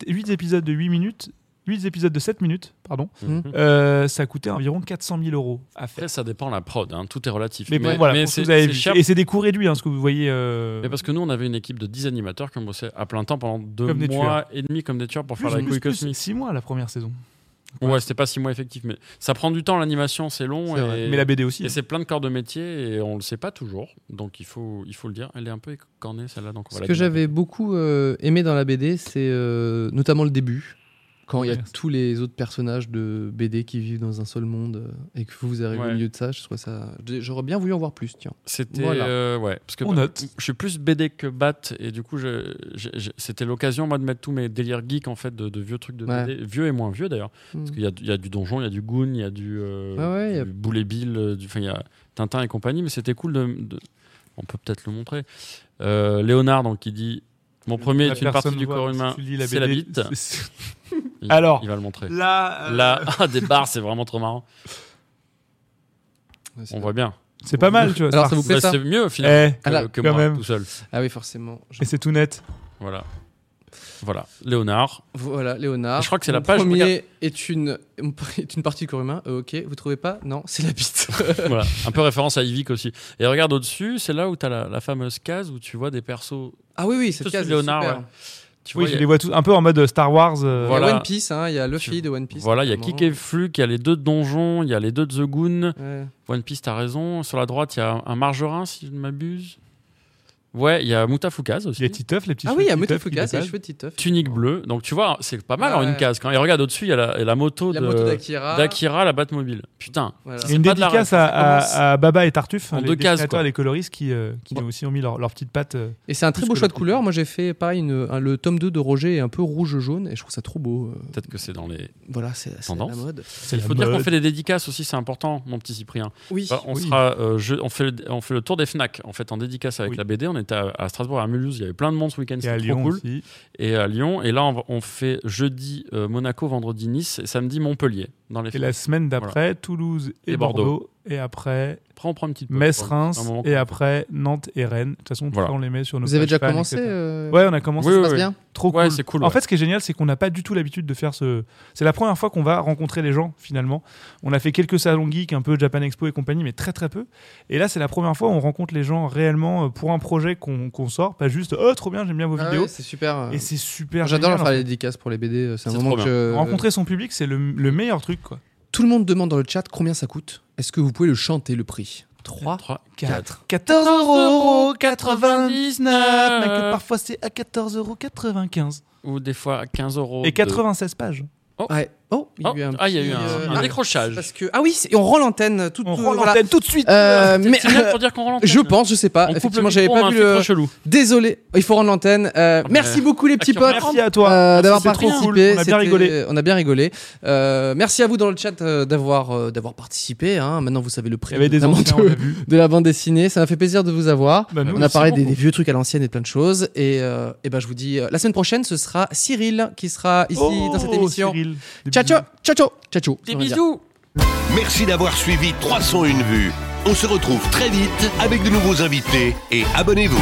[SPEAKER 3] 8 épisodes de 8 minutes, 8 épisodes de 7 minutes, pardon,
[SPEAKER 2] Mmh.
[SPEAKER 5] Mhm.
[SPEAKER 3] euh, ça coûtait environ 400 000 euros à faire.
[SPEAKER 5] Après, ça dépend la prod, hein, tout est relatif.
[SPEAKER 3] Mais, bon, voilà, pour ce que
[SPEAKER 5] c'est
[SPEAKER 3] vous avez
[SPEAKER 5] c'est
[SPEAKER 3] vu.
[SPEAKER 5] cher.
[SPEAKER 3] Et c'est des coûts réduits, hein, ce que vous voyez. euh,
[SPEAKER 5] Mais parce que nous, on avait une équipe de 10 animateurs qui ont bossé à plein temps pendant deux
[SPEAKER 3] Comme des
[SPEAKER 5] mois et demi comme des tueurs pour
[SPEAKER 3] plus,
[SPEAKER 5] faire la couille
[SPEAKER 3] plus, plus,
[SPEAKER 5] cosmique.
[SPEAKER 3] six mois la première saison.
[SPEAKER 5] Ouais, c'était pas six mois effectif, mais ça prend du temps l'animation, c'est long
[SPEAKER 3] C'est vrai.
[SPEAKER 5] et,
[SPEAKER 3] Mais la BD aussi.
[SPEAKER 5] et c'est plein de corps de métier et on le sait pas toujours, donc il faut il faut le dire. Elle est un peu écornée celle-là, donc on
[SPEAKER 2] Ce
[SPEAKER 5] va la
[SPEAKER 2] que
[SPEAKER 5] dire.
[SPEAKER 2] j'avais beaucoup euh, aimé dans la BD, c'est euh, notamment le début, quand il y a
[SPEAKER 3] Merci.
[SPEAKER 2] tous les autres personnages de BD qui vivent dans un seul monde euh, et que vous, vous arrivez
[SPEAKER 5] Ouais.
[SPEAKER 2] au milieu de ça. Je trouve ça. J'aurais bien voulu en voir plus, tiens.
[SPEAKER 5] C'était
[SPEAKER 2] Voilà.
[SPEAKER 5] euh, ouais, parce que
[SPEAKER 3] On note.
[SPEAKER 5] je suis plus BD que Bat et du coup je- je- je- c'était l'occasion moi de mettre tous mes délires geeks en fait de, de vieux trucs de
[SPEAKER 2] Ouais.
[SPEAKER 5] BD, vieux et moins vieux d'ailleurs.
[SPEAKER 2] Hmm.
[SPEAKER 5] Parce qu'il y a, il y a du donjon, il y a du goon, il y a du, euh,
[SPEAKER 2] Ah ouais, il y a-
[SPEAKER 5] du Boulet Bill, euh, du, enfin, il y a Tintin et compagnie, mais c'était cool de, de- On peut peut-être le montrer. Euh, Léonard, donc, qui dit Mon premier
[SPEAKER 3] La
[SPEAKER 5] est une partie
[SPEAKER 3] personne
[SPEAKER 5] du
[SPEAKER 3] voit,
[SPEAKER 5] corps
[SPEAKER 3] si
[SPEAKER 5] humain,
[SPEAKER 3] tu lis la
[SPEAKER 5] c'est la
[SPEAKER 3] BD,
[SPEAKER 5] bite.
[SPEAKER 3] c'est-
[SPEAKER 5] Il,
[SPEAKER 3] Alors.
[SPEAKER 5] Il va le montrer.
[SPEAKER 3] Là, euh,
[SPEAKER 5] Là, ah, des barres, c'est vraiment trop marrant.
[SPEAKER 2] Ouais, c'est
[SPEAKER 5] On
[SPEAKER 2] vrai.
[SPEAKER 5] voit bien.
[SPEAKER 3] C'est pas mal, tu vois.
[SPEAKER 2] Alors, ça vous plaît
[SPEAKER 5] Bah,
[SPEAKER 2] ça
[SPEAKER 5] c'est mieux finalement
[SPEAKER 3] Eh,
[SPEAKER 5] que,
[SPEAKER 2] Ah là,
[SPEAKER 5] que
[SPEAKER 3] quand
[SPEAKER 5] moi
[SPEAKER 3] même.
[SPEAKER 5] tout seul.
[SPEAKER 2] Ah oui, forcément. Je-
[SPEAKER 3] et c'est tout net.
[SPEAKER 5] Voilà. Voilà. Léonard.
[SPEAKER 2] Voilà, Léonard.
[SPEAKER 5] Je crois que c'est
[SPEAKER 2] Mon
[SPEAKER 5] la page, regarde.
[SPEAKER 2] Premier est une, est une partie du corps humain. Euh, ok, vous trouvez pas Non, c'est la bite.
[SPEAKER 5] voilà. Un peu référence à Yvick aussi. Et regarde au-dessus, c'est là où tu as la, la fameuse case où tu vois des persos.
[SPEAKER 2] ah oui, oui, cette
[SPEAKER 5] Tous
[SPEAKER 2] case. est
[SPEAKER 5] Léonard,
[SPEAKER 2] super.
[SPEAKER 5] ouais. Tu
[SPEAKER 3] Oui,
[SPEAKER 5] vois, il
[SPEAKER 3] je
[SPEAKER 5] y a-
[SPEAKER 3] les vois tous un peu en mode euh, Star Wars. euh,
[SPEAKER 2] Il y a
[SPEAKER 5] Voilà.
[SPEAKER 2] One Piece, hein, il y a Luffy
[SPEAKER 5] Tu-
[SPEAKER 2] de One Piece.
[SPEAKER 5] Voilà, il y a
[SPEAKER 2] notamment.
[SPEAKER 5] Kick et Fluke, il y a les deux de Donjon, il y a les deux de The Goon.
[SPEAKER 2] Ouais.
[SPEAKER 5] One Piece, t'as raison. Sur la droite, il y a un Margerin, si je ne m'abuse. Ouais, il y a Moutafoukaz
[SPEAKER 3] Il y
[SPEAKER 5] aussi.
[SPEAKER 3] a Titeuf, les petits
[SPEAKER 2] Ah
[SPEAKER 3] cheveux
[SPEAKER 2] oui, il y
[SPEAKER 3] de
[SPEAKER 2] a
[SPEAKER 3] Titeuf qui
[SPEAKER 2] Mutafukaz et les
[SPEAKER 3] dépassent.
[SPEAKER 2] cheveux de Titeuf.
[SPEAKER 5] Tunique bleue. Donc tu vois, c'est pas mal en
[SPEAKER 2] Ouais.
[SPEAKER 5] une case. Quand... Et regarde au-dessus, il y a la, la moto
[SPEAKER 2] La
[SPEAKER 5] de-
[SPEAKER 2] moto d'Akira.
[SPEAKER 5] d'Akira, la Batmobile. Putain.
[SPEAKER 2] Voilà.
[SPEAKER 3] Il y a une
[SPEAKER 5] pas de la
[SPEAKER 3] dédicace
[SPEAKER 5] ref,
[SPEAKER 3] à,
[SPEAKER 5] ça commence.
[SPEAKER 3] à- à Baba et Tartuffe,
[SPEAKER 5] En
[SPEAKER 3] les
[SPEAKER 5] deux cases,
[SPEAKER 3] dessinateurs
[SPEAKER 5] quoi.
[SPEAKER 3] et les coloristes qui, euh, qui
[SPEAKER 5] Bon.
[SPEAKER 3] nous aussi ont mis leur, leur petite patte. euh.
[SPEAKER 2] Et c'est un très
[SPEAKER 3] Plus
[SPEAKER 2] beau
[SPEAKER 3] que
[SPEAKER 2] choix
[SPEAKER 3] le
[SPEAKER 2] de couleur. Moi, j'ai fait pareil, une- un- le tome 2 de Roger est un peu rouge-jaune et je trouve ça trop beau. euh,
[SPEAKER 5] Peut-être que c'est dans les.
[SPEAKER 2] Voilà, c'est c'est la
[SPEAKER 5] Tendance.
[SPEAKER 2] mode.
[SPEAKER 3] C'est
[SPEAKER 5] Il
[SPEAKER 3] la
[SPEAKER 5] faut dire qu'on
[SPEAKER 3] mode.
[SPEAKER 5] fait des dédicaces aussi, c'est important, mon petit Cyprien.
[SPEAKER 2] Oui,
[SPEAKER 5] Bah, on,
[SPEAKER 3] Oui.
[SPEAKER 5] sera, euh, je- on, fait le, on fait le tour des Fnac en fait en dédicace avec
[SPEAKER 3] Oui.
[SPEAKER 5] la BD. On était à, à Strasbourg, à Mulhouse, il y avait plein de monde ce week-end,
[SPEAKER 3] Et à
[SPEAKER 5] c'était trop
[SPEAKER 3] Lyon
[SPEAKER 5] cool.
[SPEAKER 3] aussi.
[SPEAKER 5] Et à Lyon. Et là, on, va- on fait jeudi euh, Monaco, vendredi Nice et samedi Montpellier dans les
[SPEAKER 3] Et
[SPEAKER 5] Fnac.
[SPEAKER 3] la semaine d'après, Toulouse et,
[SPEAKER 5] Et Bordeaux.
[SPEAKER 3] Bordeaux. Et après,
[SPEAKER 5] Après, on prend une petite pause.
[SPEAKER 3] Metz,
[SPEAKER 5] pour
[SPEAKER 3] Reims.
[SPEAKER 5] un moment.
[SPEAKER 3] Et après, Nantes et Rennes. De toute façon, tout
[SPEAKER 5] Voilà.
[SPEAKER 3] ça, on les met sur nos
[SPEAKER 2] vous avez
[SPEAKER 3] pages
[SPEAKER 2] déjà
[SPEAKER 3] fans,
[SPEAKER 2] commencé
[SPEAKER 3] etc.
[SPEAKER 2] euh,
[SPEAKER 3] Ouais, on a commencé.
[SPEAKER 5] Oui,
[SPEAKER 2] Ça se
[SPEAKER 5] oui,
[SPEAKER 2] passe
[SPEAKER 5] oui.
[SPEAKER 2] bien
[SPEAKER 3] Trop
[SPEAKER 5] Ouais,
[SPEAKER 3] cool.
[SPEAKER 5] c'est cool,
[SPEAKER 3] En
[SPEAKER 5] ouais.
[SPEAKER 3] fait, ce qui est génial, c'est qu'on n'a pas du tout l'habitude de faire ce. C'est la première fois qu'on va rencontrer les gens finalement. On a fait quelques salons geeks, un peu Japan Expo et compagnie, mais très très peu. Et là, c'est la première fois où on rencontre les gens réellement euh, pour un projet qu'on qu'on sort, pas juste oh trop bien, j'aime bien vos
[SPEAKER 2] Ah
[SPEAKER 3] vidéos.
[SPEAKER 2] ouais, C'est super. euh,
[SPEAKER 3] et c'est super.
[SPEAKER 2] J'adore leur
[SPEAKER 3] génial,
[SPEAKER 2] faire
[SPEAKER 3] en
[SPEAKER 2] les dédicaces pour les BD. euh, C'est un
[SPEAKER 5] C'est
[SPEAKER 2] moment
[SPEAKER 5] trop
[SPEAKER 2] que
[SPEAKER 5] bien.
[SPEAKER 3] fait.
[SPEAKER 2] je-
[SPEAKER 3] Rencontrer son public, c'est le, le meilleur truc quoi.
[SPEAKER 2] Tout le monde demande dans le chat combien ça coûte. Est-ce que vous pouvez le chanter, le prix 3
[SPEAKER 5] Trois.
[SPEAKER 3] 4 14 euros 99 mais que parfois c'est à 14 euros 95
[SPEAKER 5] Ou des fois à 15 euros.
[SPEAKER 2] Oh,
[SPEAKER 3] et
[SPEAKER 5] de-
[SPEAKER 3] 96 pages
[SPEAKER 2] Ouais. Oh, il y
[SPEAKER 5] Oh,
[SPEAKER 2] a eu un,
[SPEAKER 5] ah, il y a
[SPEAKER 2] petit,
[SPEAKER 5] eu un,
[SPEAKER 2] euh,
[SPEAKER 5] un
[SPEAKER 2] ah,
[SPEAKER 5] décrochage.
[SPEAKER 2] Parce que... Ah oui, c'est- et on rend l'antenne tout
[SPEAKER 3] on
[SPEAKER 2] tout-
[SPEAKER 3] rend
[SPEAKER 2] voilà.
[SPEAKER 3] l'antenne tout de suite
[SPEAKER 2] Euh, mais
[SPEAKER 5] C'est bien pour dire qu'on rentre.
[SPEAKER 2] je pense, je sais pas.
[SPEAKER 5] On coupe
[SPEAKER 2] Effectivement,
[SPEAKER 5] le
[SPEAKER 2] j'avais
[SPEAKER 5] micro, on
[SPEAKER 2] pas
[SPEAKER 5] a un
[SPEAKER 2] vu
[SPEAKER 5] filtre
[SPEAKER 2] le.
[SPEAKER 5] chelou.
[SPEAKER 2] Désolé, il faut rendre l'antenne. Euh,
[SPEAKER 5] Ah,
[SPEAKER 2] merci
[SPEAKER 5] mais-
[SPEAKER 2] beaucoup les petits
[SPEAKER 5] Ah,
[SPEAKER 2] potes.
[SPEAKER 3] merci à toi
[SPEAKER 2] euh, d'avoir
[SPEAKER 3] Merci, c'est trop cool.
[SPEAKER 2] participé,
[SPEAKER 3] on a
[SPEAKER 2] c'était-
[SPEAKER 3] bien rigolé
[SPEAKER 2] on a bien rigolé. Euh, merci à vous dans le chat euh, d'avoir euh, d'avoir participé. hein. Maintenant vous savez le
[SPEAKER 3] il
[SPEAKER 2] prix
[SPEAKER 3] y avait des
[SPEAKER 2] notamment
[SPEAKER 3] anciens on
[SPEAKER 2] de,
[SPEAKER 3] a vu
[SPEAKER 2] de la bande dessinée. Ça m'a fait plaisir de vous avoir.
[SPEAKER 3] Bah, nous,
[SPEAKER 2] on a
[SPEAKER 3] merci
[SPEAKER 2] parlé des,
[SPEAKER 3] beaucoup.
[SPEAKER 2] des vieux trucs à l'ancienne et de plein de choses. Et, euh, eh ben je vous dis euh, la semaine prochaine ce sera Cyril qui sera ici
[SPEAKER 3] Oh,
[SPEAKER 2] dans cette émission.
[SPEAKER 3] Cyril. Des
[SPEAKER 2] Ciao ciao ciao ciao ciao.
[SPEAKER 5] Des
[SPEAKER 2] je veux dire.
[SPEAKER 5] bisous.
[SPEAKER 6] Merci d'avoir suivi 301 vues. On se retrouve très vite avec de nouveaux invités et abonnez-vous.